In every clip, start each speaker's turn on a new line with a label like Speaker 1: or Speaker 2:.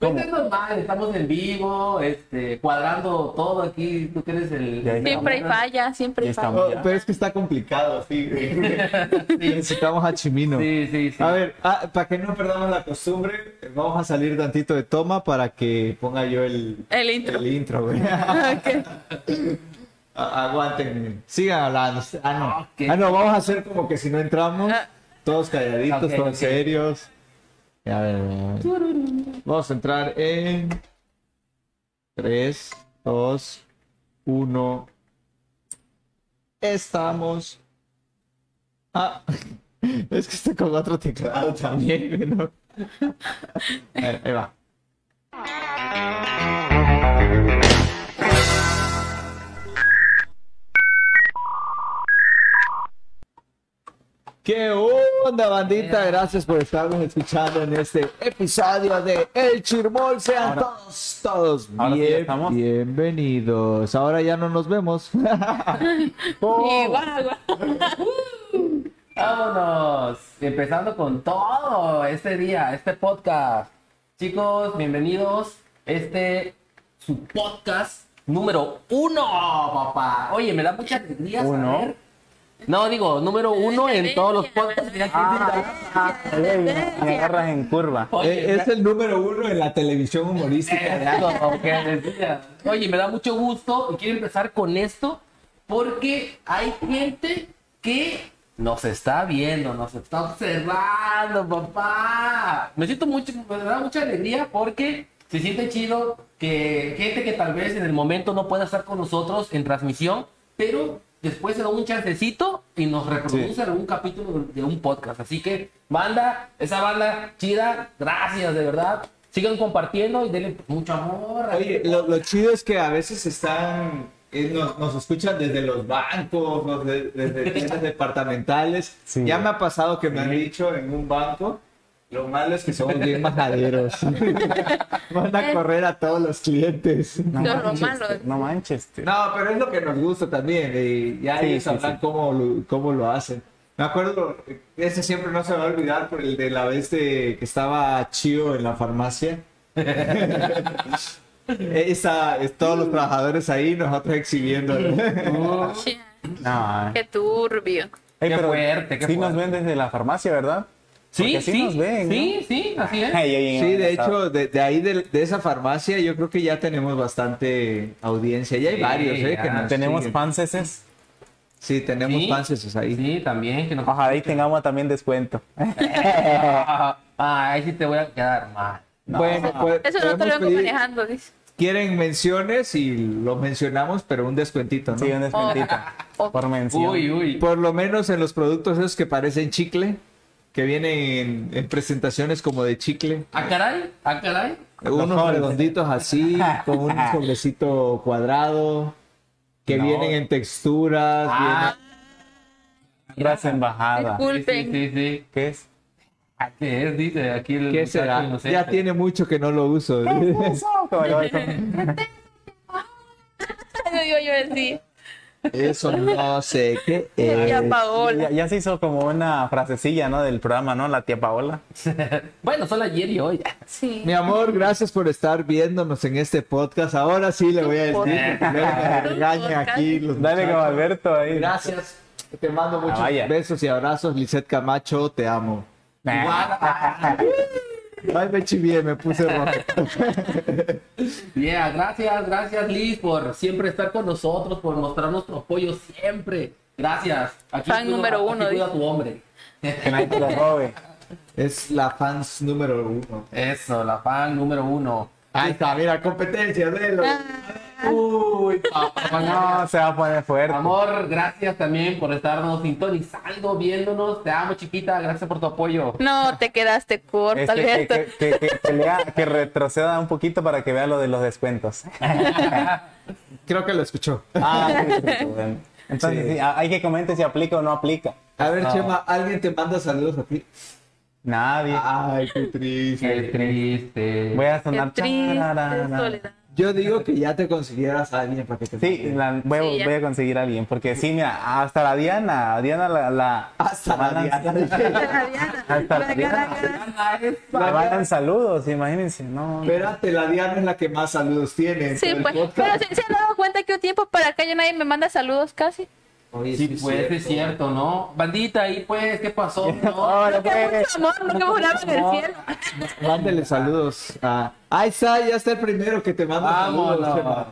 Speaker 1: Pues es normal, estamos en vivo, este, cuadrando todo aquí, tú que eres el...
Speaker 2: De ahí
Speaker 3: Siempre hay
Speaker 1: falla.
Speaker 3: falla, siempre
Speaker 2: Ya
Speaker 3: hay
Speaker 2: estamos.
Speaker 3: falla.
Speaker 2: Oh,
Speaker 1: pero
Speaker 2: pero es que está complicado, sí. Necesitamos a Chimino.
Speaker 1: Sí, sí, sí.
Speaker 2: A ver, ah, para que no perdamos la costumbre, vamos a salir tantito de toma para que ponga yo el,
Speaker 3: El intro.
Speaker 2: el intro, güey.
Speaker 3: Ah,
Speaker 2: A- Aguanten, sigan hablando. Ah no.
Speaker 1: Ok.
Speaker 2: ah, no, vamos a hacer como que si no entramos,
Speaker 3: Ah.
Speaker 2: todos calladitos,
Speaker 1: Ok,
Speaker 2: todos
Speaker 1: ok.
Speaker 2: serios. A ver, a ver, a ver. vamos a entrar en 3, 2, 1. Estamos. Ah, es que está con otro teclado también, güey, ¿no? A ver, ahí va. ¿Qué onda, bandita? Gracias por estarnos escuchando en este episodio de El Chirmol. Sean
Speaker 4: Ahora-
Speaker 2: todos, todos
Speaker 4: ahora sí ya
Speaker 2: bien-
Speaker 4: estamos.
Speaker 2: bienvenidos. Ahora ya no nos vemos.
Speaker 3: Y guau, guau.
Speaker 1: Vámonos, empezando con todo este día, este podcast. Chicos, bienvenidos. Este, su podcast número uno, papá. Oye, me da mucha alegría
Speaker 4: Uno.
Speaker 1: saber. No, digo, número uno en todos los podcasts. Mira, aquí
Speaker 4: Ah, güey, me agarras en curva.
Speaker 1: Oye, Eh,
Speaker 2: Eh, es el número uno en la televisión humorística.
Speaker 1: Eso, que decía. Oye, me da mucho gusto y quiero empezar con esto porque hay gente que nos está viendo, nos está observando, papá. Me siento mucho, me da mucha alegría porque se siente chido que gente que tal vez en el momento no pueda estar con nosotros en transmisión, pero después se da un chancecito y nos reproduce algún capítulo de un podcast. Así que, banda, esa banda chida, gracias de verdad. Sigan compartiendo y denle mucho amor.
Speaker 2: Oye, lo, lo chido es que a veces están, eh, nos, nos escuchan desde los bancos, nos de- desde tiendas departamentales.
Speaker 4: Sí.
Speaker 2: Ya me ha pasado que me han dicho en un banco, lo malo es que somos bien majaderos. Van a correr a todos los clientes.
Speaker 4: No
Speaker 3: Lo
Speaker 4: manches,
Speaker 3: romano.
Speaker 4: no manches. tío.
Speaker 2: No, pero es lo que nos gusta también. Y ya
Speaker 4: Este, Sí,
Speaker 2: ellos
Speaker 4: sí,
Speaker 2: sabrán
Speaker 4: sí.
Speaker 2: Cómo, lo, cómo lo hacen. Me acuerdo, ese siempre no se me va a olvidar por el de la vez de que estaba Chio en la farmacia. Esa, es- todos los trabajadores ahí, nosotros exhibiendo.
Speaker 3: Che,
Speaker 4: No, eh.
Speaker 3: Qué turbio.
Speaker 4: Ey,
Speaker 1: Qué fuerte, qué
Speaker 4: sí nos
Speaker 1: fuerte.
Speaker 4: ven desde la farmacia, ¿verdad?
Speaker 1: sí,
Speaker 4: Porque
Speaker 1: sí,
Speaker 4: sí nos ven,
Speaker 1: sí, sí, así es.
Speaker 4: Ey, ey, ey,
Speaker 2: Sí, de
Speaker 4: está-
Speaker 2: hecho, de, de ahí de, de esa farmacia yo creo que ya tenemos bastante audiencia. Ya hay
Speaker 1: Sí,
Speaker 2: varios, ¿eh? Que
Speaker 1: ya.
Speaker 2: nos
Speaker 4: Tenemos
Speaker 2: siguen.
Speaker 4: panceses.
Speaker 2: Sí, tenemos
Speaker 1: Sí.
Speaker 2: panceses ahí.
Speaker 1: Sí, también que nos
Speaker 4: Ojalá y tengamos también descuento.
Speaker 1: Ah, ahí sí te voy a quedar mal.
Speaker 2: Bueno, pues,
Speaker 3: Eso no te lo
Speaker 2: podemos
Speaker 3: vengo
Speaker 2: pedir-
Speaker 3: manejando, dice.
Speaker 2: quieren menciones y los mencionamos, pero un descuentito, ¿no?
Speaker 4: Sí, un descuentito.
Speaker 3: Oh.
Speaker 4: Por mención.
Speaker 1: Uy, uy.
Speaker 2: Por lo menos en los productos esos que parecen chicle, que vienen en, en presentaciones como de chicle.
Speaker 1: ¿A ¿Ah, caray? ¿A caray?
Speaker 2: Unos
Speaker 4: jóvenes.
Speaker 2: redonditos así, con un sobrecito cuadrado, que
Speaker 4: No.
Speaker 2: vienen en texturas.
Speaker 1: Ah,
Speaker 4: Gracias, embajada.
Speaker 3: Disculpe.
Speaker 1: sí, sí, sí, sí.
Speaker 4: ¿Qué es?
Speaker 1: ¿A ¿Qué es? Dice aquí el
Speaker 2: vienen- ¿Qué
Speaker 1: muchacho
Speaker 2: será?
Speaker 1: inocente.
Speaker 2: Ya tiene mucho que no lo uso.
Speaker 3: Lo iba yo a decir.
Speaker 2: Eso no sé qué es.
Speaker 3: Tía
Speaker 4: Ya,
Speaker 3: Paola.
Speaker 4: ya se hizo como una frasecilla, ¿no? Del programa, ¿no? La tía Paola.
Speaker 1: Bueno, solo ayer y hoy.
Speaker 3: Sí.
Speaker 2: Mi amor, gracias por estar viéndonos en este podcast. Ahora sí le voy a decir porque luego me regañan aquí los
Speaker 4: Dale como
Speaker 2: muchachos.
Speaker 4: Alberto ahí.
Speaker 2: Gracias. Te mando muchos
Speaker 4: Ah, vaya.
Speaker 2: besos y abrazos, Lisette Camacho, te amo.
Speaker 1: ah,
Speaker 2: Ay, me chivié, me puse rojo.
Speaker 1: Yeah, gracias, gracias Liz por siempre estar con nosotros, por mostrar nuestro apoyo siempre. Gracias. Aquí
Speaker 3: Fan
Speaker 1: cuido-
Speaker 3: número
Speaker 1: aquí
Speaker 3: uno,
Speaker 1: cuido a
Speaker 3: dice.
Speaker 1: tu hombre.
Speaker 4: Que nadie te lo robe.
Speaker 2: Es la fans número uno.
Speaker 1: Eso, la fan número uno.
Speaker 2: Ahí está, mira, competencia, velo.
Speaker 1: Uy, papá,
Speaker 4: No, se va a poner fuerte.
Speaker 1: Amor, gracias también por estarnos sintonizando, viéndonos. Te amo, chiquita. Gracias por tu apoyo.
Speaker 3: No, te quedaste corta,
Speaker 4: Es Este, que,
Speaker 3: Alberto.
Speaker 4: que, que- que- que pelea- que retroceda un poquito para que vea lo de los descuentos.
Speaker 2: Creo que lo escuchó.
Speaker 4: Ah, sí, sí, sí, bueno. Entonces,
Speaker 2: Sí.
Speaker 4: sí, hay que comentar si aplica o no aplica.
Speaker 2: A ver, Chema, ¿alguien te manda saludos a ti?
Speaker 4: Nadie.
Speaker 2: Ay, qué triste.
Speaker 1: Qué triste.
Speaker 4: Voy a
Speaker 3: Qué
Speaker 4: sonar.
Speaker 3: triste,
Speaker 4: tararara.
Speaker 3: soledad.
Speaker 2: Yo digo que ya te consiguieras a alguien para que te
Speaker 4: Sí,
Speaker 2: mate.
Speaker 4: la- voy, a-
Speaker 3: Sí, ya.
Speaker 4: voy a conseguir a alguien, porque sí, mira, hasta la Diana, Diana la... la-
Speaker 2: Hasta la
Speaker 4: mandan-
Speaker 2: Diana.
Speaker 3: La Diana.
Speaker 4: Hasta
Speaker 3: la
Speaker 4: Diana.
Speaker 3: cara, cara.
Speaker 4: Le mandan saludos, imagínense, no.
Speaker 2: Espérate, la Diana es la que más saludos tiene. en
Speaker 3: Sí,
Speaker 2: todo el
Speaker 3: pues.
Speaker 2: podcast.
Speaker 3: Pero se, se han dado cuenta que un tiempo para acá ya nadie me manda saludos casi.
Speaker 2: Oye,
Speaker 1: Sí, pues, es cierto, ¿no? Bandita, ahí pues, ¿qué pasó? No,
Speaker 4: Ahora,
Speaker 3: No que
Speaker 4: pues.
Speaker 3: mucho amor, no que volaba en el cielo.
Speaker 2: Mándele saludos a. Ay, Sa, ya está el primero que te manda saludos.
Speaker 1: vámonos.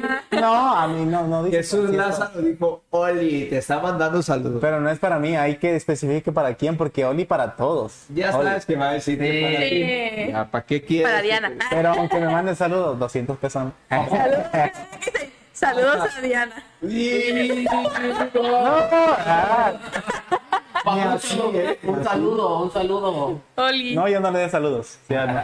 Speaker 2: Chema.
Speaker 4: No, a mí no, no dice.
Speaker 2: Jesús
Speaker 4: concierto.
Speaker 2: Lázaro dijo: Oli, te está mandando saludos.
Speaker 4: Pero no es para mí, hay que especificar para quién, porque Oli para todos.
Speaker 2: ya
Speaker 4: Oli.
Speaker 2: sabes que va a decir que
Speaker 1: Sí.
Speaker 2: para ti.
Speaker 3: Sí.
Speaker 2: Ya, ¿Para qué quieres?
Speaker 3: Eh, Para Diana. Ah,
Speaker 4: Pero aunque me manden saludos, 200 pesos.
Speaker 3: Saludos a Diana.
Speaker 1: Sí,
Speaker 4: Ah,
Speaker 1: vamos, un saludo, un saludo.
Speaker 3: Oli.
Speaker 4: no, yo no le doy saludos. sí, no.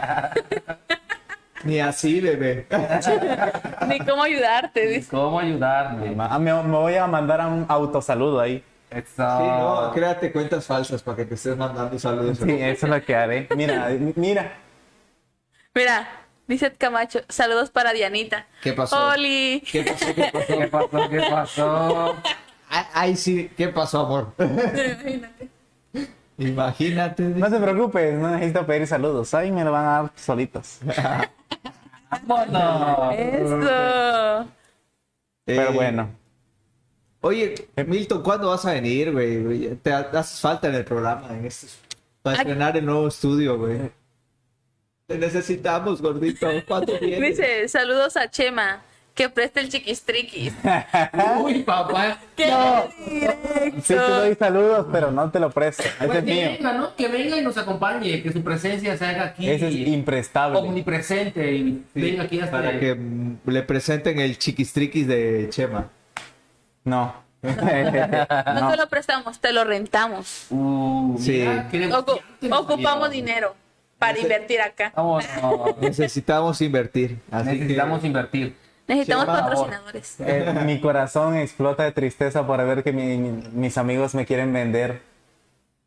Speaker 2: Ni así, bebé.
Speaker 3: Ni cómo ayudarte, dice.
Speaker 1: ¿Cómo ayudarme?
Speaker 4: Ah, me, me voy a mandar a un autosaludo ahí.
Speaker 1: Exacto.
Speaker 2: Sí, no, créate cuentas falsas para que te estés mandando saludos.
Speaker 4: Ah. Sí, eso es lo que haré. Mira, mira.
Speaker 3: Mira, dice Camacho, saludos para Dianita.
Speaker 2: ¿Qué pasó?
Speaker 3: Oli.
Speaker 2: ¿Qué pasó? ¿Qué pasó?
Speaker 1: ¿Qué pasó? ¿Qué pasó?
Speaker 2: Ay, ay, sí, ¿qué pasó, amor?
Speaker 3: Imagínate.
Speaker 2: Imagínate.
Speaker 4: No te preocupes, no necesito pedir saludos. Ahí me lo van a dar solitos.
Speaker 1: Vámonos.
Speaker 3: Eso.
Speaker 4: Pero
Speaker 2: Eh,
Speaker 4: bueno. Eh.
Speaker 2: Oye, Milton, ¿cuándo vas a venir, güey? Te ha- haces falta en el programa, en este, para
Speaker 3: Ay.
Speaker 2: estrenar el nuevo estudio, güey. Te necesitamos, gordito. ¿Cuándo vienes?
Speaker 3: Dice, saludos a Chema, que preste el chiquistriquis.
Speaker 1: Uy, papá.
Speaker 3: ¡Qué
Speaker 4: Sí te doy
Speaker 3: directo!
Speaker 4: saludos, pero no te lo presto. Ese
Speaker 1: Pues
Speaker 4: es
Speaker 1: que
Speaker 4: mío.
Speaker 1: venga, ¿no? Que venga y nos acompañe, que su presencia se haga aquí.
Speaker 4: Ese es imprestable.
Speaker 1: omnipresente y
Speaker 2: Sí,
Speaker 1: venga aquí hasta
Speaker 2: Para que mm, le presenten el chiquistriquis de Chema.
Speaker 4: No.
Speaker 3: No,
Speaker 4: No.
Speaker 3: te lo prestamos, te lo rentamos.
Speaker 1: Uh,
Speaker 2: Sí.
Speaker 1: mira, qué
Speaker 3: Ocu-
Speaker 1: negociante, nos
Speaker 3: ocupamos
Speaker 1: dieron.
Speaker 3: dinero para invertir acá.
Speaker 1: Vámonos.
Speaker 2: Necesitamos invertir. Así que-
Speaker 1: Necesitamos invertir.
Speaker 3: Necesitamos
Speaker 2: Chema,
Speaker 3: patrocinadores.
Speaker 4: Eh, mi corazón explota de tristeza por ver que mi- mi- mis amigos me quieren vender.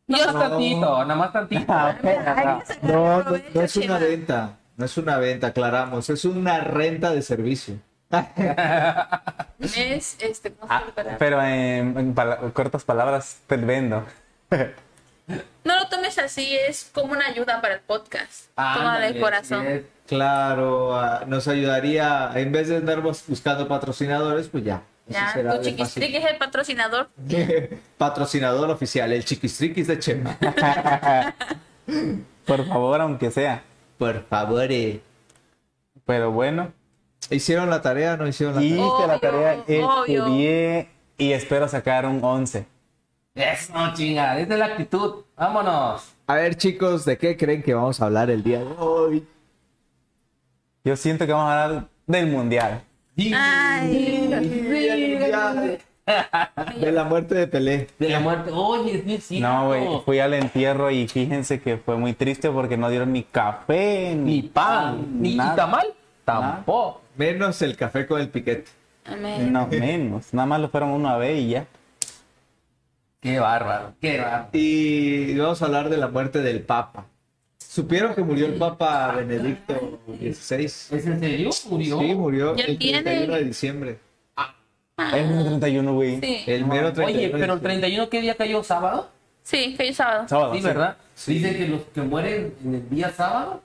Speaker 3: Yo-
Speaker 1: Nada más tantito, nada más tantito.
Speaker 4: Ah,
Speaker 3: Hay que sacar
Speaker 2: No, no,
Speaker 3: provecho,
Speaker 2: no es una
Speaker 3: Chema.
Speaker 2: venta. No es una venta, aclaramos. Es una renta de servicio.
Speaker 3: Es, este, ¿cómo se
Speaker 4: Ah,
Speaker 3: llama?
Speaker 4: pero en, en pala- cortas palabras te vendo.
Speaker 3: No lo tomes así, es como una ayuda para el podcast. Toma
Speaker 1: Ándale,
Speaker 3: de corazón.
Speaker 1: sí,
Speaker 2: Claro, ah, nos ayudaría. En vez de andar bus- buscando patrocinadores, pues ya. eso
Speaker 3: Ya,
Speaker 2: será
Speaker 3: tu
Speaker 2: de fácil.
Speaker 3: chiquistriquis es el patrocinador.
Speaker 2: Patrocinador oficial, el chiquistriquis de Chema.
Speaker 4: Por favor, aunque sea.
Speaker 2: Por favor. eh.
Speaker 4: Pero bueno,
Speaker 2: ¿Hicieron la tarea no hicieron la
Speaker 4: hice
Speaker 2: tarea?
Speaker 4: la tarea,
Speaker 3: Obvio, obvio.
Speaker 4: estudié y espero sacar un 11.
Speaker 1: Eso, chinga, esa es la actitud. Vámonos.
Speaker 2: A ver, chicos, ¿de qué creen que vamos a hablar el día de hoy?
Speaker 4: Yo siento que vamos a hablar del mundial.
Speaker 3: Ah. Ay,
Speaker 2: De la muerte de Pelé.
Speaker 1: De la muerte. Oye, sí, sí.
Speaker 4: No, güey, fui al entierro y fíjense que fue muy triste porque no dieron ni café,
Speaker 1: Ni
Speaker 4: ni...
Speaker 1: pan, ni
Speaker 4: Nada.
Speaker 1: tamal. Tampoco.
Speaker 2: Menos el café con el piquete.
Speaker 3: amén.
Speaker 4: No, menos. Nada más lo fueron una vez y ya.
Speaker 1: Qué bárbaro, qué bárbaro.
Speaker 2: Y vamos a hablar de la muerte del Papa. ¿Supieron que murió el Papa Benedicto XVI?
Speaker 1: ¿Es en serio? ¿Murió?
Speaker 2: Sí, murió
Speaker 3: Ya
Speaker 2: el
Speaker 3: tiene.
Speaker 2: 31 de diciembre.
Speaker 4: Es el 31, güey.
Speaker 3: Ah. Sí,
Speaker 2: El mero 31
Speaker 1: Oye,
Speaker 2: de
Speaker 1: pero el
Speaker 2: diciembre.
Speaker 1: 31, ¿qué día cayó? ¿Sábado?
Speaker 3: sí, que es sábado.
Speaker 4: Sábado,
Speaker 1: Sí,
Speaker 4: sí.
Speaker 1: ¿verdad?
Speaker 2: Ah, Sí.
Speaker 1: Dicen que los que mueren en el día sábado,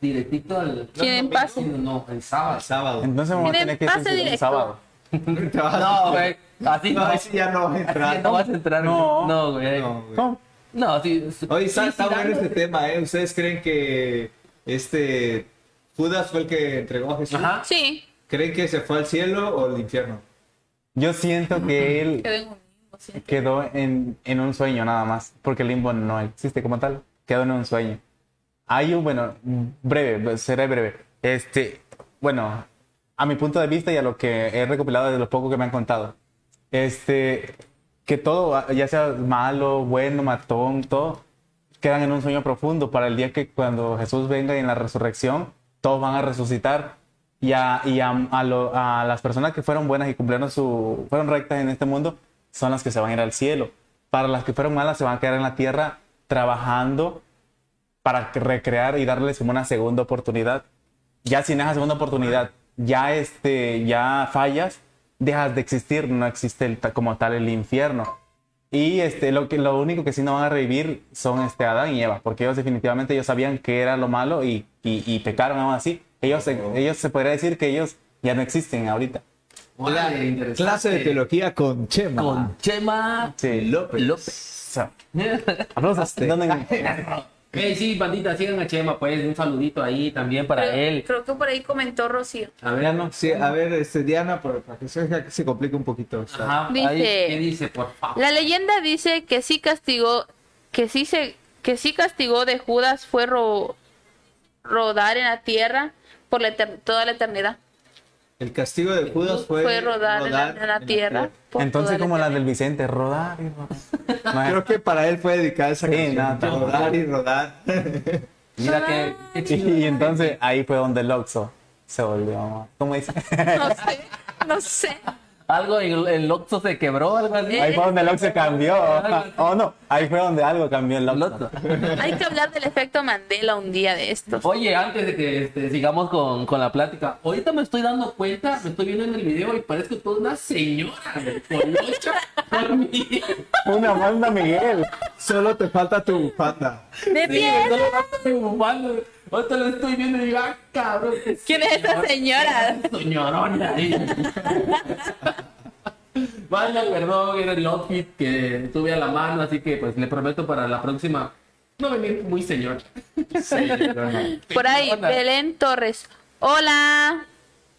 Speaker 1: directito al...
Speaker 3: ¿Tienen
Speaker 1: ¿Los
Speaker 3: pase?
Speaker 1: domingos? No, el
Speaker 2: Ah,
Speaker 1: sábado.
Speaker 2: sábado.
Speaker 4: Entonces vamos a
Speaker 3: Miren,
Speaker 4: tener que
Speaker 3: pase
Speaker 4: censurar el
Speaker 3: directo.
Speaker 4: sábado.
Speaker 2: Te vas-
Speaker 1: No, güey, así
Speaker 2: Ah, No,
Speaker 1: no.
Speaker 2: ahí sí ya no vas a
Speaker 1: Así
Speaker 2: entrar.
Speaker 1: no vas a entrar.
Speaker 4: No.
Speaker 1: No, güey.
Speaker 2: No, güey.
Speaker 4: ¿Cómo?
Speaker 1: No, sí. sí,
Speaker 2: Oye, está,
Speaker 1: sí,
Speaker 2: está
Speaker 1: sí,
Speaker 2: bueno
Speaker 1: dando-
Speaker 2: este tema, ¿eh? ¿Ustedes creen que este Judas fue el que entregó a Jesús?
Speaker 1: Ajá.
Speaker 3: Sí,
Speaker 2: ¿Creen que se fue al cielo o al infierno?
Speaker 4: Yo siento que él
Speaker 3: quedó en un limbo, sí.
Speaker 4: quedó en, en un sueño nada más, porque el limbo no existe como tal, quedó en un sueño. Hay un, bueno, breve, seré breve. Este, bueno, a mi punto de vista y a lo que he recopilado de lo poco que me han contado, este, que todo, ya sea malo, bueno, matón, todo, quedan en un sueño profundo para el día que cuando Jesús venga y en la resurrección, todos van a resucitar. Y, a, y a, a lo- a las personas que fueron buenas y cumplieron su, fueron rectas en este mundo, son las que se van a ir al cielo. Para las que fueron malas, se van a quedar en la tierra trabajando para que- recrear y darles como una segunda oportunidad. ya sin esa segunda oportunidad, ya, este, ya fallas, dejas de existir, no existe el ta- como tal el infierno. Y este, lo, que, lo único que sí no van a revivir son este, Adán y Eva, porque ellos definitivamente ellos sabían que era lo malo y, y, y pecaron aún así. Ellos, se- ellos se podría decir que ellos ya no existen ahorita.
Speaker 1: Hola, interesante.
Speaker 2: Clase de teología con Chema.
Speaker 1: Con Chema
Speaker 4: Sí,
Speaker 2: López.
Speaker 1: López.
Speaker 2: Pues.
Speaker 1: este. Hey, sí, bandita, sigan a Chema, pues un saludito ahí también para
Speaker 3: creo,
Speaker 1: él.
Speaker 3: creo que por ahí comentó Rocío.
Speaker 1: A ver,
Speaker 2: Diana, sí, a ver, este, Diana, por- para que se, que se complique un poquito. o sea.
Speaker 1: Ajá,
Speaker 3: Dice-
Speaker 1: ahí, ¿qué dice, por favor?
Speaker 3: La leyenda dice que sí castigó, que sí se, que sí castigó de Judas fue ro- rodar en la tierra por la eter- toda la eternidad.
Speaker 2: El castigo de Judas fue,
Speaker 3: rodar, en la- en la, tierra. por
Speaker 4: Entonces,
Speaker 3: toda
Speaker 4: como la del
Speaker 3: eternidad.
Speaker 4: Vicente, rodar y rodar. No,
Speaker 2: Creo que para él fue dedicada esa
Speaker 4: Sí,
Speaker 2: canción.
Speaker 4: nada, tampoco.
Speaker 2: rodar y rodar.
Speaker 1: Mira que, qué
Speaker 4: Y,
Speaker 1: chido.
Speaker 4: y entonces ahí fue donde el Oxxo se volvió. mamá. ¿Cómo dice?
Speaker 3: No sé, no sé.
Speaker 1: Algo, el, el Oxxo se quebró, algo así.
Speaker 4: Ahí fue donde el Oxxo cambió. Oh no, ahí fue donde algo cambió el
Speaker 1: El
Speaker 4: Oxxo.
Speaker 1: Oxxo.
Speaker 3: Hay que hablar del efecto Mandela un día de estos.
Speaker 1: Oye, antes de que este, sigamos con, con la plática, ahorita me estoy dando cuenta, me estoy viendo en el video y parezco toda una señora güey, con ocho por mí.
Speaker 4: Una banda Miguel.
Speaker 2: Solo te falta tu bufanda.
Speaker 3: De piel.
Speaker 1: No lo estoy bufando. Ahorita lo estoy viendo y digo, ah, cabrón. qué
Speaker 3: ¿Quién es esa
Speaker 1: señor-
Speaker 3: señora?
Speaker 1: Señorona. Banda, perdón, era el outfit que tuve a la mano, así que pues le prometo para la próxima no venir muy señor.
Speaker 3: Por ahí,
Speaker 1: Señorona.
Speaker 3: Belén Torres. Hola.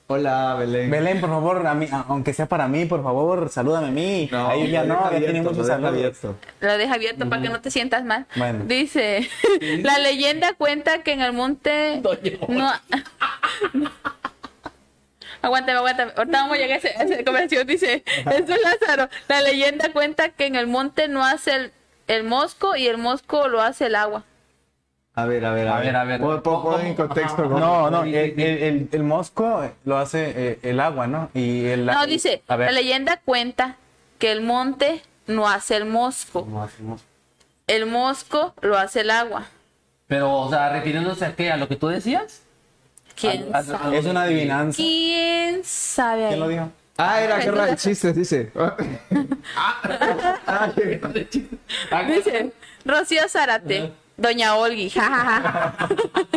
Speaker 2: Hola, Belén.
Speaker 4: Belén, por favor, a mí, a- aunque sea para mí, por favor, salúdame a mí. ahí ya no, ya tiene muchos saludos.
Speaker 3: La deja abierta para que no te sientas mal.
Speaker 4: Bueno.
Speaker 3: Dice, la leyenda cuenta que en el monte
Speaker 1: Doña
Speaker 3: no... Aguántame, aguántame. Ahorita vamos a llegar a ese, a ese comercio. Dice, eso es Lázaro. La leyenda cuenta que en el monte no hace el, el mosco y el mosco lo hace el agua.
Speaker 2: A ver, a ver, a,
Speaker 1: A ver, a ver.
Speaker 2: Pon- pon- pon en contexto. Gordo.
Speaker 4: No, no,
Speaker 1: Sí,
Speaker 4: el,
Speaker 1: sí,
Speaker 4: el,
Speaker 1: sí.
Speaker 4: el- el mosco lo hace eh, el agua, ¿no? Y el,
Speaker 3: No, dice,
Speaker 4: A
Speaker 3: la
Speaker 4: ver,
Speaker 3: leyenda cuenta que el monte no hace el mosco. El mosco lo hace el agua.
Speaker 1: Pero, o sea, refiriéndose a qué, a lo que tú decías.
Speaker 3: ¿Quién
Speaker 1: Al- al-
Speaker 3: sabe?
Speaker 4: es una adivinanza.
Speaker 3: ¿Quién sabe?
Speaker 4: ¿Quién lo dijo?
Speaker 2: Ah, era guerra de chistes, dice.
Speaker 3: Dice, Rocío Zárate, Doña Olgui, jajaja.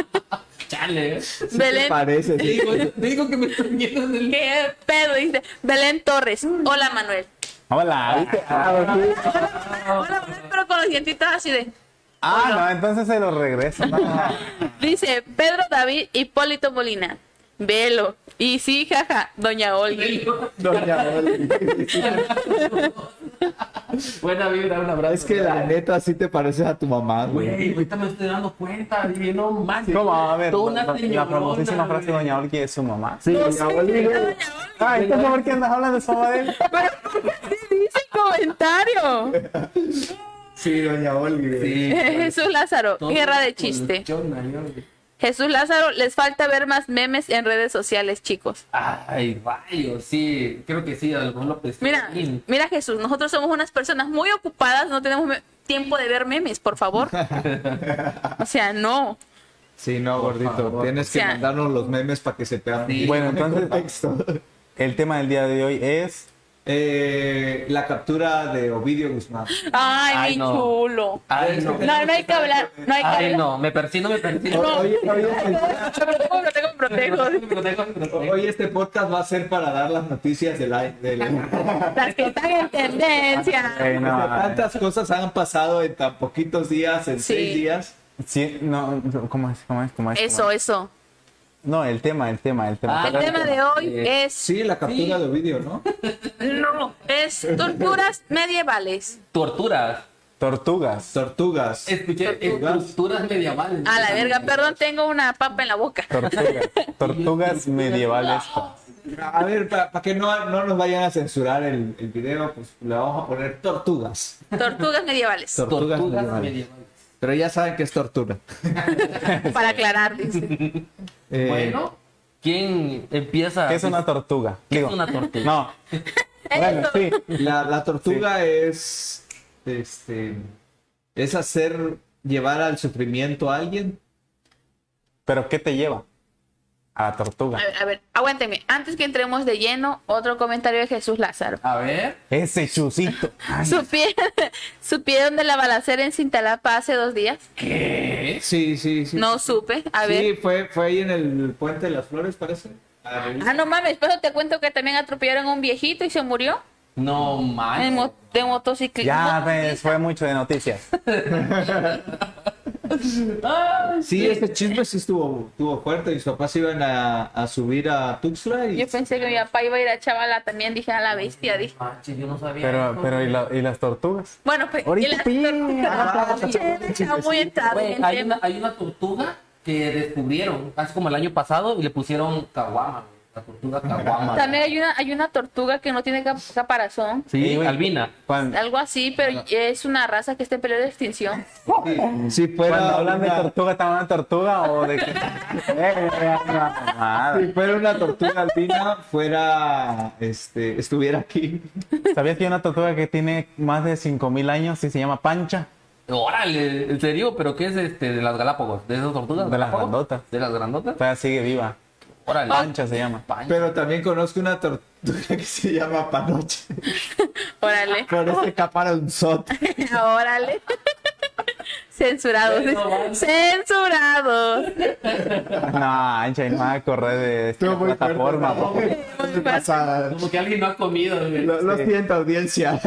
Speaker 1: Chale.
Speaker 2: ¿Qué
Speaker 3: Belén,
Speaker 2: parece?
Speaker 1: Te
Speaker 2: sí.
Speaker 1: digo, te digo que me estoy viendo en el.
Speaker 3: ¿qué pedo? Dice, Belén Torres, hola Manuel.
Speaker 4: Hola, ¿viste? Ah, sí.
Speaker 3: Hola Manuel, pero con los dientitos así de.
Speaker 4: Ah, no, entonces se lo regreso. no, no.
Speaker 3: Dice, Pedro David Hipólito Molina, velo. Y sí, jaja, Doña Olgui.
Speaker 2: Doña Belén.
Speaker 1: Buena vibra, un abrazo.
Speaker 2: Es que la neta sí te pareces a tu mamá, güey.
Speaker 1: Güey, ahorita me estoy dando cuenta. Dije, no manches.
Speaker 4: ¿Cómo? A ver,
Speaker 1: Toda una
Speaker 4: la, la
Speaker 1: señorona,
Speaker 4: famosísima frase de
Speaker 1: güey.
Speaker 4: Doña Olga es su mamá.
Speaker 2: Sí,
Speaker 3: No
Speaker 2: doña
Speaker 3: sé,
Speaker 2: Belén.
Speaker 3: Doña Olgui.
Speaker 4: Ah, entonces ¿por qué andas hablando de su mamá de él?
Speaker 3: ¿Qué dice el comentario?
Speaker 2: Sí, doña Olga.
Speaker 1: Sí.
Speaker 3: Jesús Lázaro,
Speaker 1: Todo
Speaker 3: guerra
Speaker 1: con
Speaker 3: de chiste.
Speaker 1: chona, yo, güey.
Speaker 3: Jesús Lázaro, les falta ver más memes en redes sociales, chicos.
Speaker 1: Ay, rayos, sí. Creo que sí, a lo mejor lo pesqué.
Speaker 3: Mira,
Speaker 1: Sí.
Speaker 3: mira Jesús, nosotros somos unas personas muy ocupadas, no tenemos me- tiempo de ver memes, por favor. O sea, no.
Speaker 2: Sí, no, gordito.
Speaker 1: favor.
Speaker 2: Tienes que
Speaker 3: O sea-
Speaker 2: mandarnos los memes para que se pegan.
Speaker 1: Sí.
Speaker 4: Bueno, entonces
Speaker 2: Contexto.
Speaker 4: el tema del día de hoy es
Speaker 2: Eh, la captura de Ovidio Guzmán.
Speaker 3: Ay,
Speaker 1: Ay,
Speaker 3: mi
Speaker 1: no.
Speaker 3: chulo.
Speaker 1: Ay, no.
Speaker 3: No, no hay que hablar, no hay que
Speaker 1: Ay,
Speaker 3: hablar.
Speaker 1: no. Me persino, me persino.
Speaker 3: No.
Speaker 2: Hoy, hoy este,
Speaker 3: ¿Cómo protejo, me protejo?
Speaker 1: Me protejo, me protejo.
Speaker 2: hoy este podcast va a ser para dar las noticias del año. del año.
Speaker 3: Las que están en tendencia.
Speaker 4: eh, no,
Speaker 2: Tantas cosas han pasado en tan poquitos días, en
Speaker 3: Sí.
Speaker 2: seis días.
Speaker 4: eh, sí, no, ¿cómo es? ¿Cómo es? ¿Cómo es?
Speaker 3: Eso,
Speaker 4: ¿Cómo es?
Speaker 3: eso.
Speaker 4: No, el tema, el tema, el tema.
Speaker 1: Ah,
Speaker 3: El tema de hoy
Speaker 1: Eh,
Speaker 3: es,
Speaker 2: Sí, la captura de Ovidio, ¿no?
Speaker 3: no, es torturas medievales.
Speaker 1: Torturas.
Speaker 4: Tortugas.
Speaker 2: Tortugas.
Speaker 1: Escuché estructuras medievales.
Speaker 3: A la verga, perdón, tengo una papa en la boca.
Speaker 4: Tortugas. Tortugas medievales.
Speaker 2: A ver, para que no, no nos vayan a censurar el, el video, pues le vamos a poner tortugas.
Speaker 3: Tortugas medievales,
Speaker 2: Tortugas, medievales. Pero ya saben que es tortura.
Speaker 3: para aclarar, dice.
Speaker 2: Eh,
Speaker 1: Bueno, ¿quién empieza?
Speaker 4: ¿Qué es una tortuga?
Speaker 1: ¿Qué es
Speaker 4: Digo,
Speaker 1: una tortuga?
Speaker 4: No. Bueno, sí.
Speaker 2: La, la tortuga es. Este. Es hacer. Llevar al sufrimiento a alguien.
Speaker 4: Pero ¿qué te lleva? a la tortuga.
Speaker 3: A ver, a ver, aguántenme. Antes que entremos de lleno, otro comentario de Jesús Lázaro.
Speaker 1: A ver.
Speaker 4: Ese chucito. Ay,
Speaker 3: ¿Supieron, ¿Supieron de la balacera en Cintalapa hace dos días?
Speaker 1: ¿Qué?
Speaker 2: Sí, sí, sí.
Speaker 3: No supe. A
Speaker 2: Sí,
Speaker 3: ver.
Speaker 2: fue, fue ahí en el Puente de las Flores, parece. Ah,
Speaker 3: Ah, no mames, pero te cuento que también atropellaron a un viejito y se murió
Speaker 1: Ah, No
Speaker 3: en
Speaker 1: mames.
Speaker 3: mo- de motocicleta.
Speaker 4: ya ves, fue mucho de noticias.
Speaker 1: Ay,
Speaker 2: Sí, este chisme sí estuvo, estuvo fuerte. Mis papás iban a, a subir a Tuxtla y
Speaker 3: Yo pensé que mi papá iba a ir a Chavala también, dije a la bestia, dije.
Speaker 1: manches, yo no sabía.
Speaker 4: Pero,
Speaker 1: esto.
Speaker 4: pero ¿y, la- y las tortugas?
Speaker 3: Bueno, pues
Speaker 4: Ahorita pilla,
Speaker 3: Ah,
Speaker 4: ah,
Speaker 3: está muy entrado
Speaker 1: Güey,
Speaker 3: en
Speaker 1: hay,
Speaker 3: tema.
Speaker 1: una, hay una tortuga que descubrieron casi como el año pasado y le pusieron caguama. güey, La tortuga caguama.
Speaker 3: También hay una, hay una tortuga que no tiene cap- caparazón.
Speaker 1: Sí,
Speaker 4: güey.
Speaker 1: albina.
Speaker 4: Cuando,
Speaker 3: Algo así, pero es una raza que está en peligro de extinción.
Speaker 2: sí, si fuera
Speaker 4: cuando hablan de
Speaker 2: una-
Speaker 4: tortuga, ¿están hablando de tortuga o de qué? Eh, la mamada.
Speaker 2: si fuera una tortuga albina, fuera, este, estuviera aquí.
Speaker 4: ¿Sabías que hay una tortuga que tiene más de 5000 años y se llama Pancha?
Speaker 1: Órale, en serio, pero ¿qué es este de las Galápagos? ¿De esas tortugas?
Speaker 4: De las
Speaker 1: Galápagos?
Speaker 4: grandotas.
Speaker 1: ¿De las grandotas?
Speaker 4: Todavía sigue viva.
Speaker 1: Órale.
Speaker 4: Pancha se llama.
Speaker 1: Pan-
Speaker 2: Pero también conozco una tortuga que se llama Panoche.
Speaker 3: Órale,
Speaker 2: Parece caparonzote.
Speaker 3: órale. Censurados,
Speaker 1: Bueno, vale.
Speaker 3: censurados.
Speaker 4: No, Ancha, no me acordé de esta
Speaker 2: Estuvo muy fuerte,
Speaker 4: plataforma.
Speaker 2: ¿no?
Speaker 4: po.
Speaker 2: Muy pasada.
Speaker 1: Como que alguien no ha comido. güey.
Speaker 2: Lo, lo
Speaker 4: Sí.
Speaker 2: siento, audiencia.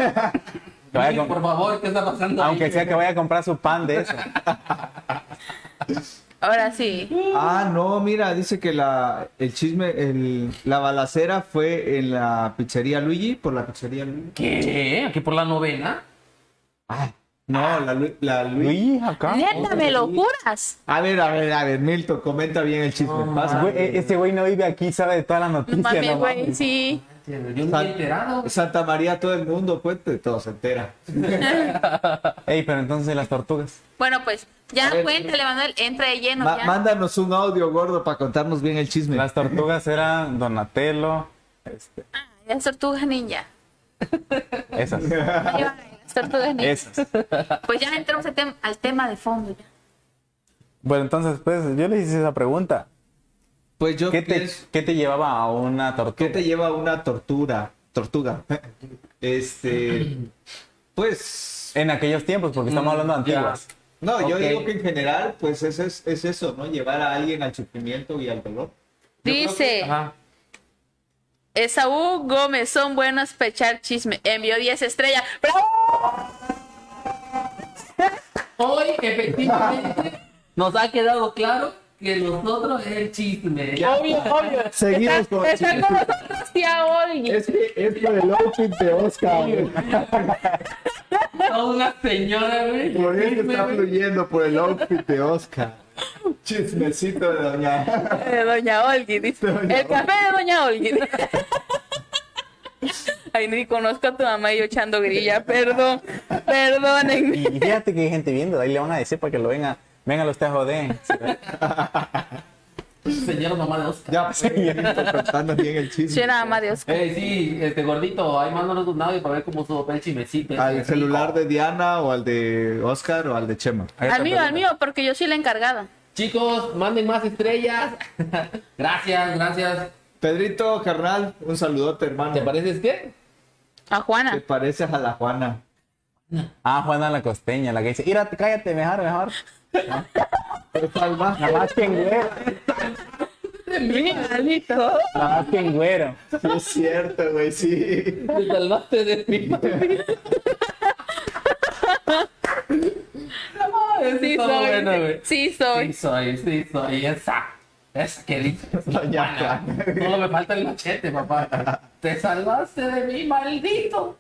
Speaker 4: Que vaya
Speaker 1: Oye,
Speaker 4: con-
Speaker 1: Por favor, ¿qué está pasando? ahí?
Speaker 4: Aunque sea que vaya a comprar su pan de eso.
Speaker 3: Ahora sí.
Speaker 2: Ah, no, mira, dice que la, el chisme, el, la balacera fue en la pizzería Luigi, por la pizzería Luigi.
Speaker 1: ¿Qué? ¿Aquí por la novena?
Speaker 2: Ah, no, la, Lu- la Luigi.
Speaker 4: Luis, acá.
Speaker 3: Neta, me lo juras.
Speaker 2: A ver, a ver, a ver, Milton, comenta bien el chisme.
Speaker 1: No,
Speaker 2: pasa.
Speaker 4: Güey, e- ese güey no vive aquí, sabe de todas las
Speaker 3: No
Speaker 4: noticias.
Speaker 3: mames,
Speaker 4: no
Speaker 3: güey,
Speaker 4: mames.
Speaker 3: sí.
Speaker 1: Yo no me
Speaker 2: Sal-
Speaker 1: he enterado.
Speaker 2: Santa María, todo el mundo, pues, de todo se entera.
Speaker 4: Ey, pero entonces las tortugas.
Speaker 3: Bueno, pues
Speaker 2: A
Speaker 3: ya
Speaker 2: ver.
Speaker 3: cuéntale, Manuel, entra de lleno.
Speaker 2: Ma-
Speaker 3: ya.
Speaker 2: mándanos un audio gordo para contarnos bien el chisme.
Speaker 4: Las tortugas eran Donatello, este,
Speaker 3: Las tortugas ninja.
Speaker 4: esas.
Speaker 3: Ahí van, las tortugas ninja.
Speaker 4: Esas.
Speaker 3: Pues ya entramos al, tem- al tema de fondo. ya.
Speaker 4: Bueno, entonces, pues yo le hice esa pregunta.
Speaker 2: Pues yo
Speaker 4: ¿Qué te,
Speaker 2: pienso-
Speaker 4: qué te llevaba a una
Speaker 2: ¿Qué
Speaker 4: tortuga?
Speaker 2: te lleva a una tortura? Tortuga. Este. Pues.
Speaker 4: En aquellos tiempos, porque estamos
Speaker 2: Mm,
Speaker 4: hablando de
Speaker 1: ya.
Speaker 4: antiguas.
Speaker 2: No, yo
Speaker 1: Ok.
Speaker 2: digo que en general, pues es, es, es eso, ¿no? Llevar a alguien al sufrimiento y al dolor.
Speaker 1: Yo creo que-
Speaker 3: Dice
Speaker 1: Ajá.
Speaker 3: Esaú Gómez, son buenos para echar chisme. Envió 10 estrellas. ¡Bravo!
Speaker 1: Hoy, efectivamente, nos ha quedado claro que nosotros es el chisme.
Speaker 3: Obvio, obvio.
Speaker 2: Seguimos
Speaker 3: Está-
Speaker 2: con-
Speaker 3: está con nosotros, tía Olga.
Speaker 2: que es por el outfit de Oscar.
Speaker 1: Toda una señora, güey. Chisme, güey.
Speaker 2: fluyendo, por el outfit de Oscar. Chismecito de doña.
Speaker 3: De Doña Olgui, dice.
Speaker 2: Doña
Speaker 3: el café de Doña Olgui. Ay, ni conozco a tu mamá y yo echando grilla. Perdón, perdónenme.
Speaker 4: Y fíjate que hay gente viendo, ahí le van a decir para que lo venga. Venga, los te joden.
Speaker 1: Señora mamá de Oscar.
Speaker 2: Ya, pues, contando bien el chisme.
Speaker 3: Yo era ama de Oscar.
Speaker 1: Eh, sí, este gordito, ahí mándanos un audio para ver cómo subo el chismecito.
Speaker 4: Ah,
Speaker 2: Al celular de Diana o al de Oscar o al de Chema.
Speaker 3: Al mío, al mío, porque yo soy la encargada.
Speaker 1: Chicos, manden más estrellas. gracias, gracias.
Speaker 2: Pedrito, carnal, un saludote, hermano.
Speaker 1: ¿Te pareces qué?
Speaker 3: A
Speaker 2: ¿Te
Speaker 3: Juana.
Speaker 2: pareces a la Juana?
Speaker 4: Ah, Juana la costeña, la que dice, ira, cállate, mejor, mejor. Nada más que en güero.
Speaker 3: Miguelito.
Speaker 4: Nada más que en güero.
Speaker 2: Sí, es cierto, güey, sí.
Speaker 1: Te salvaste de mi
Speaker 3: Sí soy. sí
Speaker 1: Sí
Speaker 3: soy.
Speaker 1: soy, sí soy, esa. Esa que dices.
Speaker 2: Doña Juana.
Speaker 1: Solo me falta el machete, papá. Te salvaste de mí, maldito.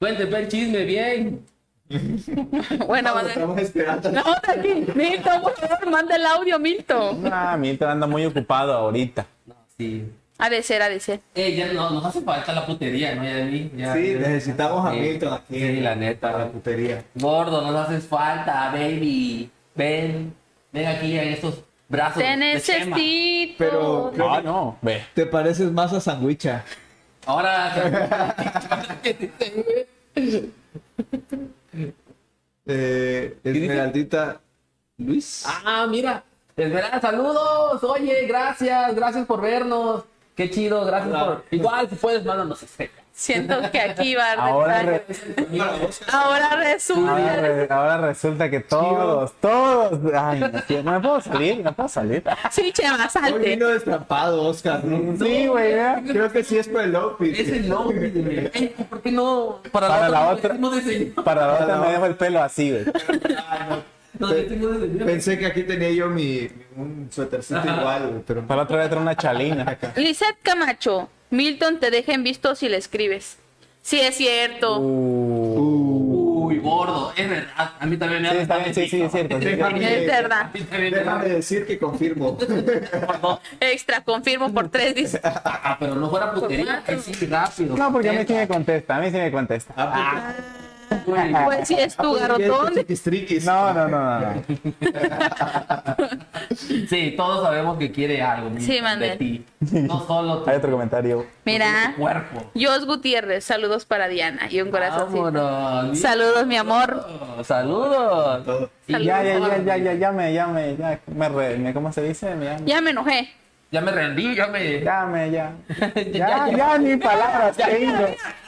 Speaker 1: Cuente, ve el chisme bien.
Speaker 3: Bueno,
Speaker 2: Lo
Speaker 3: Manuel.
Speaker 2: Estamos esperando.
Speaker 3: No, de aquí. Milton, por favor, manda el audio, Milton.
Speaker 4: Ah, Milton anda muy ocupado ahorita.
Speaker 1: No, sí.
Speaker 3: Ha de ser, ha de ser.
Speaker 1: Eh, ya no, nos hace falta la putería, ¿no? Ya de mí. Ya,
Speaker 2: Sí,
Speaker 1: ya.
Speaker 2: necesitamos a
Speaker 1: Sí.
Speaker 2: Milton aquí.
Speaker 1: Sí, la
Speaker 2: Para la
Speaker 1: neta.
Speaker 2: putería.
Speaker 1: Gordo, nos haces falta, baby. Ven, ven aquí en estos brazos.
Speaker 3: Te
Speaker 1: Ah, de Chema.
Speaker 3: necesito.
Speaker 2: Pero-
Speaker 4: No, Ah, no, ve.
Speaker 2: Te pareces más a Sandwicha.
Speaker 1: Ahora.
Speaker 2: Eh,
Speaker 1: dice?
Speaker 2: Eh, Esmeraldita Luis.
Speaker 1: ah, mira. Esmeralda, saludos. Oye, gracias, gracias por vernos. Qué chido, gracias
Speaker 2: Hola.
Speaker 1: por. Igual, si puedes, mándanos este. estrellas.
Speaker 3: Siento que aquí va a
Speaker 4: Ahora
Speaker 3: retar-
Speaker 2: Para vos.
Speaker 3: Ahora
Speaker 4: Ahora,
Speaker 3: resulta.
Speaker 4: re- ahora resulta que todos, todos. Ay, no, tío, no me puedo salir, no puedo salir.
Speaker 3: Sí, Chema,
Speaker 2: Hoy
Speaker 3: salte.
Speaker 2: vino destampado, Oscar. ¿no?
Speaker 4: Sí, güey, vea.
Speaker 2: Creo que sí es por el outfit.
Speaker 1: Es el nombre. de- Ey, ¿Por qué no?
Speaker 4: Para la otra.
Speaker 1: Nos vestimos de señor.
Speaker 4: Para la otra
Speaker 2: Para la
Speaker 4: me
Speaker 2: otra.
Speaker 4: dejo el pelo así, güey.
Speaker 2: Ah, no.
Speaker 1: Nos vestimos de
Speaker 2: Pe-
Speaker 1: señor.
Speaker 4: Pues-
Speaker 2: Pensé que aquí tenía yo mi, mi- un suétercito igual, güey, pero
Speaker 4: Para la otra voy a traer una chalina.
Speaker 3: Lisette Camacho, Milton te deja en visto si le escribes. Sí, es cierto.
Speaker 2: Uh.
Speaker 1: Uy, gordo, es verdad. A mí también me
Speaker 4: Sí,
Speaker 1: ha
Speaker 4: está bien, sí, sí, es cierto. sí, sí.
Speaker 3: Es verdad.
Speaker 1: A mí también me
Speaker 2: déjame decir que confirmo.
Speaker 1: por dos.
Speaker 3: Extra, confirmo por tres, dice.
Speaker 1: Ah, pero no fuera putería. que sí, rápido.
Speaker 4: No, porque a mí sí me
Speaker 1: Contenta.
Speaker 4: contesta, a mí sí me contesta.
Speaker 2: Ah,
Speaker 1: Uy,
Speaker 3: Pues este sí, es tu
Speaker 2: porque- porque
Speaker 3: garotón.
Speaker 2: es triquis, triquis.
Speaker 4: No, no, no, no. no.
Speaker 1: Sí, todos sabemos que quiere algo
Speaker 3: Sí,
Speaker 1: Milton, de
Speaker 3: Manuel.
Speaker 1: ti. No solo tu,
Speaker 4: Hay otro comentario.
Speaker 3: Mira,
Speaker 1: tu cuerpo.
Speaker 3: Jos Gutiérrez, saludos para Diana y un corazón.
Speaker 1: Vámonos.
Speaker 3: Saludos, mi amor.
Speaker 1: Saludos. Y
Speaker 4: Ya, ya, ya, ya, ya, ya me, ya me, ya me re, me- ¿cómo se dice? Me- Ya,
Speaker 3: Ya me enojé.
Speaker 1: Ya me rendí, ya me.
Speaker 4: ya me, ya.
Speaker 1: ya,
Speaker 4: Ya, ya, ni palabras tengo.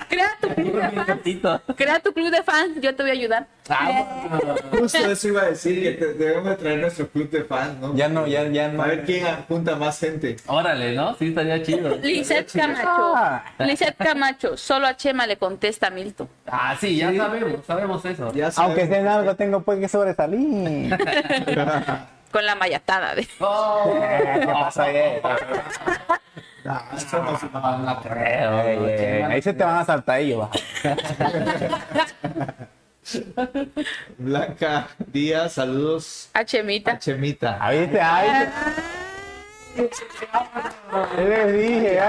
Speaker 3: Crea tu club de fans.
Speaker 1: Cortito.
Speaker 3: Crea tu club de fans, yo te voy a ayudar.
Speaker 1: Vámonos.
Speaker 2: Justo eso iba a decir, que te- debemos de traer nuestro club de fans, ¿no?
Speaker 4: Ya no, ya, ya no.
Speaker 2: A ver quién junta más gente.
Speaker 1: Órale, ¿no? Sí, estaría chido.
Speaker 3: Lisette Camacho.
Speaker 4: Ah,
Speaker 3: Lisette Camacho, solo a Chema le contesta a Milton.
Speaker 1: Ah, sí, ya sabemos, sabemos eso.
Speaker 2: Ya
Speaker 4: Aunque sea en
Speaker 2: sabemos.
Speaker 4: algo, tengo pues que sobresalir. Eh,
Speaker 3: Con la mayatada de.
Speaker 1: Oh,
Speaker 4: ¿Qué pasa Eh, ahí?
Speaker 2: Ah, eso no se-
Speaker 1: no, no creo.
Speaker 4: Ey,
Speaker 1: no,
Speaker 4: ey,
Speaker 1: chingada.
Speaker 4: Ahí se te van a saltar ellos. va.
Speaker 2: Blanca Díaz, saludos
Speaker 3: A
Speaker 2: a
Speaker 3: Chemita.
Speaker 2: Chemita.
Speaker 4: Ahí te, ahí te. Les dije, ¿eh?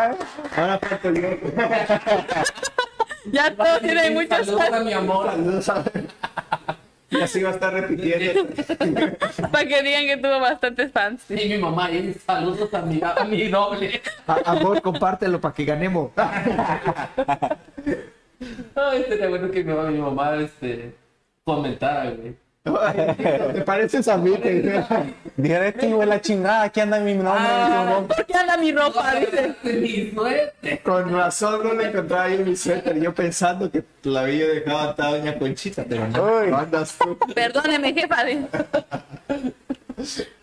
Speaker 2: Ahora falta yo.
Speaker 3: Ya todos tienen muchos
Speaker 1: Saludos a mi amor.
Speaker 2: Saludos a- Y así va a estar repitiendo.
Speaker 3: para que digan que tuvo bastantes fans.
Speaker 1: Y mi mamá, y saludos a mi, a mi doble.
Speaker 2: A- Amor, compártelo para que ganemos.
Speaker 1: Ay, sería bueno que mi mamá, mi mamá este, comentara, güey.
Speaker 2: ¿Te pareces a mí? te-
Speaker 4: Dije, este hijo de la chingada, aquí anda mi nombre.
Speaker 1: Ah.
Speaker 4: mi nombre.
Speaker 3: ¿Por qué anda mi ropa? Dice.
Speaker 1: Este, mi suerte.
Speaker 2: Con razón no le encontraba yo mi suéter. Yo pensando que la había dejado atada Doña Conchita, pero no.
Speaker 4: Uy.
Speaker 2: no andas tú.
Speaker 3: Perdóneme, jefa. dice.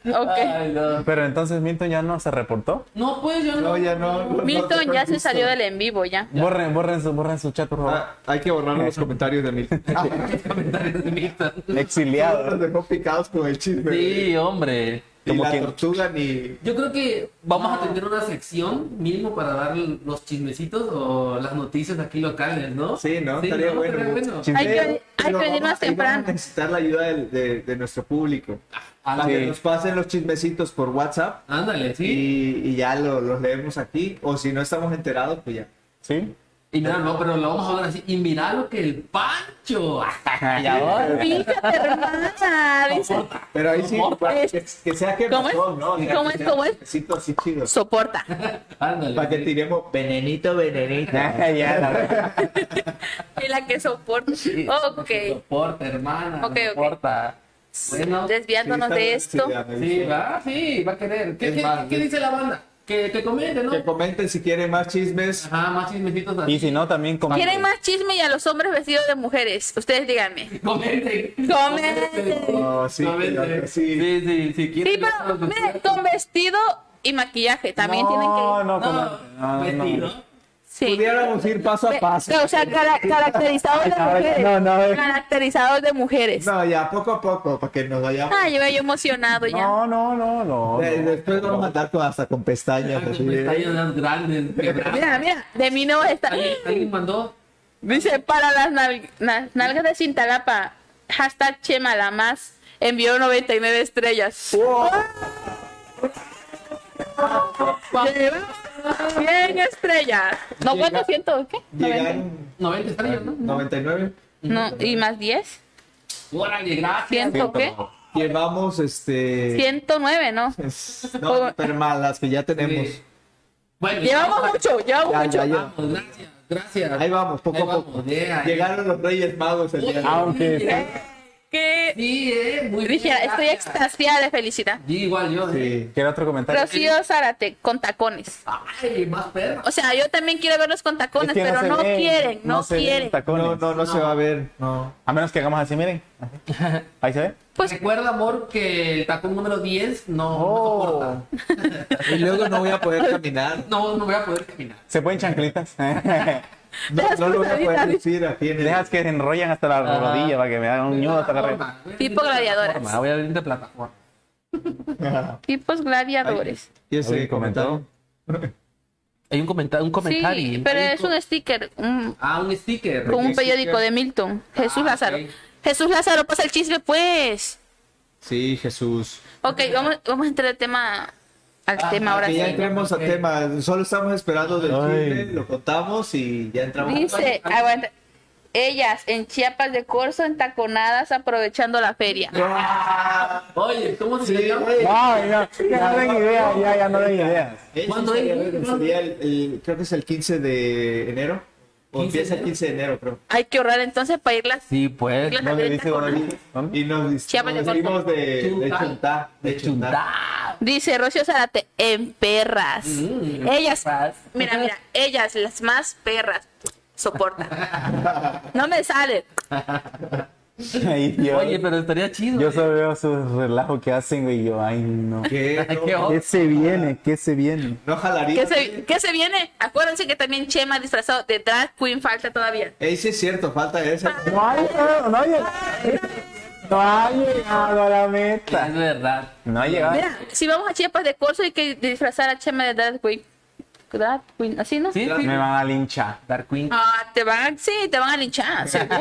Speaker 3: Ok.
Speaker 1: Ay, no.
Speaker 4: Pero entonces Milton ya no se reportó.
Speaker 1: No, pues yo no.
Speaker 2: No, ya no. no, no te
Speaker 3: Milton ya se
Speaker 2: conquisto.
Speaker 3: salió del en vivo ya.
Speaker 4: Borren, borren su, borren su chat, por favor.
Speaker 2: Ah, hay que borrar los comentarios de Milton.
Speaker 1: Los comentarios de Milton.
Speaker 2: Nos
Speaker 4: Exiliado.
Speaker 2: dejó picados con el chisme.
Speaker 1: Sí, hombre.
Speaker 2: Ni
Speaker 4: Como
Speaker 2: la
Speaker 4: que-
Speaker 2: tortuga ni.
Speaker 1: Yo creo que vamos a tener una sección mínimo para dar los chismecitos o las noticias aquí locales, ¿no?
Speaker 2: Sí, ¿no? Estaría bueno.
Speaker 3: Hay que,
Speaker 2: Pero-
Speaker 3: hay que
Speaker 2: pero
Speaker 3: venir
Speaker 2: vamos-
Speaker 3: más
Speaker 2: ahí
Speaker 3: temprano.
Speaker 2: Vamos a necesitar la ayuda del- de, de nuestro público. Para
Speaker 1: Ándale,
Speaker 2: que nos pasen los chismecitos por WhatsApp
Speaker 1: ándale, Ah, sí.
Speaker 2: y, y ya lo- los leemos aquí. O si no estamos enterados, pues ya.
Speaker 4: ¿Sí?
Speaker 1: Y mira, no, pero lo vamos a hablar así. Y mira lo que el Pancho. y ahora.
Speaker 3: Fíjate, hermana. Dice.
Speaker 2: Pero ahí sí,
Speaker 1: ¿Cómo
Speaker 2: para
Speaker 3: es?
Speaker 2: que, que sea que
Speaker 3: ¿Cómo es?
Speaker 2: razón, ¿no? O sea,
Speaker 3: ¿Cómo
Speaker 2: que
Speaker 3: es?
Speaker 2: sea
Speaker 3: ¿Cómo es?
Speaker 2: un chismecito así chido.
Speaker 3: Soporta.
Speaker 1: Ándale.
Speaker 2: Para que
Speaker 1: sí.
Speaker 2: tiremos venenito, venenito.
Speaker 4: Ya, ya, la verdad.
Speaker 3: Y la que soporta.
Speaker 1: Sí,
Speaker 3: Oh, Ok.
Speaker 1: No soporta, hermana.
Speaker 3: Ok,
Speaker 1: no
Speaker 3: ok.
Speaker 1: soporta. Bueno,
Speaker 3: Desviándonos
Speaker 2: Sí,
Speaker 3: de
Speaker 2: está
Speaker 3: esto.
Speaker 2: buena esa idea, me
Speaker 1: sí,
Speaker 2: gustó.
Speaker 1: va, sí, va a querer. ¿Qué,
Speaker 2: Es
Speaker 1: qué-
Speaker 2: más,
Speaker 1: qué
Speaker 2: ¿no?
Speaker 1: dice la banda? Que, que comente, ¿no?
Speaker 2: Que comenten si quieren más chismes.
Speaker 1: Ajá, más chismecitos así.
Speaker 4: Y si no, también como.
Speaker 3: ¿Quieren más chisme y a los hombres vestidos de mujeres? Ustedes díganme.
Speaker 1: Comenten.
Speaker 3: Comenten.
Speaker 2: No, sí,
Speaker 1: Comenten.
Speaker 2: que- sí.
Speaker 1: Ah, Sí, sí, si quieren.
Speaker 3: Sí, pero
Speaker 1: los-
Speaker 3: miren, con vestido y maquillaje también
Speaker 4: no,
Speaker 3: tienen que
Speaker 4: No,
Speaker 3: ir. Pues
Speaker 4: no, Ah,
Speaker 1: No,
Speaker 4: no, no,
Speaker 1: vestido.
Speaker 4: no.
Speaker 3: Sí.
Speaker 2: Pudiéramos ir paso a
Speaker 3: Ve-
Speaker 2: paso.
Speaker 3: O sea, cara- caracterizados de
Speaker 4: No,
Speaker 3: mujeres.
Speaker 4: no, no, eh.
Speaker 3: Caracterizados de mujeres.
Speaker 2: No, ya, poco a poco, para que nos vayamos.
Speaker 3: Ah, yo yo emocionado ya.
Speaker 4: No, no, no, no.
Speaker 2: Eh,
Speaker 4: no.
Speaker 2: Después vamos a andar con- hasta con pestañas.
Speaker 1: Con
Speaker 2: así.
Speaker 1: pestañas grandes, quebradas.
Speaker 3: Mira, mira, de mí no está.
Speaker 1: Alguien alguien mandó.
Speaker 3: Dice, para las nal- na- nalgas de Cintalapa, hashtag Chema la más, envió 99 estrellas. Lleva 100 estrellas. No,
Speaker 2: Llega-
Speaker 3: ¿cuántos ¿Qué? 90.
Speaker 2: Llegaron
Speaker 1: 90 estrellas, ¿no?
Speaker 2: 99.
Speaker 3: No, ¿y más 10?
Speaker 1: Órale, gracias.
Speaker 3: ¿Ciento qué?
Speaker 2: Llevamos este.
Speaker 3: 109, ¿no?
Speaker 2: No, pero más las que ya tenemos.
Speaker 1: Sí. Bueno,
Speaker 3: Llevamos mucho, llevamos
Speaker 2: Ya,
Speaker 3: mucho.
Speaker 2: ya, ya.
Speaker 1: Vamos, gracias, gracias.
Speaker 2: Ahí vamos, poco
Speaker 1: Ahí
Speaker 2: a poco.
Speaker 1: vamos, yeah, yeah.
Speaker 2: Llegaron los Reyes Magos el día de hoy.
Speaker 4: Aunque.
Speaker 3: que
Speaker 1: Sí, eh, muy bien.
Speaker 3: dijera, estoy
Speaker 1: gracias.
Speaker 3: extasiada de felicidad.
Speaker 1: Y igual yo, eh.
Speaker 4: Sí. ¿Quiere otro comentario?
Speaker 3: Rocío Zárate, con tacones.
Speaker 1: Ay, más perra.
Speaker 3: O sea, yo también quiero verlos con
Speaker 4: Es
Speaker 3: tacones,
Speaker 4: que
Speaker 3: pero
Speaker 4: se
Speaker 3: no,
Speaker 4: ven,
Speaker 3: quieren, no,
Speaker 4: se ven
Speaker 3: quieren.
Speaker 4: tacones.
Speaker 2: No, no, no se va a ver. No.
Speaker 4: A menos que hagamos así, miren. Así. Ahí se ve.
Speaker 3: Pues
Speaker 1: Recuerda, amor, que el tacón número 10 no, no soporta.
Speaker 2: Y luego no voy a poder caminar.
Speaker 1: No, no voy a poder caminar.
Speaker 4: Se ponen chanclitas.
Speaker 2: No,
Speaker 3: Dejas
Speaker 2: no lo voy a
Speaker 3: cruzaditas.
Speaker 2: poder lucir aquí en el-
Speaker 4: Dejas que se enrollan hasta la
Speaker 1: Ajá.
Speaker 4: rodilla para que me hagan un ñudo hasta la red.
Speaker 1: Plataforma, voy a venir
Speaker 3: Tipo
Speaker 1: de
Speaker 3: gladiadoras.
Speaker 1: plataforma, Voy a venir de plataforma.
Speaker 3: tipos gladiadores.
Speaker 2: ¿Y ese
Speaker 4: ¿Alguien comentó?
Speaker 2: comentario?
Speaker 1: Hay un comentario. Un comentario
Speaker 3: Sí, pero
Speaker 1: Hay
Speaker 3: es
Speaker 1: co-
Speaker 3: un sticker un-
Speaker 1: Ah, un sticker.
Speaker 3: con un
Speaker 2: sticker.
Speaker 3: periódico de Milton. Jesús
Speaker 1: ok.
Speaker 3: Lázaro. Jesús Lázaro, pasa el chisme, pues.
Speaker 2: Sí, Jesús.
Speaker 3: Ok, vamos, vamos a entrar al tema, al
Speaker 1: Ah,
Speaker 3: tema ahora
Speaker 2: Que
Speaker 3: sí.
Speaker 2: ya entremos
Speaker 1: Ok.
Speaker 2: a tema. Solo estamos esperando del
Speaker 4: Ay.
Speaker 2: chisme, lo contamos y ya entramos.
Speaker 3: Dice, aguanta. Ellas en Chiapas de Corzo, entaconadas, aprovechando la feria.
Speaker 2: Ah,
Speaker 1: Oye, ¿cómo se
Speaker 2: sí,
Speaker 1: llama?
Speaker 2: güey.
Speaker 4: No, ya, ya no den ideas, ya, ya no den ideas.
Speaker 2: Ese
Speaker 1: ¿Cuándo
Speaker 2: sería,
Speaker 1: es?
Speaker 2: güey,
Speaker 1: ¿Cuándo?
Speaker 2: sería el- el- creo que es el 15 de enero. O
Speaker 1: 15 de
Speaker 2: empieza el
Speaker 1: enero.
Speaker 2: 15 de enero, creo.
Speaker 3: Hay que ahorrar entonces para irlas.
Speaker 1: Sí, pues.
Speaker 3: irlas a
Speaker 4: ¿Dónde
Speaker 3: ver
Speaker 4: dice?
Speaker 3: entaconadas.
Speaker 4: ¿Dónde dice? ¿Dónde?
Speaker 2: Y nos nos
Speaker 3: Chiapas de
Speaker 2: dimos
Speaker 3: Corzo.
Speaker 2: Eh, de, de chuntá. De chuntá.
Speaker 1: Chuntá.
Speaker 3: Dice Rocío Zárate, en perras.
Speaker 1: Mm,
Speaker 3: ellas,
Speaker 1: perras.
Speaker 3: mira, mira, ellas, las más perras, soportan. No me sale.
Speaker 4: Ay, Dios.
Speaker 1: Oye, pero estaría chido.
Speaker 4: Yo
Speaker 1: eh.
Speaker 4: solo veo sus relajos que hacen, güey. y Yo, ay, no. ¿Qué,
Speaker 2: ¿Qué? No,
Speaker 1: Qué oso.
Speaker 4: se viene? ¿Qué se viene?
Speaker 2: no jalaría.
Speaker 3: ¿Qué se, qué se viene? Acuérdense que también Chema disfrazado de drag queen falta todavía.
Speaker 2: Ey, sí es cierto, falta esa.
Speaker 4: No ha llegado, no ha llegado. No ha llegado a la
Speaker 1: Es
Speaker 4: meta.
Speaker 1: verdad.
Speaker 4: No ha llegado.
Speaker 3: Mira, si vamos a Chiapas de Corso hay que disfrazar a Chema de drag queen. Drag queen, ¿así no?
Speaker 1: Sí, sí.
Speaker 4: Me van a linchar.
Speaker 1: Dark Queen.
Speaker 3: Ah, te van a, sí, te van a linchar, seguro,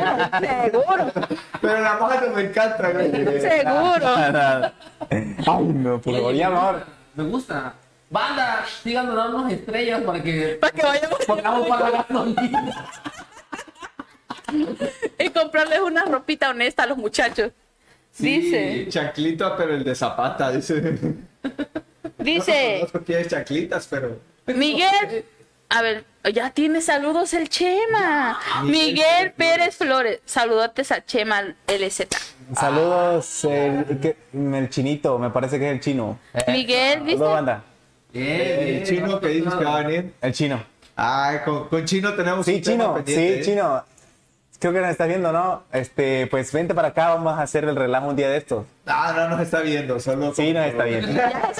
Speaker 3: seguro,
Speaker 2: Pero la moja no me encanta, güey.
Speaker 3: seguro.
Speaker 4: Ay, no, por favor,
Speaker 1: Oye,
Speaker 4: ya
Speaker 1: me
Speaker 4: mejor.
Speaker 1: gusta, Me gusta. Banda, sigan donándonos estrellas para que
Speaker 3: Para que vayamos
Speaker 1: pongamos para la gasolina.
Speaker 3: y comprarles una ropita honesta a los muchachos. Dice,
Speaker 2: Chanclita, pero el de zapata, dice.
Speaker 3: dice.
Speaker 2: No, no tienes chanclitas, pero.
Speaker 3: Miguel. A ver, ya tiene saludos el Chema. Miguel,
Speaker 2: Miguel
Speaker 3: Pérez Flores. Saludotes a Chema LZ.
Speaker 4: Saludos, el, que- el chinito, me parece que es el chino.
Speaker 3: Eh, Miguel dice.
Speaker 4: Saludos, banda.
Speaker 1: Bien,
Speaker 2: Eh, El
Speaker 1: bien,
Speaker 2: chino
Speaker 1: no
Speaker 2: que dices
Speaker 1: pasa
Speaker 2: que va a
Speaker 1: nada.
Speaker 2: venir.
Speaker 4: El chino.
Speaker 2: Ay, con, con chino tenemos.
Speaker 4: Sí,
Speaker 2: un tema
Speaker 4: chino, sí,
Speaker 2: pendiente, ¿eh?
Speaker 4: chino. Creo que nos estás viendo, ¿no? Este, pues vente para acá, vamos a hacer el relajo un día de estos.
Speaker 2: Ah, no nos está viendo, solo.
Speaker 4: Sí, nos está viendo.
Speaker 3: Ya,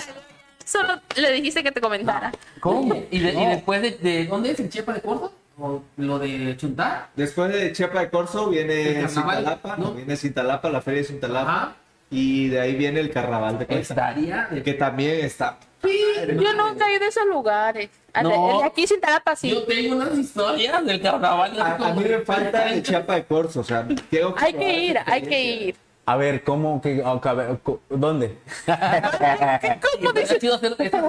Speaker 3: Solo le dijiste que te comentara.
Speaker 1: ¿Cómo? ¿Y, de- y
Speaker 4: No.
Speaker 1: después de, de- dónde es el Chiapas de Corzo? ¿O lo de Chuntá?
Speaker 2: Después de Chiapa de Corzo
Speaker 1: El
Speaker 2: viene
Speaker 1: carnaval,
Speaker 2: Cintalapa,
Speaker 1: ¿no?
Speaker 2: viene Cintalapa, la feria de Cintalapa.
Speaker 1: Ajá.
Speaker 2: Y de ahí viene el carnaval de Cuenca,
Speaker 1: Estaría de
Speaker 2: que también está.
Speaker 3: Yo nunca he ido a esos lugares. A la-
Speaker 1: No.
Speaker 3: el de aquí sin Talapa,
Speaker 1: Yo
Speaker 3: sí.
Speaker 1: tengo unas historias del carnaval.
Speaker 2: A, a mí me falta el Chiapa de Corzo, o sea, tengo
Speaker 3: Hay que
Speaker 2: probar
Speaker 3: ir,
Speaker 2: esa
Speaker 3: hay que
Speaker 2: experiencia.
Speaker 3: ir.
Speaker 4: A ver, ¿cómo? ah, que a ver, co- ¿Dónde?
Speaker 3: ¿Cómo dices?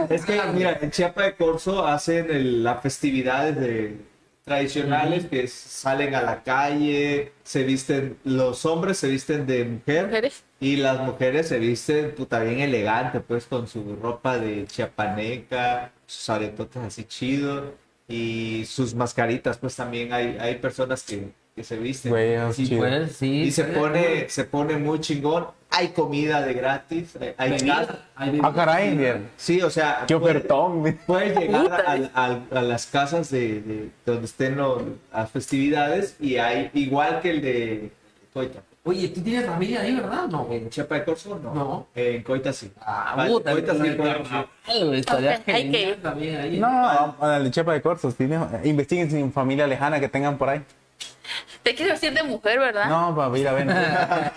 Speaker 2: Es que, mira, en Chiapa de Corzo hacen el- las festividades de- tradicionales que es- salen a la calle, se visten, los hombres se visten de mujer
Speaker 3: Mujeres.
Speaker 2: y las mujeres se visten puta bien elegante, pues con su ropa de chiapaneca, sus aretotes así chidos y sus mascaritas, pues también hay, hay personas que, que se visten.
Speaker 4: Güey, es
Speaker 1: Sí,
Speaker 4: chido.
Speaker 1: pues, sí.
Speaker 2: Y se pone, se pone muy chingón. Hay comida de gratis. hay- Hay gas.
Speaker 4: Ah, caray, bien.
Speaker 2: Sí, o sea.
Speaker 3: Pues,
Speaker 4: Qué
Speaker 2: puede-
Speaker 4: ofertón. güey.
Speaker 2: Puedes llegar al- al- a, las casas de, de donde estén lo- las festividades y hay, igual que el de Coita.
Speaker 1: Oye, tú tienes familia ahí, ¿verdad? No, güey.
Speaker 2: ¿En Chiapa de Corzo? No.
Speaker 1: No.
Speaker 2: En Coita sí.
Speaker 1: Ah,
Speaker 2: Vale,
Speaker 1: puta,
Speaker 2: Coita
Speaker 1: con
Speaker 2: sí.
Speaker 1: el
Speaker 2: Coita sí.
Speaker 1: carnaval, güey, estaría
Speaker 3: Ok, hay que
Speaker 1: genial
Speaker 3: ir.
Speaker 1: también ahí.
Speaker 4: No, no, no, a la chepa de cortos. tiene- Investiguen sin familia lejana que tengan por ahí.
Speaker 3: Te quieres vestir de mujer, ¿verdad?
Speaker 4: No, para ir a ver.
Speaker 1: Nada,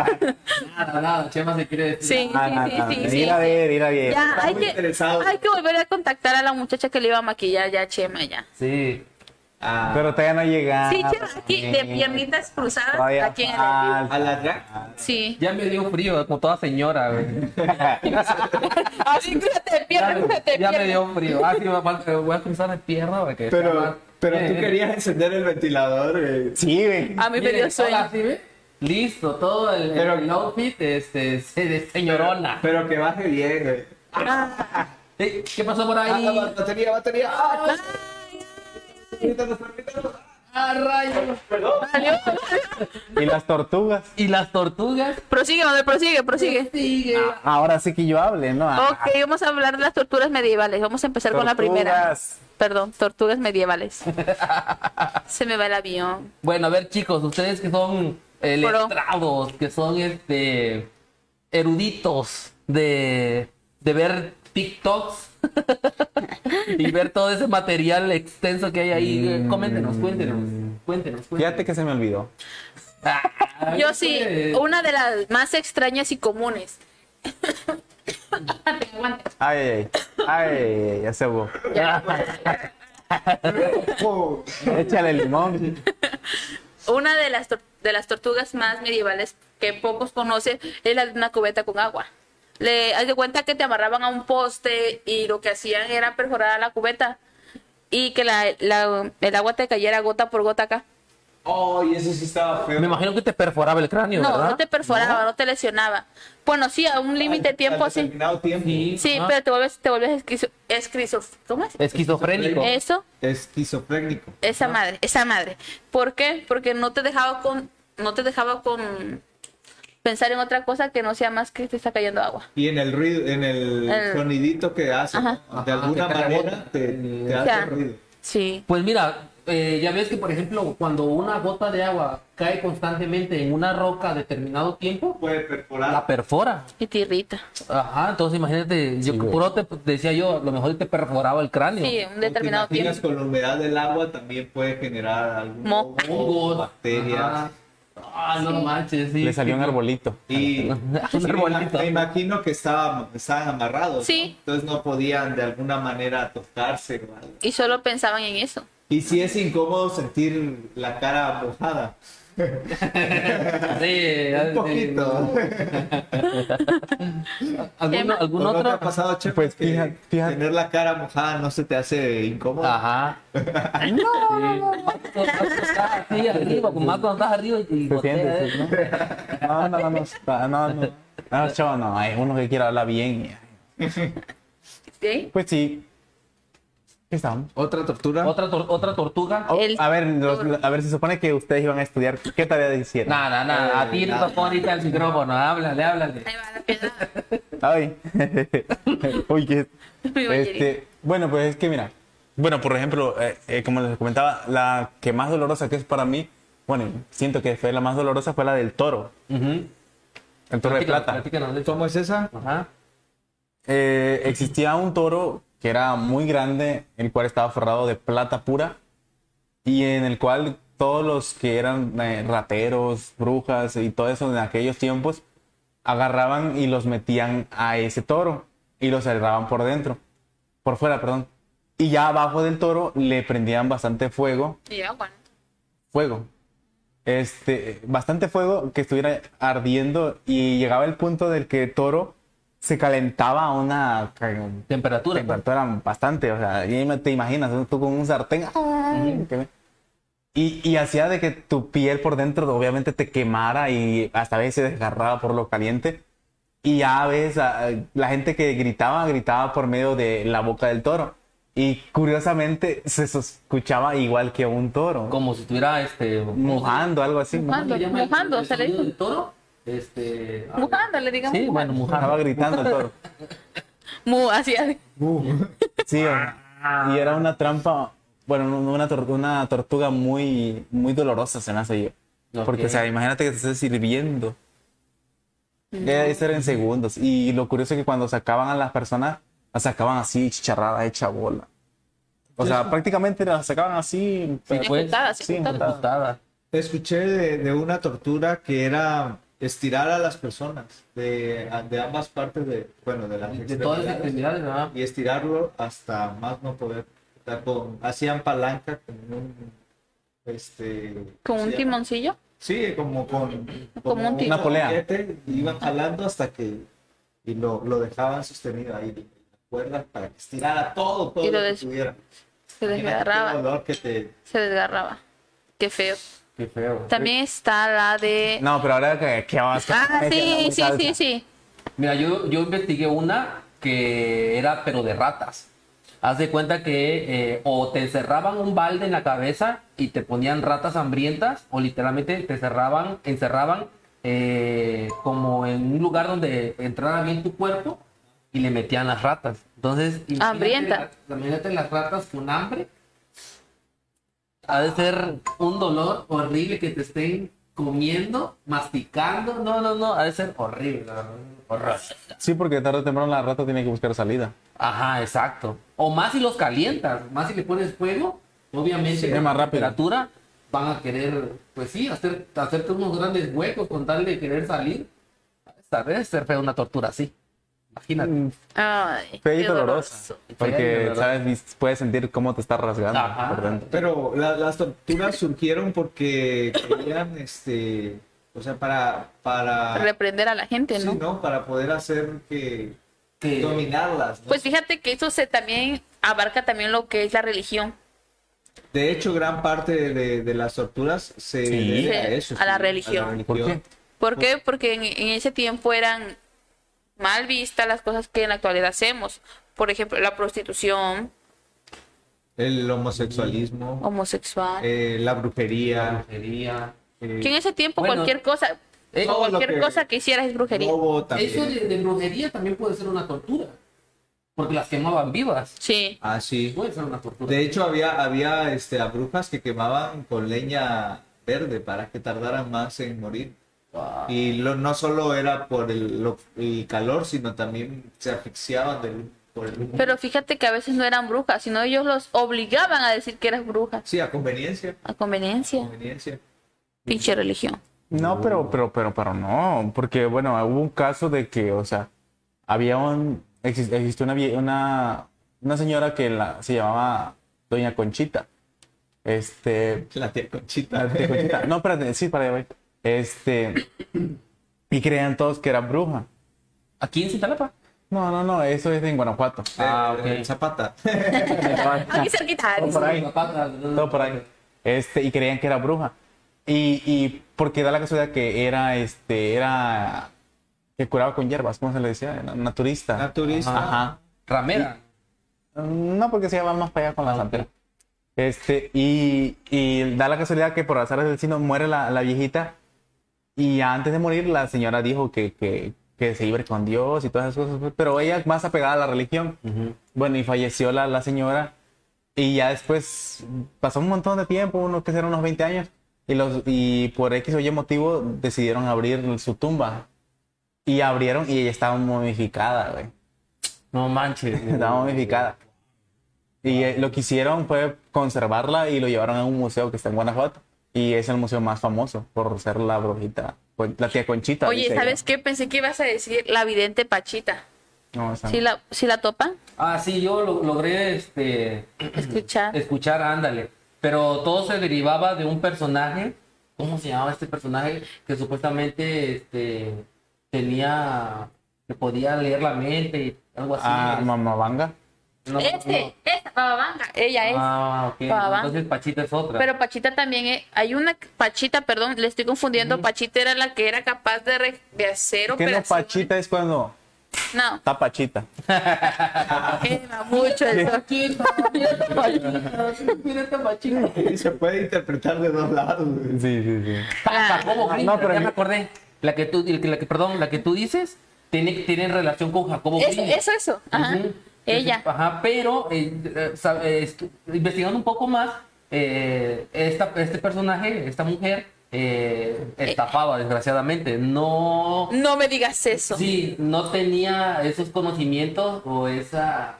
Speaker 1: nada, Chema se quiere decir.
Speaker 3: Sí,
Speaker 4: Ah, nah,
Speaker 3: sí,
Speaker 4: nah,
Speaker 3: sí, sí,
Speaker 4: nah.
Speaker 3: sí.
Speaker 4: Ir a ver, ir a ver.
Speaker 3: Ya, hay
Speaker 2: muy
Speaker 3: que,
Speaker 2: interesado.
Speaker 3: hay que volver a contactar a la muchacha que le iba a maquillar ya, a Chema, ya.
Speaker 1: Sí.
Speaker 2: Ah,
Speaker 4: Pero todavía no llega.
Speaker 3: Sí, Chema, aquí de piernitas cruzadas, aquí en el aire.
Speaker 2: a la drag.
Speaker 3: Sí.
Speaker 1: Ya me dio frío, como toda señora, güey.
Speaker 3: Así crúzate de pierna,
Speaker 1: Ya,
Speaker 3: crúzate de
Speaker 1: ya
Speaker 3: pierna.
Speaker 1: me dio frío. Ah, sí, me falta- voy a cruzar de pierna para que. sea más-
Speaker 2: Pero, pero
Speaker 1: Eh,
Speaker 2: tú
Speaker 1: eh.
Speaker 2: querías encender el ventilador. eh, güey.
Speaker 4: Sí, güey.
Speaker 3: A mí me
Speaker 1: Miren,
Speaker 3: dio
Speaker 1: ahora
Speaker 3: sueño.
Speaker 1: sí, ¿ve? Listo, todo el,
Speaker 2: Pero-
Speaker 1: el outfit este, se de señorona.
Speaker 2: Pero que baje bien. güey.
Speaker 1: Eh, ¿Qué pasó por
Speaker 2: Ah,
Speaker 1: ahí?
Speaker 2: pues, batería, batería. Ah, quítanos, quítanos.
Speaker 1: ¡Ah, rayos!
Speaker 3: Salió.
Speaker 4: Y las tortugas.
Speaker 1: Y las tortugas
Speaker 3: Prosigue, Manuel, prosigue, prosigue.
Speaker 1: sigue.
Speaker 4: Ahora sí que yo hable, ¿no? Ah,
Speaker 3: Ok, vamos a hablar de las torturas medievales. Vamos a empezar con la primera.
Speaker 4: Tortugas.
Speaker 3: Perdón, tortugas medievales. Se me va el avión.
Speaker 1: Bueno, a ver, chicos, ustedes que son eh,
Speaker 3: Pro.
Speaker 1: letrados, que son este eruditos de, de ver TikToks y ver todo ese material extenso que hay ahí, eh, coméntenos, cuéntenos, cuéntenos.
Speaker 4: Mm. Fíjate que se me olvidó.
Speaker 1: Ah,
Speaker 3: Yo sí,
Speaker 1: pues.
Speaker 3: una de las más extrañas y comunes. Te aguanto.
Speaker 4: Ay, ay, ay. Ay, ay, ay, ya se hubo. Échale limón.
Speaker 3: Una de las, tor- de las tortugas más medievales que pocos conocen es la de una cubeta con agua. Le haz de cuenta que te amarraban a un poste y lo que hacían era perforar a la cubeta y que la, la- el agua te cayera gota por gota acá.
Speaker 2: Oh, y eso sí estaba feo.
Speaker 1: Me imagino que te perforaba el cráneo,
Speaker 3: No,
Speaker 1: ¿verdad?
Speaker 3: no te perforaba, no, te lesionaba. Bueno, sí, a un límite de tiempo
Speaker 2: Al
Speaker 3: sí.
Speaker 2: determinado tiempo.
Speaker 1: Sí.
Speaker 3: Sí,
Speaker 1: Ajá.
Speaker 3: pero te vuelves, te vuelves esquizo, esquizo- ¿cómo es?
Speaker 1: Esquizofrénico.
Speaker 2: Eh,
Speaker 3: Eso,
Speaker 2: Esquizofrénico.
Speaker 3: esa madre, esa madre. ¿Por qué? Porque no te dejaba con, no te dejaba con pensar en otra cosa que no sea más que te está cayendo agua.
Speaker 2: Y en el ruido, en el,
Speaker 3: El-
Speaker 2: sonidito que hace,
Speaker 3: Ajá.
Speaker 1: Ajá,
Speaker 2: de alguna
Speaker 1: que te
Speaker 2: manera
Speaker 1: rebota.
Speaker 2: te, te
Speaker 3: O
Speaker 2: hace
Speaker 3: sea,
Speaker 2: ruido.
Speaker 3: sí.
Speaker 1: Pues mira, eh, ya ves que por ejemplo cuando una gota de agua cae constantemente en una roca a determinado tiempo,
Speaker 2: Puede perforar.
Speaker 1: la perfora.
Speaker 3: Y te irrita.
Speaker 1: Ajá, entonces imagínate, yo
Speaker 4: Sí, güey.
Speaker 1: puro te decía yo, a lo mejor te perforaba el cráneo.
Speaker 3: Sí, un
Speaker 2: ¿No te
Speaker 3: determinado
Speaker 2: imaginas
Speaker 3: tiempo.
Speaker 2: con la humedad del agua también puede generar algún
Speaker 3: Moco.
Speaker 2: hongo, bacterias.
Speaker 1: Ajá. Ah, no manches, sí.
Speaker 4: Le salió un arbolito.
Speaker 2: Y
Speaker 1: Un
Speaker 2: y me
Speaker 1: arbolito.
Speaker 2: me imagino que estaban, estaban amarrados.
Speaker 3: Sí.
Speaker 2: ¿no? Entonces no podían de alguna manera tocarse. o algo.
Speaker 3: Y solo pensaban en eso.
Speaker 2: Y si es incómodo sentir la cara mojada.
Speaker 1: Sí, eh,
Speaker 2: Un poquito.
Speaker 1: ¿Algún, algún
Speaker 2: ¿O no te
Speaker 1: otro?
Speaker 2: ha pasado, Chepe,
Speaker 4: Pues,
Speaker 2: que
Speaker 4: fíjate- fíjate.
Speaker 2: tener la cara mojada no se te hace incómodo?
Speaker 1: Ajá. No, no, no. Más cuando estás así arriba, con más cuando estás arriba y, y
Speaker 4: ¿Te
Speaker 1: gotea,
Speaker 4: sientes?
Speaker 1: ¿eh?
Speaker 4: No, no, no, no, no, no, no, no, chavo, no, hay uno que quiera hablar bien.
Speaker 3: ¿Sí?
Speaker 4: Pues sí. ¿Qué estamos?
Speaker 2: ¿Otra tortura?
Speaker 1: ¿Otra, tor- otra tortuga.
Speaker 4: Oh,
Speaker 3: El-
Speaker 4: A ver, los- a ver, se supone que ustedes iban a estudiar. ¿Qué tarea hicieron?
Speaker 1: Nada, nada,
Speaker 4: Eh,
Speaker 1: nada. A ti no te ahorita el micrófono. Háblale, háblale.
Speaker 3: Ahí va la pena.
Speaker 4: Ay. Uy, qué.
Speaker 3: Mi ballerina.
Speaker 4: Este, bueno, pues es que mira. Bueno, por ejemplo, eh, eh, como les comentaba, la que más dolorosa que es para mí, bueno, siento que fue la más dolorosa fue la del toro,
Speaker 1: Ujú.
Speaker 4: el toro
Speaker 1: Platícanos,
Speaker 4: de plata.
Speaker 1: platícanos de eso.
Speaker 2: ¿Cómo es esa?
Speaker 1: Ajá.
Speaker 4: Eh, existía un toro que era muy grande, el cual estaba forrado de plata pura y en el cual todos los que eran eh, rateros, brujas y todo eso en aquellos tiempos agarraban y los metían a ese toro y los cerraban por dentro, por fuera, perdón. Y ya abajo del toro le prendían bastante fuego
Speaker 3: Y agua.
Speaker 4: fuego. Este, bastante fuego que estuviera ardiendo y llegaba el punto del que el toro se calentaba a una ca-
Speaker 1: Temperatura.
Speaker 4: temperatura bastante, o sea, y me- te imaginas, tú con un sartén ¡ay! que- y, y hacía de que tu piel por dentro obviamente te quemara y hasta a veces se desgarraba por lo caliente y ya ves a- la gente que gritaba, gritaba por medio de la boca del toro y curiosamente se escuchaba igual que un toro
Speaker 1: Como si estuviera este.
Speaker 4: mojando, algo así.
Speaker 1: ¿Cómo
Speaker 3: Mojando.
Speaker 1: se llama el-
Speaker 3: Mojando,
Speaker 1: el
Speaker 3: se le
Speaker 1: sonido
Speaker 3: dice.
Speaker 1: del toro? Este. ah,
Speaker 3: Mujando, le digamos.
Speaker 1: Sí, bueno, mojando.
Speaker 4: Estaba gritando el toro.
Speaker 3: Mu, así, así.
Speaker 2: Uh,
Speaker 4: Sí, o- y era una trampa, bueno, una, tor- una tortuga muy, muy dolorosa, se me hace yo. Porque,
Speaker 1: Ok.
Speaker 4: o sea, imagínate que te estés sirviendo. Eh, Eso era en segundos. Y lo curioso es que cuando sacaban a las personas, las sacaban así, chicharradas, hecha bola. O sea, prácticamente las sacaban así. pero-
Speaker 1: Pues,
Speaker 3: Ejecutada, sí,
Speaker 4: sí,
Speaker 3: ejecutada.
Speaker 1: Asustada.
Speaker 2: Escuché de, de una tortura que era estirar a las personas de, de ambas partes de, bueno, de las
Speaker 1: De todas las
Speaker 2: extremidades.
Speaker 1: extremidades, ¿verdad?
Speaker 2: y estirarlo hasta más no poder. O sea, con- hacían palanca con un. Este,
Speaker 3: Con
Speaker 2: ¿cómo
Speaker 3: un
Speaker 2: se llama?
Speaker 3: timoncillo.
Speaker 2: Sí, como con.
Speaker 3: Como un timón.
Speaker 4: Una polea.
Speaker 2: juguete, y Iban jalando hasta que. Y lo, lo dejaban sostenido ahí. en la cuerda para que estirara todo, todo
Speaker 3: Y lo
Speaker 2: lo que
Speaker 3: des-
Speaker 2: tuviera.
Speaker 3: Se
Speaker 2: Imagínate qué
Speaker 3: desgarraba.
Speaker 2: dolor que te-
Speaker 3: Se desgarraba. Qué feo.
Speaker 1: Qué feo.
Speaker 3: También está la de.
Speaker 4: No, pero ahora que, que vas
Speaker 3: Ah, sí, sí, sí, sí.
Speaker 1: Mira, yo, yo investigué una que era, pero de ratas. haz de cuenta que eh, o te encerraban un balde en la cabeza y te ponían ratas hambrientas, o literalmente te cerraban, encerraban eh, como en un lugar donde entrara bien tu cuerpo y le metían las ratas. Entonces, imagínate
Speaker 3: Hambrienta.
Speaker 1: la- imagínate las ratas con hambre. Ha de ser un dolor horrible que te estén comiendo, masticando. No, no, no, ha de ser horrible, la verdad. Horror.
Speaker 4: Sí, porque tarde o temprano la rata tiene que buscar salida.
Speaker 1: Ajá, exacto. O más si los calientas, más si le pones fuego, obviamente
Speaker 4: Sí,
Speaker 1: con
Speaker 4: más
Speaker 1: la
Speaker 4: rápido.
Speaker 1: temperatura van a querer, pues sí, hacer, hacerte unos grandes huecos con tal de querer salir. Esta vez ser fea una tortura así. Imagínate.
Speaker 4: Mm,
Speaker 3: Ay,
Speaker 4: Fea y
Speaker 3: qué
Speaker 4: dolorosa.
Speaker 3: doloroso.
Speaker 1: Fea y
Speaker 4: Porque,
Speaker 1: dolorosa.
Speaker 4: ¿sabes? Vis- Puedes sentir cómo te está rasgando
Speaker 1: Ajá.
Speaker 4: por dentro.
Speaker 2: Pero la- las torturas surgieron porque querían, este, o sea, para, para,
Speaker 3: Reprender a la gente,
Speaker 2: Ah. sí,
Speaker 3: ¿no?
Speaker 2: ¿no? para poder hacer que
Speaker 1: Que-
Speaker 2: dominarlas. ¿no?
Speaker 3: Pues fíjate que eso se también abarca también lo que es la religión.
Speaker 2: de hecho, gran parte de, de- de las torturas se
Speaker 4: Sí.
Speaker 2: debe a
Speaker 3: Sí,
Speaker 2: eso.
Speaker 3: a la religión.
Speaker 4: ¿Por qué?
Speaker 3: ¿Por qué? Porque en, en ese tiempo eran mal vistas las cosas que en la actualidad hacemos. Por ejemplo, la prostitución
Speaker 2: El
Speaker 3: Oh,
Speaker 2: homosexualismo,
Speaker 3: homosexual.
Speaker 2: eh, la brujería,
Speaker 1: brujería.
Speaker 2: eh,
Speaker 3: que en ese tiempo
Speaker 1: bueno,
Speaker 3: cualquier cosa,
Speaker 1: eh,
Speaker 3: o
Speaker 2: todo lo
Speaker 3: cualquier
Speaker 2: que-
Speaker 3: cosa que hicieras es brujería.
Speaker 2: robo también.
Speaker 1: Eso de, de brujería también puede ser una tortura. Porque las quemaban vivas.
Speaker 3: Sí.
Speaker 2: Ah, sí.
Speaker 1: Puede ser una tortura.
Speaker 2: De hecho, había, había este, a brujas que quemaban con leña verde para que tardaran más en morir.
Speaker 1: Wow.
Speaker 2: Y lo- no solo era por el, lo- el calor, sino también se asfixiaban del- por el humo.
Speaker 3: Pero fíjate que a veces no eran brujas, sino ellos los obligaban a decir que eras bruja.
Speaker 2: Sí, a conveniencia.
Speaker 3: A
Speaker 2: a
Speaker 3: conveniencia.
Speaker 2: conveniencia.
Speaker 3: Pinche religión.
Speaker 4: No, pero, pero, pero, pero no, porque bueno, hubo un caso de que, o sea, había un, exis- existió una, vie- una, una señora que la, se llamaba Doña Conchita, este,
Speaker 2: La tía Conchita.
Speaker 4: la de Conchita, no, espérate, sí, para allá voy, este, y creían todos que era bruja,
Speaker 1: Aquí en Cintalapa.
Speaker 4: no, no, no, eso es en Guanajuato,
Speaker 1: Ah,
Speaker 2: Eh,
Speaker 1: ok.
Speaker 2: Zapata.
Speaker 3: Aquí cerquita.
Speaker 4: Todo por ahí. todo por ahí. Este, y creían que era bruja. Y, y porque da la casualidad que era, este, era, que curaba con hierbas, ¿cómo se le decía? Era Naturista.
Speaker 2: Naturista.
Speaker 4: Ajá.
Speaker 1: Ramera.
Speaker 4: No, porque se va más para allá con la santera. Este, y, y da la casualidad que por azar del destino muere la, la viejita. Y antes de morir, la señora dijo que, que, que se iba a ir con Dios y todas esas cosas. Pero ella es más apegada a la religión. Bueno, y falleció la, la señora. Y ya después pasó un montón de tiempo, unos que serán unos 20 años. Y, los, y por X o Y motivo decidieron abrir su tumba. Y abrieron y ella estaba momificada, güey.
Speaker 1: No manches.
Speaker 4: Estaba momificada. Y eh, lo que hicieron fue conservarla y lo llevaron a un museo que está en Guanajuato. Y es el museo más famoso por ser la brujita, con- la tía Conchita.
Speaker 3: Oye,
Speaker 4: dice
Speaker 3: ¿sabes
Speaker 4: ella.
Speaker 3: qué? Pensé que ibas a decir la vidente Pachita.
Speaker 4: No, esa
Speaker 3: ¿Sí
Speaker 4: no.
Speaker 3: la, sí la topan?
Speaker 1: Ah, sí, yo lo- logré este,
Speaker 3: Escuchar.
Speaker 1: escuchar, ándale. Pero todo se derivaba de un personaje. ¿Cómo se llamaba este personaje? Que supuestamente este, tenía. que podía leer la mente y algo así. Este,
Speaker 4: Ah, Mamabanga.
Speaker 1: No,
Speaker 3: este,
Speaker 1: no.
Speaker 3: esta, Bababanga. Ella es.
Speaker 1: Ah, ok.
Speaker 3: Pava.
Speaker 1: Entonces Pachita es otra.
Speaker 3: Pero Pachita también es. Hay una. Pachita, perdón, le estoy confundiendo. Pachita era la que era capaz de, re- de hacer
Speaker 4: ¿Qué no
Speaker 3: operaciones.
Speaker 4: pachita es cuando
Speaker 3: No,
Speaker 4: está pachita?
Speaker 1: Ah.
Speaker 3: quema mucho eso.
Speaker 1: Pachita, mira esta Pachita, mira este esta Pachita.
Speaker 2: Y se puede interpretar de dos lados.
Speaker 4: Sí, sí, sí.
Speaker 1: Pasa, ¿cómo
Speaker 4: Ah,
Speaker 1: grita?
Speaker 4: no, pero
Speaker 1: ya
Speaker 4: mi-
Speaker 1: me acordé. La que tú, la que, perdón, la que tú dices tiene, tiene relación con Jacobo
Speaker 3: Eso,
Speaker 1: Grimm.
Speaker 3: eso, eso. Ajá.
Speaker 1: Ujú.
Speaker 3: Ella.
Speaker 1: Entonces, Ajá, pero eh, eh, sab- eh, estu- investigando un poco más, eh, esta, este personaje, esta mujer, eh, estafaba, desgraciadamente. No.
Speaker 3: No me digas eso.
Speaker 1: Sí, no tenía esos conocimientos o esa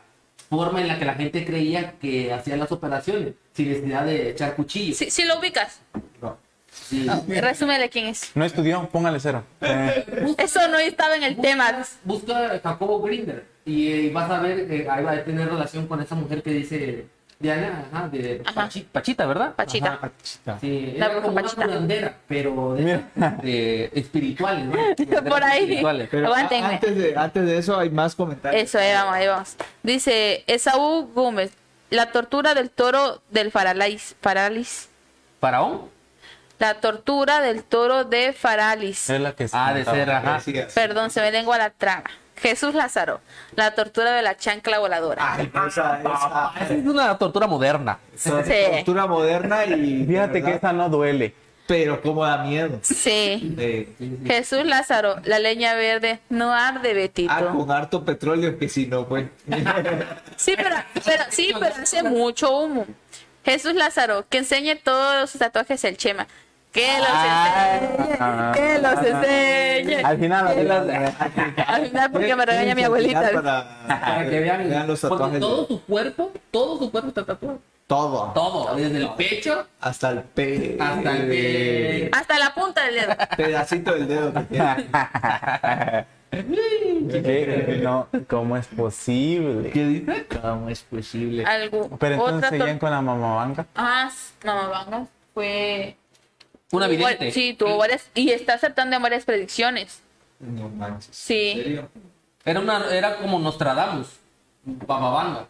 Speaker 1: forma en la que la gente creía que hacían las operaciones, sin necesidad de echar cuchillo.
Speaker 3: Si, si lo ubicas,
Speaker 2: No.
Speaker 1: Sí.
Speaker 3: resúmele quién es.
Speaker 4: No estudió, póngale cero. Eh,
Speaker 3: Eso no estaba en el tema.
Speaker 1: Busca a Jacobo Grinder y, eh, vas a ver, eh, ahí va a tener relación con esa mujer que dice Diana, ajá, de
Speaker 3: Ajá.
Speaker 1: Pachi- Pachita, ¿verdad?
Speaker 3: Pachita.
Speaker 1: Ajá. Sí,
Speaker 3: La
Speaker 1: era
Speaker 3: bruja
Speaker 1: como una
Speaker 3: Pachita.
Speaker 1: curandera, pero de,
Speaker 4: Mira.
Speaker 1: de espirituales, ¿no?
Speaker 3: Por ahí.
Speaker 1: Espirituales.
Speaker 2: Pero a-
Speaker 3: Aguántenme.
Speaker 2: antes, de, antes de eso hay más comentarios.
Speaker 3: Eso, ahí vamos, ahí vamos. Dice Esaú Gómez, la tortura del toro del Faralis. Faralis.
Speaker 1: ¿Faraón?
Speaker 3: La tortura del toro de Faralis.
Speaker 4: es la que
Speaker 1: Ah, de
Speaker 4: comentaba.
Speaker 1: ser, ajá.
Speaker 2: Así es.
Speaker 3: Perdón, se me lengua la trama. Jesús Lázaro, la tortura de la chancla
Speaker 1: Ah.
Speaker 3: voladora.
Speaker 2: Ay, pero esa, esa-
Speaker 1: Esa es una tortura moderna.
Speaker 2: esa es
Speaker 3: Sí.
Speaker 2: tortura moderna y.
Speaker 4: Fíjate
Speaker 2: ¿verdad?
Speaker 4: que esa no duele.
Speaker 2: Pero como da miedo.
Speaker 3: Sí.
Speaker 2: Eh,
Speaker 3: Jesús Lázaro, la leña verde no arde,
Speaker 2: ah,
Speaker 3: Betito.
Speaker 2: con harto petróleo, que si no, pues.
Speaker 3: Sí, pero, pero- sí, pero hace mucho humo. Jesús Lázaro, que enseñe todos sus tatuajes el Chema. Que los
Speaker 1: Ah,
Speaker 3: enseñe,
Speaker 4: ah,
Speaker 3: que los
Speaker 4: ah,
Speaker 3: enseñe.
Speaker 4: Al final, al final.
Speaker 3: Al final, porque me regaña mi
Speaker 2: Tienen que
Speaker 3: abuelita.
Speaker 2: mirar Para,
Speaker 1: Para que vean,
Speaker 2: los
Speaker 1: porque
Speaker 2: tatuajes.
Speaker 1: todo su cuerpo, todo su cuerpo está tatuado.
Speaker 2: Todo.
Speaker 1: Todo, desde el pecho
Speaker 2: Hasta el pe...
Speaker 1: hasta el pie.
Speaker 3: Hasta la punta del dedo.
Speaker 2: Pedacito del dedo. que tiene.
Speaker 4: ¿Qué? No, ¿cómo es posible?
Speaker 2: ¿Qué dice? ¿Cómo es posible?
Speaker 3: Algo,
Speaker 4: Pero entonces
Speaker 3: otra
Speaker 4: seguían
Speaker 3: tor-
Speaker 4: con la mamabanca.
Speaker 3: Ah, s- Mamá Vanga fue...
Speaker 1: Una
Speaker 3: tuvo-
Speaker 1: vidente.
Speaker 3: Sí, tuvo varias... Y está acertando en varias predicciones.
Speaker 2: No manches.
Speaker 3: Sí.
Speaker 2: ¿En serio?
Speaker 1: Era, una, era como Nostradamus. Bababanga.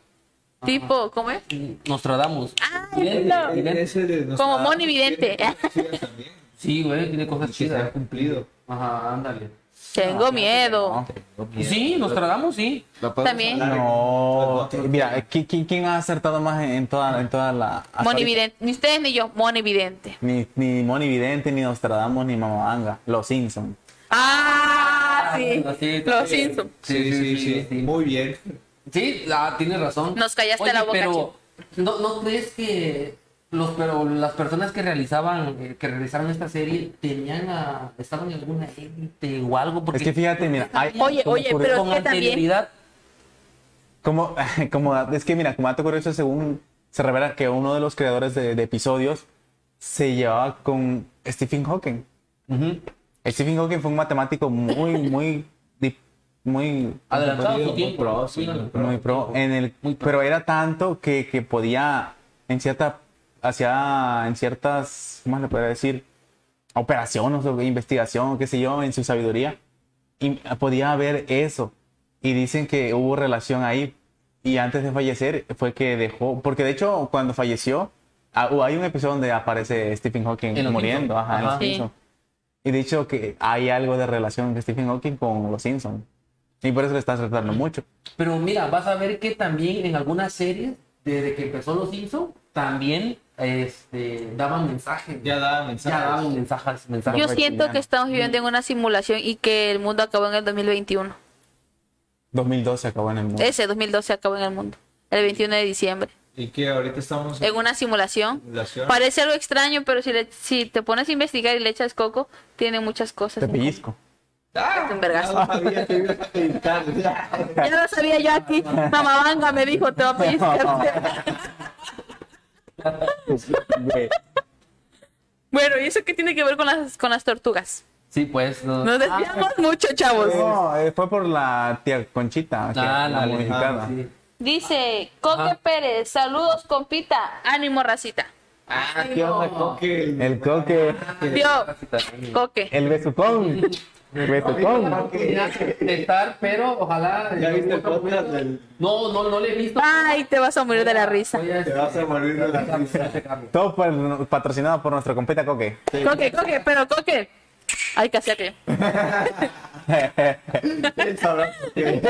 Speaker 3: Tipo, ¿cómo es?
Speaker 1: Nostradamus.
Speaker 3: Ay,
Speaker 1: Vidente,
Speaker 3: Ah, no.
Speaker 1: vidente.
Speaker 2: Ese de nos
Speaker 3: Como
Speaker 2: da-
Speaker 3: Moni Vidente.
Speaker 2: tiene cosas chidas también,
Speaker 1: Sí, güey, tiene cosas
Speaker 2: Que se ha
Speaker 1: chidas.
Speaker 2: cumplido.
Speaker 1: Ajá, ándale.
Speaker 4: Ah,
Speaker 3: Tengo miedo.
Speaker 1: Sí, Nostradamus, sí.
Speaker 2: ¿Lo podemos
Speaker 3: También.
Speaker 2: hablar en-
Speaker 4: No.
Speaker 2: en otro-
Speaker 4: Mira, ¿qui- qui- ¿quién ha acertado más en, en toda, en toda la. hasta
Speaker 3: Moni
Speaker 4: ahorita?
Speaker 3: Vidente. Ni ustedes ni yo, Moni Vidente.
Speaker 4: Ni, ni Moni Vidente, ni Nostradamus, ni Mamabanga. Los Simpsons.
Speaker 3: Ah, sí.
Speaker 1: sí,
Speaker 3: Los
Speaker 1: sí.
Speaker 3: Simpsons.
Speaker 2: Sí, sí, sí,
Speaker 1: sí.
Speaker 2: Muy bien.
Speaker 1: Sí, ah, tienes razón.
Speaker 3: Nos callaste la boca,
Speaker 1: Pero
Speaker 3: Chico.
Speaker 1: ¿no, ¿no crees que los pero las personas que realizaban eh, que realizaron esta serie tenían a, estaban en alguna élite o algo? Porque
Speaker 4: Es que fíjate, mira, hay-
Speaker 3: Oye,
Speaker 1: como
Speaker 3: oye,
Speaker 1: por-
Speaker 3: pero es
Speaker 1: con
Speaker 3: que también-
Speaker 1: anterioridad
Speaker 4: Como, como, es que mira, como dato curioso, según se revela que uno de los creadores de, de episodios se llevaba con Stephen Hawking. Stephen Hawking fue un matemático muy, muy, di- muy,
Speaker 1: adelantado su
Speaker 2: Muy
Speaker 1: tiempo.
Speaker 2: pro, sí, muy pro.
Speaker 4: muy pro. En el,
Speaker 1: Muy pro.
Speaker 4: Pero era tanto que, que podía, en cierta, hacía, en ciertas, ¿cómo le podría decir? Operaciones o investigación, qué sé yo, en su sabiduría. Y podía haber eso. Y dicen que hubo relación ahí. Y antes de fallecer fue que dejó, porque de hecho cuando falleció, ah, hay un episodio donde aparece Stephen Hawking
Speaker 1: En los
Speaker 4: muriendo,
Speaker 1: Simpsons.
Speaker 4: ajá, en los
Speaker 1: Ajá.
Speaker 3: Sí.
Speaker 4: Simpsons. Y de hecho que hay algo de relación de Stephen Hawking con los Simpsons. Y por eso le estás tratando mucho.
Speaker 1: Pero mira, vas a ver que también en algunas series desde que empezó Los Simpsons también este daban mensajes.
Speaker 2: Ya da
Speaker 1: Ya
Speaker 2: mensajes.
Speaker 1: daban mensajes, mensajes.
Speaker 3: Yo
Speaker 4: Perfecto,
Speaker 3: siento
Speaker 4: ya.
Speaker 3: que estamos viviendo en una simulación y que el mundo acabó en el 2021.
Speaker 4: 2012 acabó en el mundo.
Speaker 3: Ese 2012 acabó en el mundo. El 21 de diciembre.
Speaker 2: Y que ahorita estamos
Speaker 3: En una simulación.
Speaker 2: simulación.
Speaker 3: Parece algo extraño, pero si, le- si te pones a investigar y le echas coco, tiene muchas cosas.
Speaker 4: Te pellizco.
Speaker 2: ¡Ah!
Speaker 3: Es un vergazo.
Speaker 2: No sabía que ibas a editar.
Speaker 3: Ya lo sabía yo aquí. Mamá Vanga me dijo, te va a pellizcar.
Speaker 4: Güey,
Speaker 3: bueno, ¿y eso qué tiene que ver con las, con las tortugas?
Speaker 1: Sí, pues no.
Speaker 3: Nos desviamos mucho, chavos.
Speaker 4: No, eh, fue por la tía Conchita, que-
Speaker 1: Ah,
Speaker 4: la
Speaker 1: dale,
Speaker 4: modificada.
Speaker 1: ah, sí.
Speaker 3: Dice Coque
Speaker 1: Ajá.
Speaker 3: Pérez, saludos compita, ánimo racita.
Speaker 2: Ah, ¿qué onda, Coque?
Speaker 4: El coque,
Speaker 3: Vio, Coque.
Speaker 4: el besucón, besucón.
Speaker 1: de estar, pero ojalá.
Speaker 2: ¿Ya viste el podcast del-
Speaker 1: No, no, no le he visto.
Speaker 3: Ay, te vas a morir Ah, de la risa.
Speaker 1: Voy a-
Speaker 2: Te vas a morir de la risa.
Speaker 4: Todo por- patrocinado por nuestro compita coque.
Speaker 3: Coque, Coque, pero Coque. Hay que hacerle.
Speaker 2: Él sabrá por qué.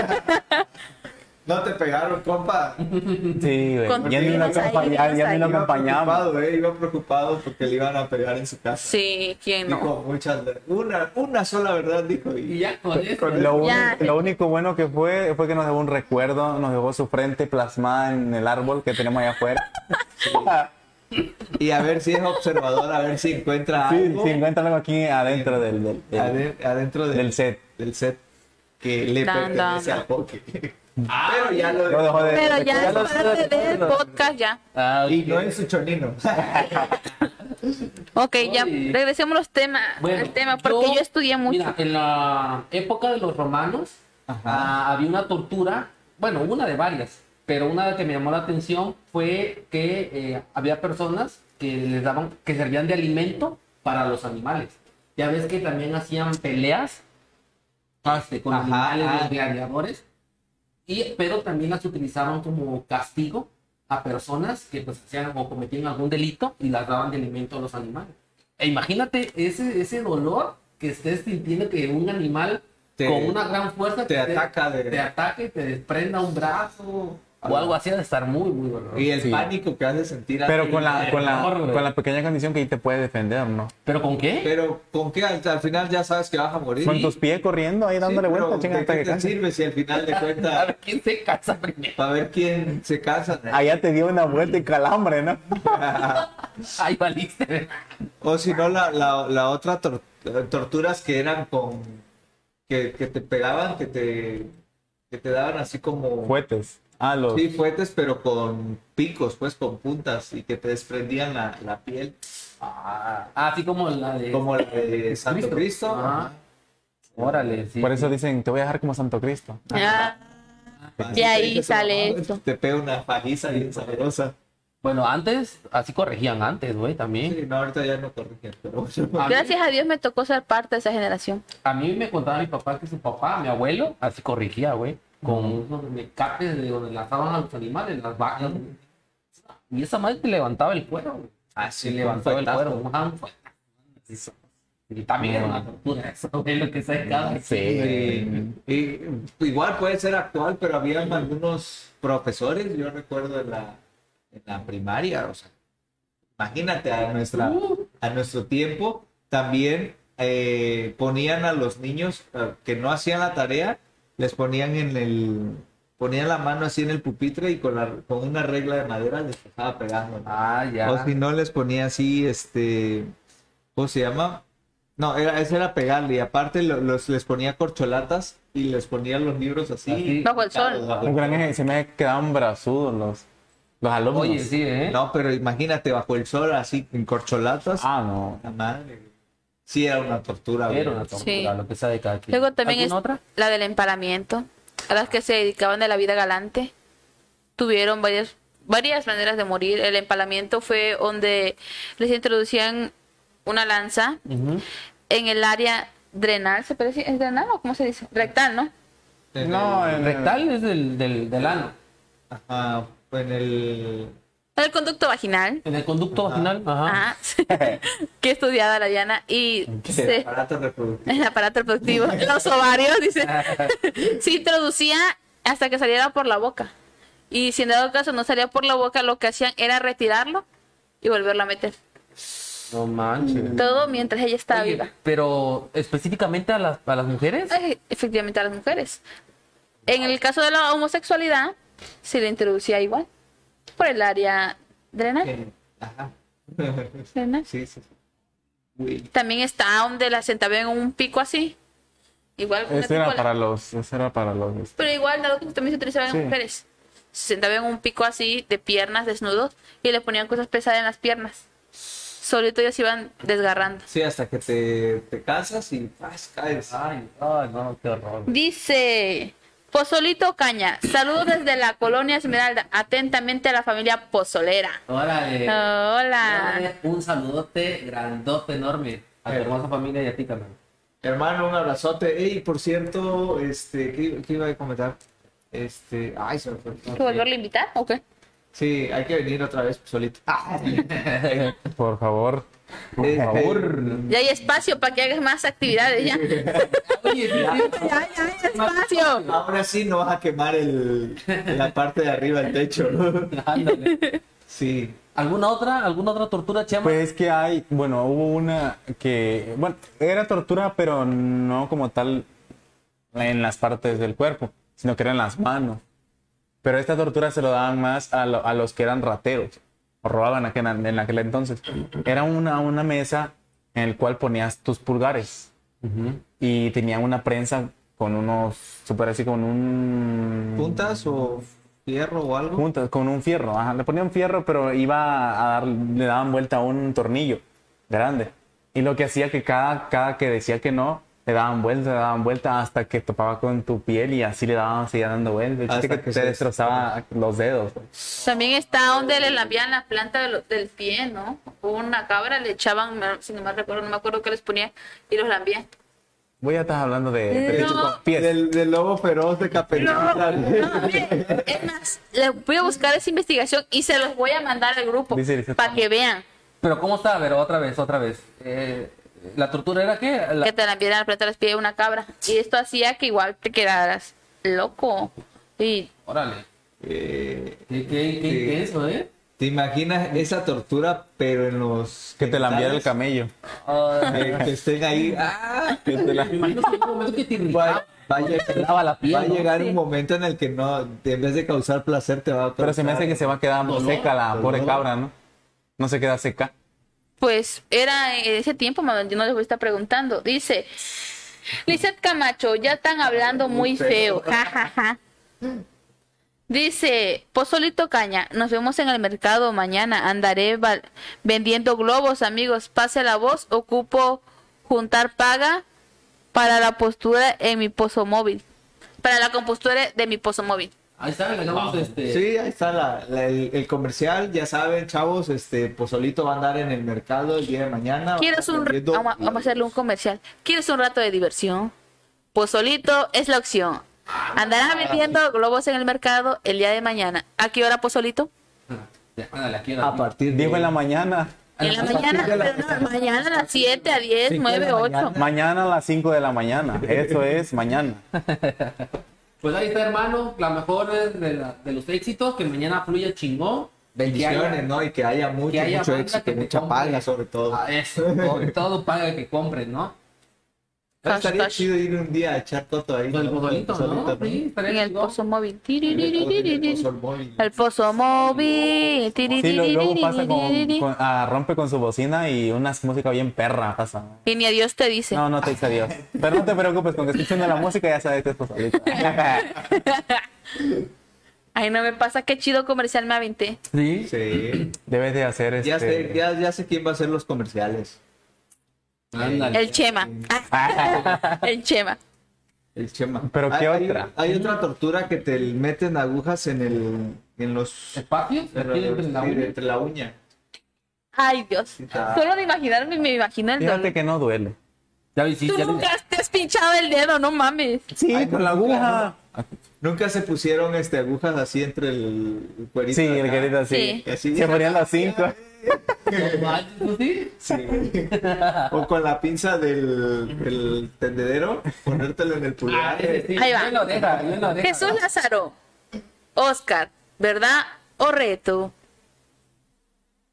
Speaker 2: No te pegaron, compa.
Speaker 4: Sí, güey.
Speaker 3: Con-
Speaker 4: Ya ni lo
Speaker 3: Ibas ahí,
Speaker 4: acompa- ya-
Speaker 3: ibas
Speaker 4: ya ni
Speaker 3: ahí.
Speaker 4: lo
Speaker 2: Iba
Speaker 4: acompañaba.
Speaker 2: preocupado, eh, iba preocupado porque le iban a pegar en su casa.
Speaker 3: Sí, ¿quién
Speaker 2: Dijo
Speaker 3: no?
Speaker 2: muchas ver- una, una sola verdad dijo
Speaker 1: Y
Speaker 2: y
Speaker 1: ya con eso.
Speaker 2: Con
Speaker 4: Lo,
Speaker 3: Ya.
Speaker 4: único- lo único bueno que fue fue que nos dejó un recuerdo, nos dejó su frente plasmada en el árbol que tenemos allá afuera.
Speaker 2: y a ver si es observador, a ver si encuentra
Speaker 4: Sí,
Speaker 2: algo
Speaker 4: sí, encuentra algo aquí adentro del, del- del-
Speaker 2: aden- adentro del,
Speaker 4: del set.
Speaker 2: del set que le
Speaker 3: Dan,
Speaker 2: pertenece
Speaker 3: dan.
Speaker 2: al Poké. Pero ya lo
Speaker 4: Lo dejó de-
Speaker 3: Pero ya es
Speaker 4: recuerdo-
Speaker 3: parte del podcast ya.
Speaker 1: Ah,
Speaker 2: Y
Speaker 1: ok.
Speaker 2: no es su chonino.
Speaker 3: Ok, ya
Speaker 1: Oye.
Speaker 3: regresemos los temas,
Speaker 1: Bueno,
Speaker 3: al tema, porque yo, estudié mucho.
Speaker 1: Mira, en la época de los romanos ah, había una tortura, bueno, una de varias, pero una que me llamó la atención fue que eh, había personas que les daban, que servían de alimento para los animales. Ya ves que también hacían peleas este, con
Speaker 2: Ajá,
Speaker 1: animales
Speaker 2: ajá.
Speaker 1: los gladiadores, y, pero también las utilizaban como castigo a personas que pues hacían o cometían algún delito y las daban de alimento a los animales. E imagínate ese, ese dolor que estés sintiendo que un animal
Speaker 2: Te-
Speaker 1: con una gran fuerza
Speaker 2: te ataca de-
Speaker 1: te ataca y te desprenda un brazo o
Speaker 2: Algo.
Speaker 1: algo así ha de estar muy muy doloroso.
Speaker 2: Y el
Speaker 4: Sí.
Speaker 2: pánico que hace sentir a
Speaker 4: Pero
Speaker 2: ti,
Speaker 4: con la,
Speaker 2: eh,
Speaker 4: con, la,
Speaker 1: mejor, güey.
Speaker 4: con la pequeña condición que ahí te puedes defender, ¿no?
Speaker 1: pero con qué
Speaker 2: Pero con qué al, al final ya sabes que vas a morir.
Speaker 4: Con
Speaker 2: y-
Speaker 4: tus pies corriendo ahí
Speaker 2: sí,
Speaker 4: dándole
Speaker 2: pero
Speaker 4: vueltas, chinga,
Speaker 2: ¿de
Speaker 4: hasta
Speaker 2: qué
Speaker 4: que
Speaker 2: te
Speaker 4: canses.
Speaker 2: sirve si al final de
Speaker 1: a
Speaker 2: cuentas
Speaker 1: ver quién se casa primero
Speaker 2: para ver quién se casa?
Speaker 4: Allá te dio una vuelta y calambre, ¿no?
Speaker 1: ay valiste ¿verdad?
Speaker 2: O si no, la, la, la otra tor- torturas que eran con que, que te pegaban, que te que te daban así como
Speaker 4: Fuetes. Ah, los.
Speaker 2: sí, fuertes, pero con picos, pues con puntas y que te desprendían la, la piel,
Speaker 1: ah, así como la de
Speaker 2: como la de Santo
Speaker 1: Cristo.
Speaker 2: Cristo.
Speaker 3: Ah.
Speaker 1: Ajá. órale sí,
Speaker 4: Por
Speaker 1: sí.
Speaker 4: eso dicen, te voy a dejar como Santo Cristo.
Speaker 3: Ah,
Speaker 2: Ajá.
Speaker 3: De ahí
Speaker 2: Te dice,
Speaker 3: sale
Speaker 2: "Mamá,
Speaker 3: esto".
Speaker 2: Te pega una paliza bien sabrosa.
Speaker 1: bueno antes así corregían antes güey también
Speaker 2: Sí, no, ahorita ya no corrigen, pero
Speaker 1: A mí-
Speaker 3: gracias a Dios me tocó ser parte de esa generación.
Speaker 1: A mí me contaba mi papá que su papá, mi abuelo, así corrigía, güey, con unos mecates de donde lanzaban a los animales, las vacas. güey. Y esa madre te levantaba el cuero, güey.
Speaker 3: Ah,
Speaker 2: así
Speaker 1: Te levantaba el cuero. ajá, un fuetazo. Y también era una tortura eso, güey, lo que se cada
Speaker 2: Sí. Y igual puede ser actual, pero había algunos profesores, yo recuerdo en la, en la primaria, o sea, imagínate a, nuestra,
Speaker 1: Uh.
Speaker 2: a nuestro tiempo, también eh, ponían a los niños eh, que no hacían la tarea, les ponían en el, ponían la mano así en el pupitre y con, la, con una regla de madera les estaba pegando. ¿no?
Speaker 1: Ah, ya.
Speaker 2: O si no les ponía así, este, ¿cómo se llama? No, era, ese era pegarle. Y aparte lo- los, les ponía corcholatas y les ponía los libros así.
Speaker 1: Así.
Speaker 3: Bajo el sol.
Speaker 2: Bajo
Speaker 4: Un
Speaker 2: el-
Speaker 4: gran eje- se me quedaban brazudos los, los alumnos.
Speaker 1: Oye, sí, ¿eh?
Speaker 2: No, pero imagínate, bajo el sol así, en corcholatas.
Speaker 4: Ah, no.
Speaker 2: La madre. Sí, era una tortura. güey.
Speaker 1: Era una tortura,
Speaker 3: Sí.
Speaker 1: lo que sea de cada quien.
Speaker 3: Luego también es
Speaker 1: ¿Alguna otra?
Speaker 3: la del empalamiento. A las que se dedicaban de la vida galante tuvieron varias varias maneras de morir. El empalamiento fue donde les introducían una lanza
Speaker 1: Ujú.
Speaker 3: en el área drenal, ¿se parece? ¿Es drenal o cómo se dice? Rectal, ¿no?
Speaker 2: En
Speaker 4: No,
Speaker 2: el-
Speaker 4: en-
Speaker 1: Rectal es del, del, del ano.
Speaker 2: ajá, en el...
Speaker 3: El conducto vaginal.
Speaker 1: En el conducto vaginal, ajá.
Speaker 3: Ah, qué estudiada la Diana. Y
Speaker 2: el
Speaker 3: se-
Speaker 2: aparato reproductivo.
Speaker 3: el aparato reproductivo, los ovarios, dice, se introducía hasta que saliera por la boca. Y si en dado caso no salía por la boca, lo que hacían era retirarlo y volverlo a meter.
Speaker 1: No manches.
Speaker 3: Todo mientras ella estaba
Speaker 1: Oye,
Speaker 3: viva.
Speaker 1: Pero específicamente a las, a las mujeres.
Speaker 3: Ay, Efectivamente, a las mujeres. En el caso de la homosexualidad, se le introducía igual por el área drenal.
Speaker 2: En- Ajá.
Speaker 3: drenal.
Speaker 2: Sí, sí. sí. Güey.
Speaker 3: También está donde la sentaban en un pico así. Igual
Speaker 4: Ese
Speaker 3: con la
Speaker 4: Este era
Speaker 3: picola.
Speaker 4: para los. Ese era para los.
Speaker 3: Pero igual, dado que también se utilizaba en
Speaker 4: Sí.
Speaker 3: mujeres. Se sentaba en un pico así, de piernas, desnudos, y le ponían cosas pesadas en las piernas. Solito ellos se iban desgarrando.
Speaker 2: Sí, hasta que te, te casas y ¡pas! caes.
Speaker 1: Ay, ay, no, qué horror.
Speaker 3: Dice, Pozolito Caña, saludos desde la colonia Esmeralda, atentamente a la familia Pozolera.
Speaker 1: Órale.
Speaker 3: Hola.
Speaker 1: Órale, Un saludote grandote, enorme. A tu hermosa familia y a ti también.
Speaker 2: Hermano, un abrazote. Y por cierto, este, ¿qué, qué iba a comentar? Este, ay, se me fue.
Speaker 3: ¿Que volverlo a invitar o qué?
Speaker 2: Sí, hay que venir otra vez solito. Ah,
Speaker 4: Por favor. Por
Speaker 2: Eh,
Speaker 4: favor.
Speaker 3: Ya hay espacio para que hagas más actividades, ya.
Speaker 1: Oye,
Speaker 3: Ya, ya hay espacio.
Speaker 2: Ahora sí no vas a quemar el, la parte de arriba del techo, ¿no?
Speaker 1: ándale.
Speaker 2: Sí.
Speaker 1: ¿Alguna otra? ¿Alguna otra tortura, Chema?
Speaker 4: Pues es que hay, bueno, hubo una que, bueno, era tortura, pero no como tal en las partes del cuerpo, sino que eran las manos. Pero esta tortura se lo daban más a, lo- a los que eran rateros, o robaban aquel- en aquel entonces. Era una, una mesa en la cual ponías tus pulgares
Speaker 1: Ujú.
Speaker 4: y tenían una prensa con unos, super así, con un...
Speaker 2: ¿Puntas o fierro o algo?
Speaker 4: Juntas, con un fierro. Ajá, le ponían fierro, pero iba a dar, le daban vuelta a un tornillo grande. Y lo que hacía que cada, cada que decía que no, le daban vuelta, le daban vuelta hasta que topaba con tu piel y así le daban, seguía dando vuelta. El chiste
Speaker 2: Hasta
Speaker 4: que,
Speaker 2: que
Speaker 4: te
Speaker 2: se-
Speaker 4: destrozaba los dedos. pues.
Speaker 3: También está donde le lambian la planta de lo- del pie, ¿no? Una cabra le echaban, no- si no me recuerdo, no me acuerdo qué les ponía, y los lambían.
Speaker 4: Voy a estar hablando de, de
Speaker 3: No.
Speaker 4: los pies.
Speaker 2: Del, del lobo feroz de Capelita.
Speaker 3: No, ve, es más, le voy a buscar esa investigación y se los voy a mandar al grupo
Speaker 4: Dice, dice,
Speaker 3: para que vean.
Speaker 1: Pero ¿cómo está? A ver, otra vez, otra vez. Eh, ¿La tortura era qué? La-
Speaker 3: que te la vieran apretar los pies de una cabra. Y esto hacía que igual te quedaras loco. Y
Speaker 1: Órale.
Speaker 2: Eh,
Speaker 1: Qué, qué, qué
Speaker 2: Sí.
Speaker 1: intenso, ¿eh?
Speaker 2: ¿Te imaginas esa tortura, pero en los...
Speaker 4: Que te la enviara el
Speaker 2: genitales?
Speaker 4: camello.
Speaker 1: Ay,
Speaker 2: Eh, que estén ahí. ¡Ah!
Speaker 4: Que te la-
Speaker 1: me imagino que en un momento que te irritaba.
Speaker 4: Ah,
Speaker 2: Va, va a llegar,
Speaker 1: Lava la piel,
Speaker 2: va a
Speaker 1: ¿no?
Speaker 2: llegar
Speaker 3: Sí.
Speaker 2: un momento en el que no, en vez de causar placer, te va a
Speaker 4: Pero se me hace
Speaker 2: causar-
Speaker 4: que se va a quedar
Speaker 1: Dolor,
Speaker 4: seca la
Speaker 2: dolor.
Speaker 4: pobre cabra, ¿no? No se queda seca.
Speaker 3: pues era en ese tiempo, mamá, yo no les voy a estar preguntando. Dice, Lizeth Camacho, ya están hablando muy feo. Ja, ja, ja. Dice, Pozolito Caña, nos vemos en el mercado mañana. Andaré val- vendiendo globos, amigos. Pase la voz, ocupo juntar paga para la postura en mi pozo móvil. Para la compostura de mi pozo móvil.
Speaker 1: Ahí está, le hagamos este.
Speaker 2: Sí, ahí está la- la- el, el comercial, ya saben, chavos, este Pozolito va a andar en el mercado el día de mañana.
Speaker 3: ¿Quieres un ra-
Speaker 2: vendiendo-
Speaker 3: vamos, a- vamos a hacerle un comercial. ¿Quieres un rato de diversión? Pues solito es la opción. Andarás vendiendo globos en el mercado el día de mañana. ¿A qué hora, pues, Pozolito?
Speaker 1: Ya, ándale, aquí,
Speaker 2: a
Speaker 1: ándale.
Speaker 2: partir de
Speaker 4: Dijo en la mañana.
Speaker 3: En la
Speaker 2: A partir
Speaker 3: mañana,
Speaker 2: de la-
Speaker 3: pero no, mañana a las 7, a 10,
Speaker 2: Cinco de
Speaker 3: 9,
Speaker 2: la
Speaker 3: 8.
Speaker 2: mañana.
Speaker 4: Mañana a las 5 de la mañana. Eso es mañana.
Speaker 1: Pues ahí está, hermano. La mejor es de, la- de los éxitos. Que mañana fluya chingón. Que haya-
Speaker 2: bendiciones, ¿no? Y que haya mucho,
Speaker 1: que haya
Speaker 2: mucho
Speaker 1: banda
Speaker 2: éxito,
Speaker 1: que te
Speaker 2: mucha
Speaker 1: compre.
Speaker 2: paga sobre todo.
Speaker 1: Ah, eso, todo, todo paga que compren, ¿no?
Speaker 3: Cash,
Speaker 2: Estaría
Speaker 3: cash.
Speaker 2: chido ir un día a echar toto ahí.
Speaker 1: Con el
Speaker 2: ¿no?
Speaker 1: pozolito, ¿no?
Speaker 2: Pozolito,
Speaker 1: Sí, estaría
Speaker 3: En el
Speaker 1: chingón.
Speaker 3: pozo móvil.
Speaker 2: En el pozol- en el
Speaker 3: Tiriririririri.
Speaker 2: pozol móvil.
Speaker 3: El pozo móvil.
Speaker 4: Sí, lo- luego pasa con,
Speaker 3: Tiriririririri.
Speaker 4: con- ah, rompe con su bocina y una música bien perra pasa.
Speaker 3: Y ni a Dios te dice.
Speaker 4: No, no te dice adiós. Pero no te preocupes, con que escuchen la música ya sabes que es Pozolito.
Speaker 3: Ay, no me pasa. Qué chido comercial me aventé.
Speaker 4: Sí.
Speaker 2: Sí.
Speaker 4: Debes de hacer este...
Speaker 2: Ya sé, ya, ya sé quién va a hacer los comerciales.
Speaker 1: Ándale.
Speaker 3: El Chema. El Chema.
Speaker 2: El Chema.
Speaker 4: ¿Pero qué
Speaker 2: hay,
Speaker 4: otra?
Speaker 2: Hay, hay otra tortura que te meten agujas en el en los
Speaker 1: espacio. se
Speaker 2: en
Speaker 1: tiene
Speaker 2: los-
Speaker 1: en la
Speaker 2: sí,
Speaker 1: uña.
Speaker 2: entre la uña.
Speaker 3: Ay, Dios.
Speaker 2: Ah.
Speaker 3: Solo de imaginarme me imagino el dolor.
Speaker 4: Fíjate que no duele.
Speaker 1: Ya vi, sí,
Speaker 3: Tú
Speaker 1: ya vi.
Speaker 3: nunca te has pinchado el dedo, no mames.
Speaker 4: Sí,
Speaker 2: Ay,
Speaker 4: con la aguja.
Speaker 2: Nunca se pusieron este agujas así entre el, el cuerito.
Speaker 4: Sí,
Speaker 2: de
Speaker 4: el
Speaker 2: acá.
Speaker 4: querido así.
Speaker 3: Sí.
Speaker 2: Así.
Speaker 4: Se ponían las 5.
Speaker 1: No manches, ¿tú Ah, sí?
Speaker 2: Sí. O con la pinza del, del tendedero, ponértelo en el
Speaker 1: Ah,
Speaker 2: pulgar.
Speaker 1: ese sí.
Speaker 3: Ahí va.
Speaker 1: Yo en la oreja, yo en la oreja.
Speaker 3: Jesús Lázaro. Oscar, ¿verdad o reto?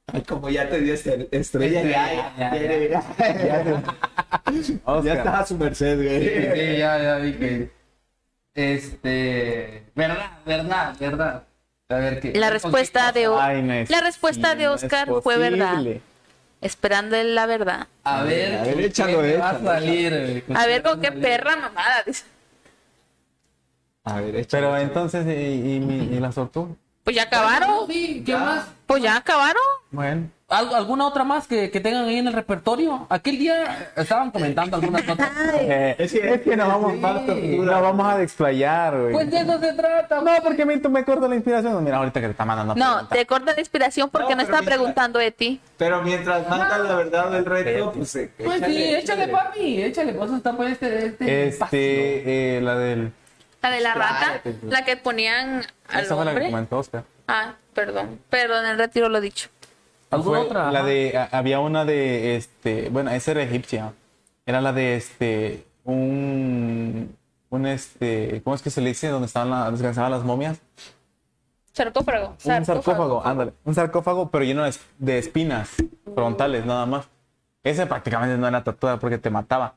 Speaker 2: Ay, como ya te dio este- estrella, ya,
Speaker 1: Ya,
Speaker 2: ya,
Speaker 1: ya,
Speaker 2: ya, ya,
Speaker 4: Oscar.
Speaker 2: estás a su merced,
Speaker 1: Sí,
Speaker 2: güey.
Speaker 1: sí, ya, ya vi que. Este. Verdad, verdad, verdad. A ver qué.
Speaker 3: La respuesta de O-
Speaker 4: Ay, no es-
Speaker 3: La respuesta de
Speaker 4: no es
Speaker 3: Oscar fue verdad.
Speaker 4: posible.
Speaker 3: Esperando en la verdad.
Speaker 1: A ver,
Speaker 2: A ver,
Speaker 1: ¿con
Speaker 2: échalo,
Speaker 1: qué me va a
Speaker 2: échalo,
Speaker 1: salir, güey?
Speaker 3: A ver con qué
Speaker 1: salir?
Speaker 3: perra mamada. dice.
Speaker 2: A ver, échale,
Speaker 4: Pero
Speaker 2: échale.
Speaker 4: entonces, ¿y, y, mi- y las tortugas?
Speaker 3: Pues ya acabaron.
Speaker 1: Sí, ¿qué
Speaker 2: Ya.
Speaker 1: más?
Speaker 3: Pues ya acabaron.
Speaker 4: Bueno.
Speaker 1: ¿Al- ¿Alguna otra más que, que tengan ahí en el repertorio? Aquel día estaban comentando algunas otras.
Speaker 4: Eh,
Speaker 2: Es
Speaker 4: es,
Speaker 2: que-
Speaker 4: que, nos vamos,
Speaker 1: sí.
Speaker 4: nos vamos a desplayar, güey.
Speaker 1: Pues de eso se trata.
Speaker 4: no, porque me, me corto la inspiración. Mira, ahorita que te está mandando.
Speaker 3: No,
Speaker 4: preguntas.
Speaker 3: te corta la inspiración porque
Speaker 2: No,
Speaker 3: no,
Speaker 2: pero
Speaker 3: está
Speaker 2: mira.
Speaker 3: preguntando de ti.
Speaker 2: Pero mientras manda la verdad del reto, pues. eh,
Speaker 1: Pues sí, échale, papi, échale. Pues está pues este. este espacio.
Speaker 4: Este, eh, la del.
Speaker 3: La de la rata,
Speaker 2: Cállate,
Speaker 3: la que ponían al
Speaker 4: Esa fue la que
Speaker 3: hombre.
Speaker 4: comentó Oscar.
Speaker 3: Ah, perdón. Perdón, el retiro lo dicho.
Speaker 1: ¿Alguna
Speaker 4: Fue
Speaker 1: otra?
Speaker 4: La
Speaker 1: Ajá.
Speaker 4: de, a- había una de, este, bueno, esa era egipcia. Era la de, este, un, un, este, ¿cómo es que se le dice? Donde estaban la- descansaban las momias.
Speaker 3: Sarcófago.
Speaker 4: Un sarcófago, ándale. Un sarcófago, pero lleno de es- de espinas frontales, nada más. Ese prácticamente no era tortura porque te mataba.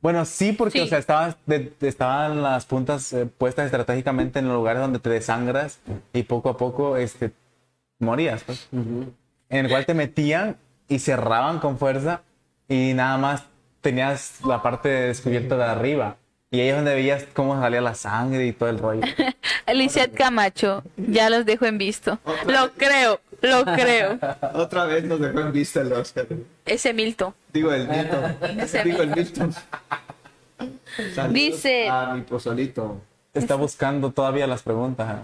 Speaker 4: Bueno, sí, porque,
Speaker 3: Sí.
Speaker 4: o sea, estaban, de- de- estaban las puntas eh, puestas estratégicamente en los lugares donde te desangras y poco a poco, este, morías, pues. En el cual te metían y cerraban con fuerza y nada más tenías la parte descubierta de arriba. Y ahí es donde veías cómo salía la sangre y todo el rollo.
Speaker 3: Lizeth Camacho, ya los dejo en visto. Lo creo, lo creo.
Speaker 1: pues.
Speaker 2: Otra vez nos dejó en vista el Oscar.
Speaker 3: Ese Milton.
Speaker 2: Digo el Milton. Digo el Milton. Saludos
Speaker 3: Dice-
Speaker 2: A mi pozolito.
Speaker 4: Está buscando todavía las preguntas.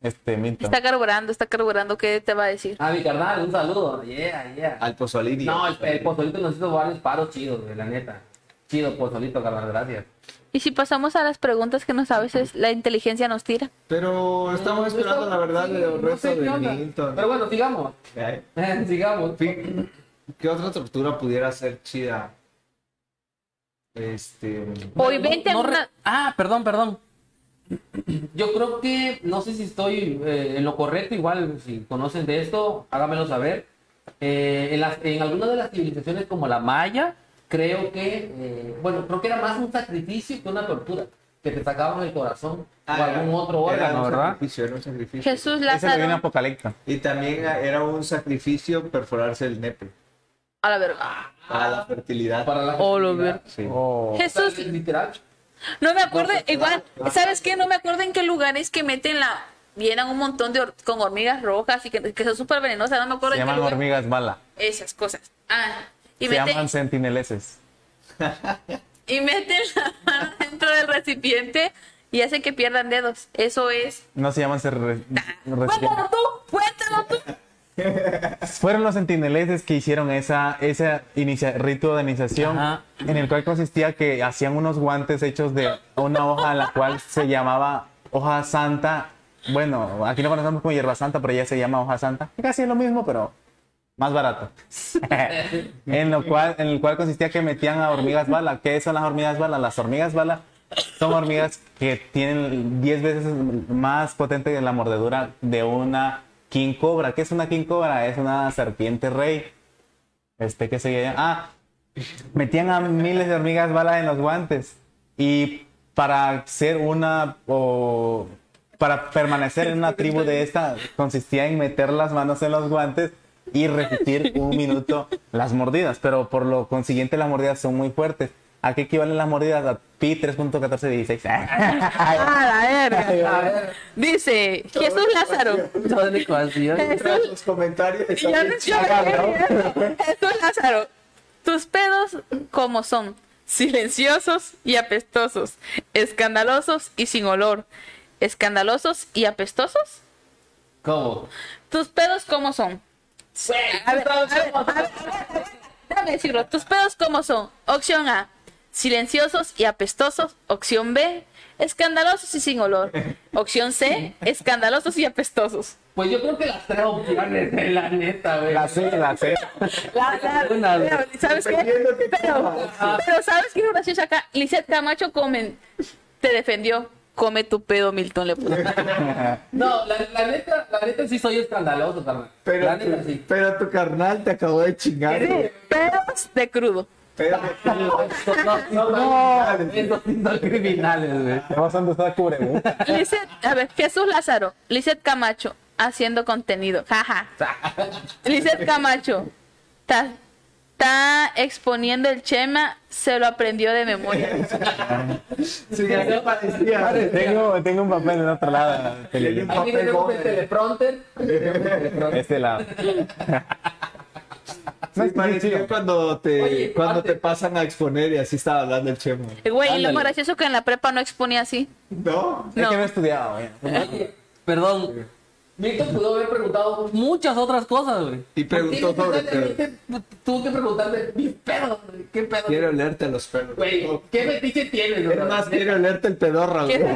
Speaker 4: Este mito.
Speaker 3: Está carburando, está carburando. ¿Qué te va a decir?
Speaker 1: A Ah, mi carnal, un saludo. Yeah, yeah.
Speaker 2: Al pozolito.
Speaker 1: No, el, el pozolito nos hizo varios paros chidos, güey, la neta. Chido, pozolito, carnal, gracias.
Speaker 3: Y si pasamos a las preguntas que nos a veces la inteligencia nos tira.
Speaker 2: Pero Pues estamos esperando la verdad
Speaker 1: Mm, Sí,
Speaker 2: del
Speaker 1: no
Speaker 2: resto
Speaker 1: sé qué
Speaker 2: de Eh,
Speaker 1: onda.
Speaker 2: Milton.
Speaker 1: Pero bueno, sigamos.
Speaker 2: Ay,
Speaker 1: sigamos.
Speaker 2: ¿Qué otra tortura pudiera ser chida? Este,
Speaker 3: O
Speaker 1: No,
Speaker 3: inventan
Speaker 1: no re-
Speaker 3: una-
Speaker 1: Ah, perdón, perdón. Yo creo que, no sé si estoy eh, en lo correcto, igual si conocen de esto, háganmelo saber. Eh, en, las- en algunas de las civilizaciones como la maya, creo que, eh, bueno, creo que era más un sacrificio que una tortura, que te sacaban el corazón o
Speaker 2: ah,
Speaker 1: algún otro
Speaker 2: era
Speaker 1: órgano,
Speaker 2: un
Speaker 1: ¿verdad?
Speaker 2: sacrificio, era un sacrificio.
Speaker 3: Jesús
Speaker 4: Ese lo vi en
Speaker 3: Lázaro.
Speaker 4: Apocalipto.
Speaker 2: Y también ah, era un sacrificio perforarse el nepe
Speaker 3: A la verga.
Speaker 2: para la fertilidad.
Speaker 1: Para la
Speaker 3: Oh, lo
Speaker 1: fertilidad.
Speaker 2: Sí.
Speaker 4: Oh.
Speaker 1: Tal
Speaker 3: Jesús,
Speaker 1: vez Literal.
Speaker 3: no me acuerdo,
Speaker 2: No, pues,
Speaker 3: igual,
Speaker 2: claro.
Speaker 3: ¿sabes qué? No me acuerdo en qué lugares que meten la. Vienen un montón de hor- con hormigas rojas y que, que son súper venenosas, no me acuerdo
Speaker 4: Se
Speaker 3: en qué
Speaker 4: llaman
Speaker 3: lugar.
Speaker 4: hormigas bala.
Speaker 3: Esas cosas. Ah, y
Speaker 4: Se llaman
Speaker 3: meten,
Speaker 4: sentineleses.
Speaker 3: y meten la mano dentro del recipiente y hacen que pierdan dedos. Eso es.
Speaker 4: No se llaman ser re-
Speaker 3: Cuéntalo
Speaker 4: recipientes.
Speaker 3: tú, cuéntalo tú.
Speaker 4: Fueron los sentineleses que hicieron esa, ese inicia- rito de iniciación
Speaker 1: Ajá.
Speaker 4: en el cual consistía que hacían unos guantes hechos de una hoja la cual se llamaba hoja santa. Bueno, aquí lo conocemos como hierba santa, pero ya se llama hoja santa. Casi es lo mismo, pero más barato. en lo cual en el cual consistía que metían a hormigas bala. ¿Qué son las hormigas bala? Las hormigas bala son hormigas que tienen 10 veces más potente que la mordedura de una king cobra. ¿Qué es una king cobra? Es una serpiente rey. Este que se ah, metían a miles de hormigas balas en los guantes y para ser una o para permanecer en una tribu de esta consistía en meter las manos en los guantes y repetir un minuto las mordidas, pero por lo consiguiente las mordidas son muy fuertes. ¿A qué equivalen las mordidas? A pi 3.1416.
Speaker 3: A la verga. Dice Jesús Lázaro.
Speaker 1: Todo de coacción.
Speaker 2: Entra en los comentarios.
Speaker 3: Y yo no- yo me quedé viendo. Jesús Lázaro. Tus pedos como son, silenciosos y apestosos, escandalosos y sin olor, escandalosos y apestosos.
Speaker 1: ¿Cómo?
Speaker 3: Tus pedos como son. A ver, a ver, a ver, a ver, a ver. Déjame decirlo. Tus pedos como son. Opción A. Silenciosos y apestosos. Opción B. Escandalosos y sin olor. Opción C. Escandalosos y apestosos.
Speaker 1: Pues yo creo que las tres opciones, eh, la neta, güey.
Speaker 4: La C, la C.
Speaker 1: Ah,
Speaker 3: La- la-
Speaker 1: Una, güey.
Speaker 3: pero, ¿Sabes qué?
Speaker 2: Dependiendo que
Speaker 3: Pero,
Speaker 2: comas.
Speaker 3: pero ¿sabes qué? Gracias acá. Lizeth Camacho comen, te defendió. Come tu pedo, Milton. Le puso.
Speaker 1: No, la, la neta, la neta sí soy escandaloso, carnal. la
Speaker 2: Pero,
Speaker 1: neta sí.
Speaker 2: pero tu carnal te acabó de chingar. güey.
Speaker 3: Pedos de crudo.
Speaker 2: Pero,
Speaker 1: No, no, estos sí son criminales, güey.
Speaker 4: Vamos a usar cubrebocas.
Speaker 3: Lizeth, a ver, Jesús Lázaro. Lizeth Camacho haciendo contenido. Jaja. Lizeth Camacho está, está exponiendo el chema, se lo aprendió de memoria.
Speaker 2: sí, ya parecía.
Speaker 4: Tengo, tengo un papel del otro lado.
Speaker 1: Aquí tenemos el teleprompter.
Speaker 4: Este lado.
Speaker 2: Sí, parecía cuando te,
Speaker 1: Oye,
Speaker 2: cuando
Speaker 1: aparte-
Speaker 2: te pasan a exponer y así estaba hablando el Chemo.
Speaker 3: Güey, y lo
Speaker 1: Ándale.
Speaker 3: más gracioso que en la prepa no exponía así.
Speaker 2: No.
Speaker 4: Es
Speaker 3: No.
Speaker 4: que no he estudiado, eh. güey.
Speaker 1: Oye, Perdón. Víctor pudo haber preguntado muchas otras cosas, güey.
Speaker 2: Y preguntó
Speaker 1: ¿Por qué
Speaker 2: sobre pedos.
Speaker 1: precisamente Tuvo que preguntarme mis pedos, güey. ¿Qué pedo?
Speaker 2: Quiero olerte a los pelos.
Speaker 1: Güey, ¿qué fetiche tienes, güey?
Speaker 2: Es más, quiero olerte el pedorro,
Speaker 3: ¿Qué,
Speaker 2: güey.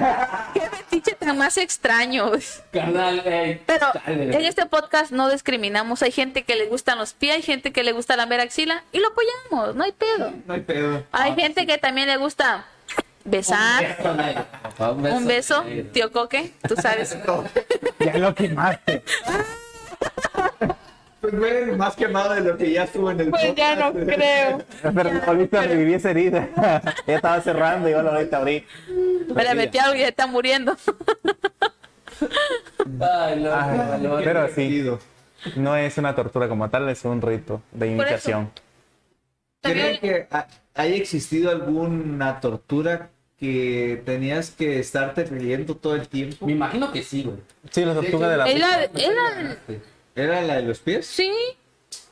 Speaker 3: qué fetiche tan más extraño?
Speaker 1: Carnal, eh.
Speaker 3: Pero
Speaker 1: chale,
Speaker 3: en
Speaker 1: güey.
Speaker 3: este podcast no discriminamos. Hay gente que le gustan los pies, hay gente que le gusta la mera axila y lo apoyamos, no hay pedo.
Speaker 2: No hay pedo.
Speaker 3: Hay gente que también le gusta besar. Un beso, tío Coque, tú sabes.
Speaker 4: Ya lo quemaste.
Speaker 2: Pues, güey, más quemado de lo que ya estuvo en el
Speaker 3: Pues ya no
Speaker 2: podcast.
Speaker 3: creo.
Speaker 4: Pero no volviste a revivir esa herida. Ya estaba cerrando y yo ahorita abrí.
Speaker 3: Me la metí algo y ya está muriendo.
Speaker 1: Ay, no,
Speaker 4: Ay,
Speaker 1: no, no, no.
Speaker 4: pero sí,
Speaker 2: Divertido.
Speaker 4: no es una tortura como tal, es un rito de iniciación.
Speaker 2: ¿Creen
Speaker 3: También
Speaker 2: que ha- haya existido alguna tortura que tenías que estarte riendo todo el tiempo?
Speaker 1: Me imagino que sí, güey.
Speaker 4: Sí, la tortura de la
Speaker 3: es la-
Speaker 1: Sí,
Speaker 3: es la-
Speaker 2: ¿Era la de los pies?
Speaker 3: Sí,